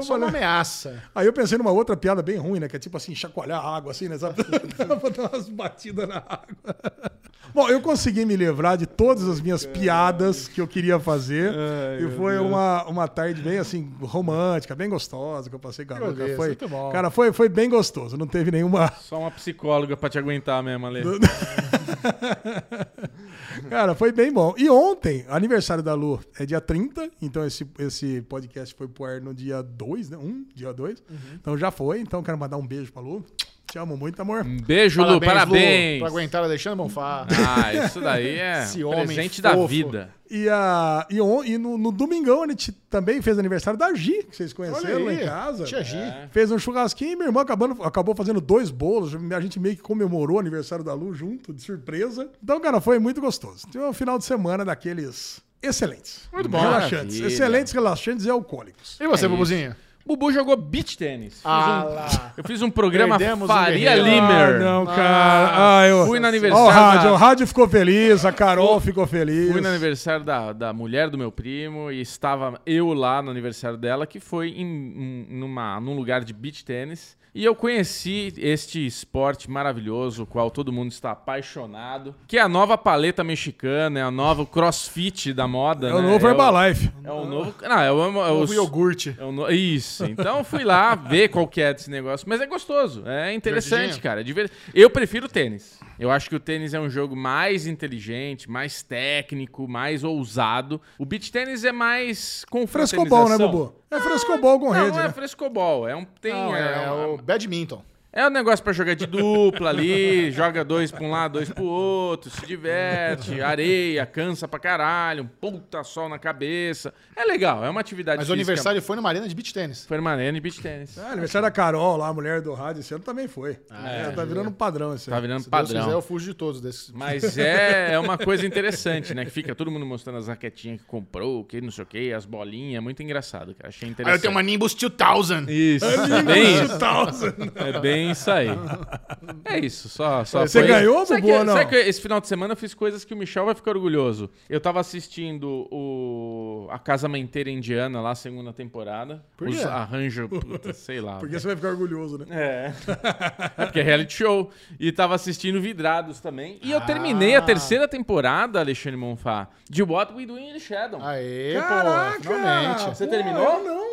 S1: É só uma
S2: falei-
S1: ameaça.
S2: Aí eu pensei numa outra piada bem ruim, né? Que é tipo assim, chacoalhar a água, assim, né? Sabe? Pra dar umas batidas na água. Bom, eu consegui me livrar de todas as minhas piadas que eu queria fazer. e foi uma, uma tarde bem, assim, romântica, bem gostosa que eu passei com a Luca.
S1: beleza,
S2: Foi,
S1: é muito bom.
S2: Cara, foi, foi bem gostoso. Não teve nenhuma...
S3: Só uma psicóloga pra te aguentar mesmo, Ale.
S2: Cara, foi bem bom. E ontem, aniversário da Lu é dia 30, então esse, esse podcast foi pro ar no dia 2, né? Um, dia 2.
S1: Uhum.
S2: Então já foi. Então quero mandar um beijo pra Lu. Te amo muito, amor.
S3: Um beijo, Lu.
S1: Lu,
S3: Parabéns.
S1: pra aguentar o Alexandre Bonfá.
S3: Ah, isso daí é
S1: Esse
S3: um
S1: homem
S3: presente da
S1: fofo.
S3: vida.
S2: E, a, e, on- e no, no domingão a gente também fez aniversário da Gi, que vocês conheceram lá em casa.
S1: Tia Gi.
S2: Fez um churrasquinho e minha irmã acabando, acabou fazendo dois bolos. A gente meio que comemorou o aniversário da Lu junto, de surpresa. Então, cara, foi muito gostoso. Tinha um final de semana daqueles excelentes. Muito
S3: bom.
S2: Relaxantes.
S3: Maravilha.
S2: Excelentes, relaxantes e alcoólicos.
S1: E você,
S3: É
S1: Bubuzinho?
S3: Bubu jogou beach tênis. Fiz
S1: Ah,
S3: um-
S1: lá.
S3: Eu fiz um programa
S1: Perdemos um
S3: Faria
S1: guerreiro.
S3: Limer.
S2: Ah, não, cara. Ah, eu...
S3: Fui no
S2: Ó, o
S3: aniversário
S2: rádio,
S3: da-
S2: o rádio ficou feliz, a Carol ficou feliz.
S3: Fui no aniversário da, da mulher do meu primo e estava eu lá no aniversário dela, que foi em, em- numa, num lugar de beach tênis. E eu conheci este esporte maravilhoso, o qual todo mundo está apaixonado, que é a nova paleta mexicana, é a nova crossfit da moda.
S2: É o
S3: né?
S2: novo Herbalife.
S3: É o novo. Não, é o, é o- é
S1: Ovo
S3: os-
S1: iogurte.
S3: é o no- Isso. Então eu fui lá ver qual que é desse negócio. Mas é gostoso. É interessante,
S1: Divertidinho.
S3: cara. É diver- Eu prefiro o tênis. Eu acho que o tênis é um jogo mais inteligente, mais técnico, mais ousado. O beach tênis é mais com
S2: Frescobol, né, Bubu? É frescobol com
S3: Não,
S2: rede,
S3: não é
S2: né?
S3: frescobol. É um. Tem,
S1: Não, é,
S3: é,
S1: o
S3: um-
S1: badminton.
S3: é um negócio pra jogar de dupla ali, joga dois pra um lado, dois pro outro, se diverte, areia, cansa pra caralho, um puta sol na cabeça. É legal, é uma atividade
S1: Mas o
S3: física
S1: aniversário foi numa arena de beach tênis.
S3: permanente e beach tênis.
S2: Ah, aniversário da Carol lá, a mulher do rádio, esse ano também foi. É, tá virando um padrão
S3: Ah,
S2: esse
S3: Tá
S2: ano.
S3: virando
S1: Se Deus
S3: padrão.
S1: quiser, eu fujo de todos desses.
S3: Mas é, é uma coisa interessante, né? Que fica todo mundo mostrando as raquetinhas que comprou, que não sei o que, as bolinhas. Muito engraçado, cara. Achei
S1: Ah,
S3: interessante.
S1: eu tenho uma Nimbus 2000.
S3: Isso, é bem
S2: Tá
S3: isso.
S2: 2000.
S3: É bem isso aí. É isso, só, só
S2: Você
S3: foi
S2: ganhou,
S3: isso. Sabe
S2: Bubu,
S3: que-
S2: ou não?
S3: Sabe que esse final de semana eu fiz coisas que o Michel vai ficar orgulhoso. Eu tava assistindo o A Casa Menteira Indiana lá, segunda temporada.
S1: Por
S3: Os
S1: quê?
S3: arranjos, puta, sei lá.
S2: Porque você vai ficar orgulhoso, né?
S3: É. é porque é reality show. E tava assistindo Vidrados também. E eu
S2: Ah.
S3: terminei a terceira temporada, Alexandre Monfá, de What We Do in the Shadow. É,
S1: Aê,
S2: Caraca!
S1: pô, finalmente.
S3: Você terminou?
S2: Não.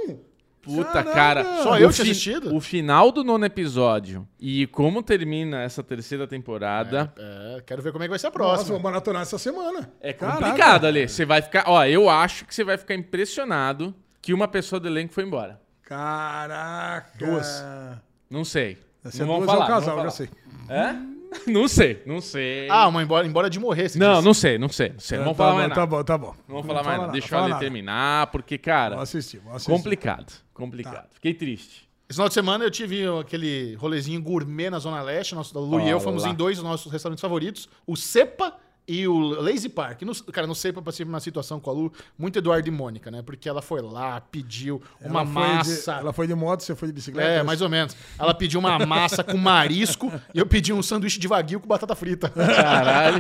S3: Puta,
S2: Caraca!
S3: cara.
S1: Só
S3: O
S1: eu tinha
S3: fi-
S1: assistido?
S3: O final do nono episódio e como termina essa terceira temporada
S1: É, quero ver como é que vai ser a
S2: Nossa, vou
S1: próxima.
S2: maratonar essa semana.
S3: é,
S2: Caraca.
S3: complicado, Ale. Você vai ficar... Ó, eu acho que você vai ficar impressionado que uma pessoa do elenco foi embora.
S2: Caraca.
S1: Duas.
S3: Não sei.
S2: Essa
S3: Não vão
S2: duas
S3: falar,
S2: é um casal,
S3: não vão
S2: já
S3: falar.
S2: sei.
S3: Hã? Não sei, não sei.
S1: Ah, uma embora, embora de morrer. você
S3: não,
S1: disse.
S3: não sei, não sei. Não sei. É, Não vamos
S2: tá
S3: falar
S2: bom,
S3: mais
S2: Tá
S3: nada.
S2: bom, tá bom.
S3: Não vou falar mais
S2: fala
S3: nada. Deixa
S2: fala
S3: eu ali
S2: nada.
S3: terminar, porque, cara,
S2: Vou assistir, vou assistir.
S3: complicado.
S2: Tá.
S3: Complicado. Fiquei triste.
S1: Esse final de semana eu tive aquele rolezinho gourmet na Zona Leste. Nosso, Lu e eu
S3: Olá.
S1: fomos em dois dos nossos restaurantes favoritos, o Cepa e o Lazy Park. No- cara, no Cepa eu passei uma situação com a Lu, muito Eduardo e Mônica, né? Porque ela foi lá, pediu uma
S2: Ela foi de-
S1: massa.
S2: ela foi de moto, você foi de bicicleta?
S1: É, mais ou menos. Ela pediu uma massa com marisco e eu pedi um sanduíche de vaguio com batata frita.
S3: Caralho.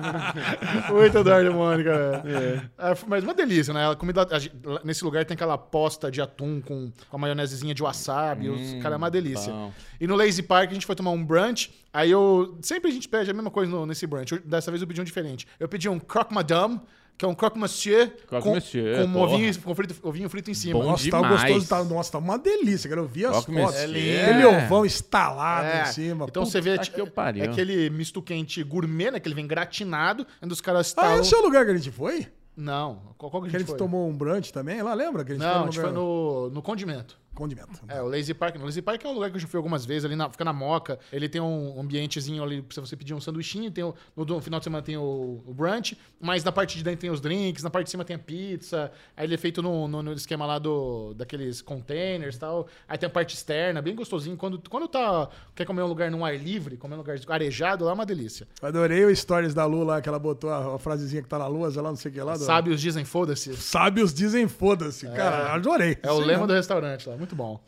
S1: Muito Eduardo e Mônica. velho. É, foi- mas uma delícia, né? A comida, a gen- lá- nesse lugar tem aquela posta de atum com, com a maionesezinha de wasabi.
S3: Hum,
S1: os, cara, é uma delícia.
S3: bom.
S1: E no Lazy Park a gente foi tomar um brunch. Aí eu. Sempre a gente pede a mesma coisa no- nesse brunch. Eu- dessa vez eu pedi um diferente. Eu pedi um croque madame, que é um croque monsieur.
S3: Croque
S1: com,
S3: monsieur,
S1: com um
S3: porra.
S1: ovinho, com frito, ovinho frito em cima.
S3: Bom
S2: Nossa, tá
S3: demais.
S2: gostoso. Tá, nossa, tá uma delícia, cara. Eu vi as
S3: Toca o
S2: fotos.
S3: Messias.
S2: Aquele
S3: É.
S2: ovão estalado em cima.
S1: Então
S2: Puta,
S1: você vê
S3: que
S1: é-
S3: eu pariu.
S1: é aquele misto quente gourmet, né? Que ele vem gratinado, ainda os caras
S2: Ah,
S1: estalam.
S2: esse é o lugar que a gente foi?
S1: Não, qual, qual que a
S2: Que a
S1: gente foi?
S2: gente tomou um brunch também? Lá lembra que a gente
S1: Não, a gente
S2: foi
S1: foi
S2: lugar-
S1: no, no condimento.
S2: condimento.
S1: É, o Lazy Park. O Lazy Park é um lugar que eu já fui algumas vezes, ali na, fica na Moca. Ele tem um ambientezinho ali pra você pedir um sanduichinho. Tem o- no, do- final de semana tem o, o brunch, mas na parte de dentro tem os drinks, na parte de cima tem a pizza. Aí ele é feito no, no- no esquema lá do, daqueles containers e tal. Aí tem a parte externa, bem gostosinho. Quando, quando tá, quer comer um lugar num ar livre, comer um lugar arejado, lá é uma delícia.
S2: Adorei o stories da Lu lá, que ela botou a, a frasezinha que tá na lua, sei lá, não sei o que lá. do-
S1: Sábios dizem foda-se.
S2: Sábios dizem foda-se. Cara, adorei.
S1: É o
S2: Sim,
S1: lema
S2: né?
S1: do restaurante lá. Muito muito bom.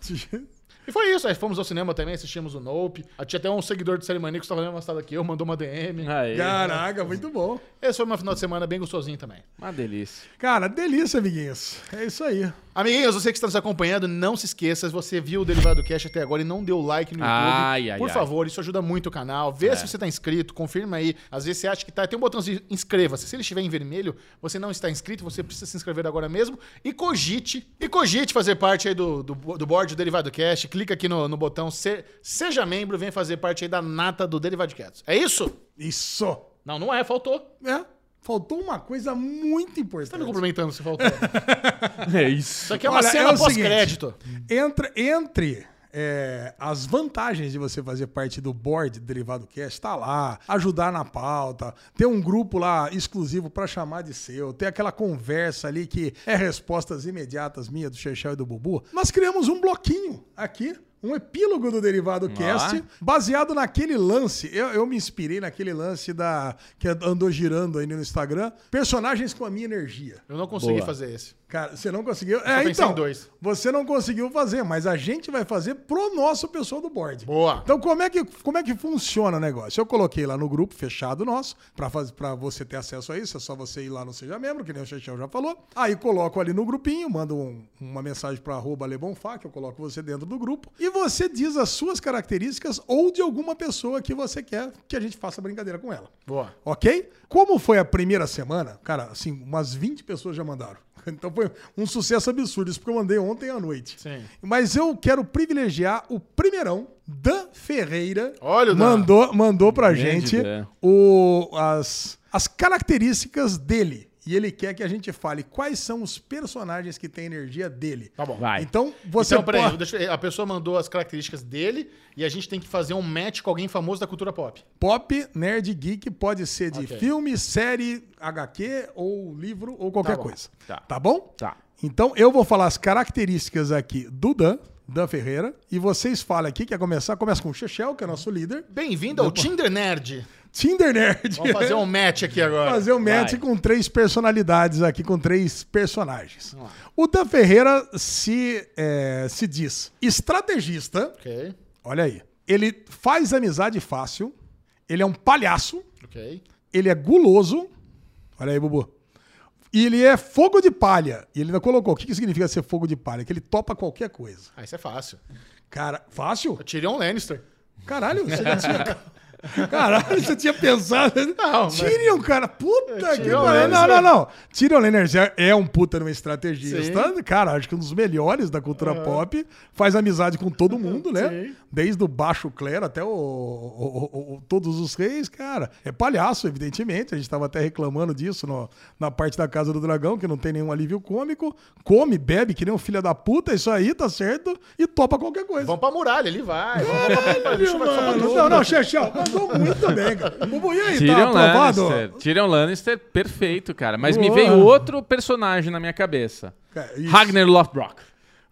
S1: E foi isso, aí fomos ao cinema também, assistimos o Nope. Tinha até um seguidor do Série Maníaco que estava na mesma sala que eu, mandou uma DM.
S3: Aí,
S2: Caraca, muito bom.
S1: Esse foi uma final de semana bem gostosinho também.
S3: uma delícia.
S2: Cara, delícia, amiguinhos. É isso aí.
S1: Amiguinhos, você que está nos acompanhando, não se esqueça, se você viu o Derivado Cash até agora e não deu like no YouTube,
S3: Ai, ai,
S1: por
S3: ai.
S1: favor, isso ajuda muito o canal.
S2: É.
S1: Vê se você está inscrito, confirma aí. Às vezes você acha que tá, tem um botãozinho inscreva-se. Se ele estiver em vermelho, você não está inscrito, você precisa se inscrever agora mesmo e cogite, e cogite fazer parte aí do, do, do board do Derivado Cash. Clica aqui no, no botão se- seja membro, vem fazer parte aí da nata do Derivado Cast. É isso?
S2: Isso.
S1: Não, não é, faltou.
S2: É. Faltou uma coisa muito
S1: Tá me
S2: importante.
S1: cumprimentando se faltou. Isso
S3: É isso.
S1: aqui é uma
S2: É. Olha, é
S1: cena
S2: o seguinte.
S1: pós-crédito.
S2: Entre, entre é, as vantagens de você fazer parte do board do Derivado Cast, tá lá, ajudar na pauta, ter um grupo lá exclusivo pra chamar de seu, ter aquela conversa ali que é respostas imediatas minha, do Chechel e do Bubu, nós criamos um bloquinho aqui. Um epílogo do Derivado Cast, baseado naquele lance. Eu, eu me inspirei naquele lance da que andou girando aí no Instagram. Personagens com a minha energia.
S1: Eu não consegui
S3: Boa.
S1: fazer esse.
S2: Cara, você não conseguiu.
S1: só
S2: É,
S1: pensei
S2: então,
S1: em dois.
S2: você não conseguiu fazer, mas a gente vai fazer pro nosso pessoal do board.
S1: Boa.
S2: Então, como é que, como é que funciona o negócio? Eu coloquei lá no grupo fechado nosso, pra, faz, pra você ter acesso a isso, é só você ir lá no Seja Membro, que nem o Chechel já falou. Aí coloco ali no grupinho, mando um- uma mensagem pra arroba Lebonfá, que eu coloco você dentro do grupo, e você diz as suas características ou de alguma pessoa que você quer que a gente faça brincadeira com ela.
S1: Boa.
S2: Ok? Como foi a primeira semana, cara, assim, umas 20 pessoas já mandaram. Então foi um sucesso absurdo, isso porque eu mandei ontem à noite.
S1: Sim.
S2: Mas eu quero privilegiar o primeirão, Dan Ferreira.
S1: Olha o Dan.
S2: mandou, mandou pra
S3: Grande
S2: gente
S3: Dan.
S2: o- as, as características dele. E ele quer que a gente fale quais são os personagens que têm energia dele.
S1: Tá bom.
S3: Vai.
S2: Então, você
S1: então, peraí,
S2: pode-
S1: deixa eu- a pessoa mandou as características dele e a gente tem que fazer um match com alguém famoso da cultura pop.
S2: Pop, nerd, geek pode ser de
S1: Ok.
S2: filme, série, HQ ou livro ou qualquer
S1: Tá bom.
S2: coisa.
S3: Tá.
S2: bom?
S3: Tá.
S2: Então eu vou falar as características aqui do Dan, Dan Ferreira, e vocês falam aqui, quer começar? Começa com o Chechel, que é nosso líder.
S1: Bem-vindo ao Tinder Nerd.
S2: Tinder Nerd.
S1: Vamos fazer um match aqui agora.
S2: Fazer um match
S3: Vai.
S2: com três personalidades aqui, com três personagens. O Dan Ferreira se, é, se diz estrategista.
S1: Ok,
S2: Olha aí. Ele faz amizade fácil. Ele é um palhaço.
S1: ok.
S2: ele é guloso. Olha aí, Bubu. E ele é fogo de palha. E ele ainda colocou. O que, que significa ser fogo de palha? Que ele topa qualquer coisa.
S1: Ah, isso é fácil.
S2: Cara, fácil?
S1: Eu tirei um Lannister.
S2: Caralho, você já tinha. Caralho, você tinha pensado.
S1: Não, mas- É,
S2: Tyrion, cara. Puta que
S1: Tyrion
S2: pariu. Não,
S1: Lannister.
S2: não, não. Tyrion Lannister é um puta numa estrategista. Cara, acho que um dos melhores da cultura pop. Faz amizade com todo mundo, né? Desde o baixo clero até o, o- o- o- todos os reis, cara. É palhaço, evidentemente. A gente tava até reclamando disso no- na parte da Casa do Dragão, que não tem nenhum alívio cômico. Come, bebe, que nem um filho da puta. Isso aí, tá certo. E topa qualquer coisa.
S1: Vamos pra muralha, ele vai. Vamos pra- pra- pra- deixa eu- só pra-
S2: Mano, não, não, Xexão, mandou muito bem, cara. Bubu, e aí, tá
S3: Tyrion
S2: aprovado?
S3: Lannister. Tyrion Lannister, perfeito, cara. Mas me
S2: Boa.
S3: veio outro personagem na minha cabeça.
S2: Cara, isso. Tá
S3: Ragnar Lothbrok.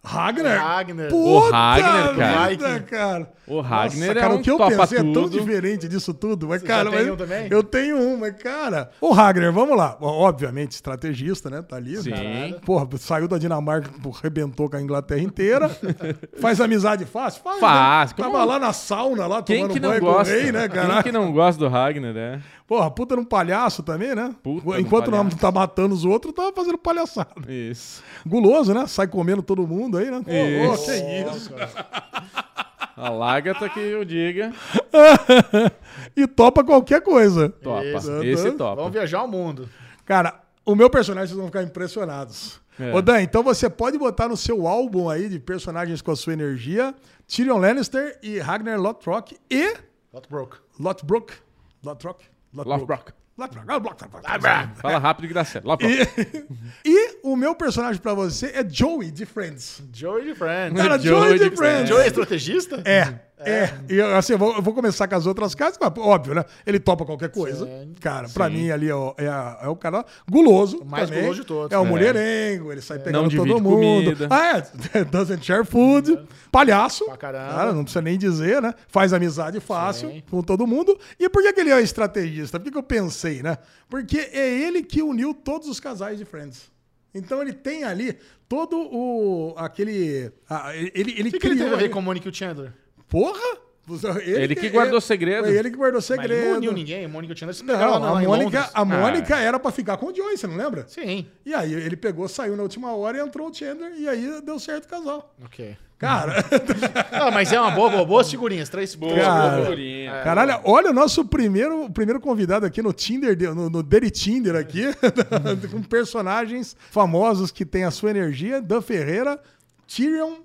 S2: Ragnar?
S1: Ragnar.
S2: Puta
S3: O Ragnar, cara.
S2: vida, cara.
S3: O Ragnar
S2: cara,
S3: é
S2: o que
S3: um
S2: eu
S3: topa
S2: pensei é tão
S3: tudo.
S2: diferente disso tudo. Mas,
S1: Você
S2: cara,
S1: já tem
S2: mas-
S1: um também?
S2: eu tenho um, mas, cara... O Ragnar, vamos lá. Ó, Obviamente, estrategista, né? Tá ali.
S3: Sim.
S2: Caralho. Porra, saiu da Dinamarca, pô, arrebentou com a Inglaterra inteira. Faz amizade fácil? Faz,
S3: Faz,
S2: Né? Tava
S3: como-
S2: lá na sauna, lá
S3: Quem
S2: tomando
S3: que não
S2: banho
S3: gosta?
S2: com o rei, né, cara?
S3: Quem que não gosta do Ragnar, né?
S2: Porra, puta num palhaço também, né?
S3: Puta
S2: Enquanto
S3: num
S2: não
S3: palhaço.
S2: tá matando os outros, tá fazendo palhaçada.
S3: Isso.
S2: Guloso, né? Sai comendo todo mundo aí, né? Pô, ô,
S3: Isso.
S2: que isso.
S3: A Lágata que eu diga,
S2: E topa qualquer coisa.
S3: topa.
S1: Isso.
S3: Esse
S2: Uhum.
S3: topa.
S1: Vamos viajar o mundo.
S2: Cara, o meu personagem vocês vão ficar impressionados.
S3: É.
S2: Ô Dan, então você pode botar no seu álbum aí de personagens com a sua energia Tyrion Lannister e Ragnar Lothbrok e
S1: Not broke.
S2: Lothbrok. Lothbrok? Ah,
S3: Lothbrok.
S2: Lothbrok. Lothbrok.
S3: Fala rápido que dá certo. Lothbrok.
S2: E, e o meu personagem pra você é Joey de Friends.
S1: Joey de Friends.
S2: Cara,
S3: Joey
S2: Joey,
S3: de
S2: de Friends.
S1: Joey é estrategista?
S2: É, é. E eu, assim, eu vou, eu vou começar com as outras casas, mas óbvio, né? Ele topa qualquer coisa. Cara, pra mim ali é o, é a- é o cara guloso.
S1: mais
S2: também.
S1: guloso de todos.
S2: É o
S1: É.
S2: mulherengo, ele sai pegando
S3: divide
S2: todo mundo.
S3: comida.
S2: Ah, é. Doesn't share food. Palhaço.
S1: É. Pra caramba.
S2: Cara, não precisa nem dizer, né? Faz amizade fácil
S1: Sim.
S2: com todo mundo. E por que, que ele é o estrategista? Por que, que eu pensei, né? Porque é ele que uniu todos os casais de Friends. Então ele tem ali todo o. aquele. ah, ele ele
S1: O que, que ele
S2: criou
S1: teve a ver
S2: ali-
S1: com o Monica e o Chandler?
S2: Porra! Ele,
S3: que guardou segredo.
S2: Foi ele que guardou
S1: Mas ele não
S2: segredo.
S1: uniu ninguém, o Monica e o Chandler se pegaram
S2: É Não,
S1: lá,
S2: a
S1: lá em
S2: Mônica,
S1: Londres. Ah, é.
S2: a Mônica era pra ficar com o Joey, você não lembra?
S1: Sim,
S2: E aí ele pegou, saiu na última hora e entrou o Chandler e aí deu certo o casal.
S1: ok.
S2: Cara,
S1: Ah, mas é uma boa, boa, boas figurinhas, três boas.
S2: Cara.
S3: Figurinha.
S2: caralho, olha o nosso primeiro, o primeiro convidado aqui no Tinder, de- no, no Dirty Tinder aqui, com personagens famosos que têm a sua energia, Dan Ferreira, Tyrion,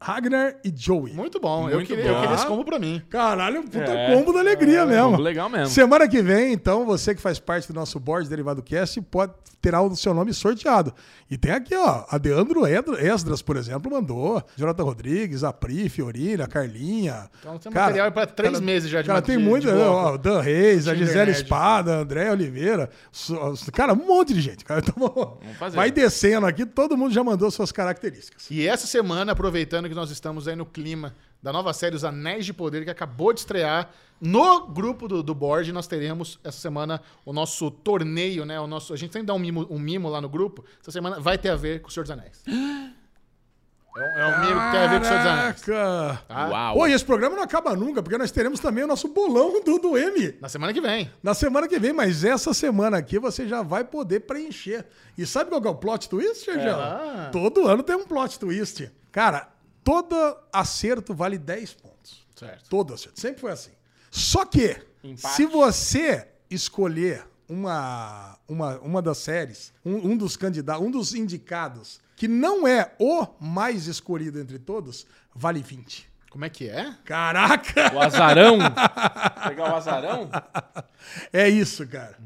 S2: Ragnar e Joey.
S1: Muito bom, eu
S3: Muito
S1: queria,
S3: bom.
S1: eu
S2: Ah.
S1: queria esse combo pra mim.
S2: Caralho, puta
S3: É.
S2: combo da alegria mesmo.
S3: combo legal mesmo.
S2: Semana que vem, então, você que faz parte do nosso board Derivado Cast pode terá o seu nome sorteado. E tem aqui, ó, a Deandro Edro- Esdras, por exemplo, mandou. Jonathan Rodrigues, a Pri, Fiorina, Carlinha.
S1: Então tem material pra três meses já de
S2: Cara,
S1: ma-
S2: tem
S1: de-
S2: muito.
S1: de bloco.
S2: ó, o Dan Reis, a
S1: Tinder
S2: Gisele
S1: Nerd.
S2: Espada, a André Oliveira. so- so- Cara, um monte de gente. Cara. Então, vamos
S3: fazer.
S2: Vai descendo aqui, todo mundo já mandou suas características.
S1: E essa semana, aproveitando que nós estamos aí no clima da nova série Os Anéis de Poder, que acabou de estrear no grupo do, do board, nós teremos essa semana o nosso torneio, né? O nosso, a gente sempre dá um mimo, um mimo lá no grupo. Essa semana vai ter a ver com o Senhor dos Anéis. É um, é um mimo que tem a ver com o Senhor dos Anéis.
S2: Caraca!
S1: tá?
S3: Uau.
S2: Oi, esse programa não acaba nunca, porque nós teremos também o nosso bolão do, do M
S1: Na semana que vem.
S2: na semana que vem, mas essa semana aqui você já vai poder preencher. E sabe qual que é o plot twist, Jajão? Todo ano tem um plot twist. Cara, todo acerto vale 10 pontos.
S1: Certo.
S2: Todo acerto. Sempre foi assim. Só que, se você escolher uma, uma, uma das séries, um, um dos candidatos, um dos indicados, que não é o mais escolhido entre todos, vale 20.
S1: Como é que é?
S2: Caraca!
S3: O azarão. Pegar o azarão?
S2: É isso, cara.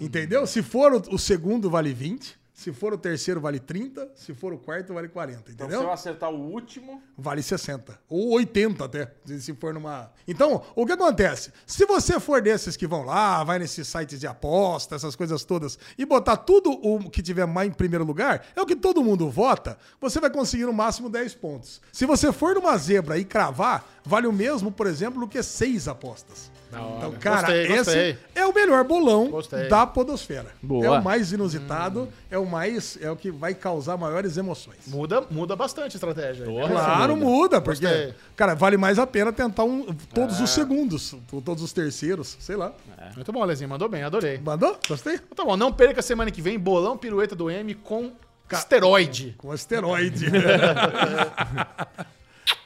S2: Entendeu? Se for o, o segundo, vale 20. Se for o terceiro, vale 30. Se for o quarto, vale 40.
S3: Então, se eu
S2: Entendeu?
S3: acertar o último.
S2: Vale 60. Ou 80 até, se for numa. Então, o que acontece? Se você for desses que vão lá, vai nesses sites de aposta, essas coisas todas, e botar tudo o que tiver mais em primeiro lugar, é o que todo mundo vota, você vai conseguir no máximo 10 pontos. Se você for numa zebra e cravar, vale o mesmo, por exemplo, do que 6 apostas. Então, cara,
S1: Gostei, gostei.
S2: esse é o melhor bolão
S1: Gostei. Hum.
S2: da podosfera.
S3: Boa.
S2: É o mais inusitado, é o mais é o que vai causar maiores emoções.
S1: Muda, muda bastante a estratégia. aí, né?
S2: Claro, muda, porque,
S1: Gostei. É.
S2: cara, vale mais a pena tentar um, todos os segundos, ou todos os terceiros, sei lá.
S1: né? Muito bom, Lezinho. Mandou bem, adorei.
S2: Mandou? Gostei?
S1: Então, tá bom, não perca semana que vem bolão pirueta do M com esteroide.
S2: Um Com asteroide.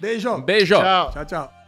S2: Beijo.
S3: Beijo.
S1: Tchau.
S2: Tchau, tchau.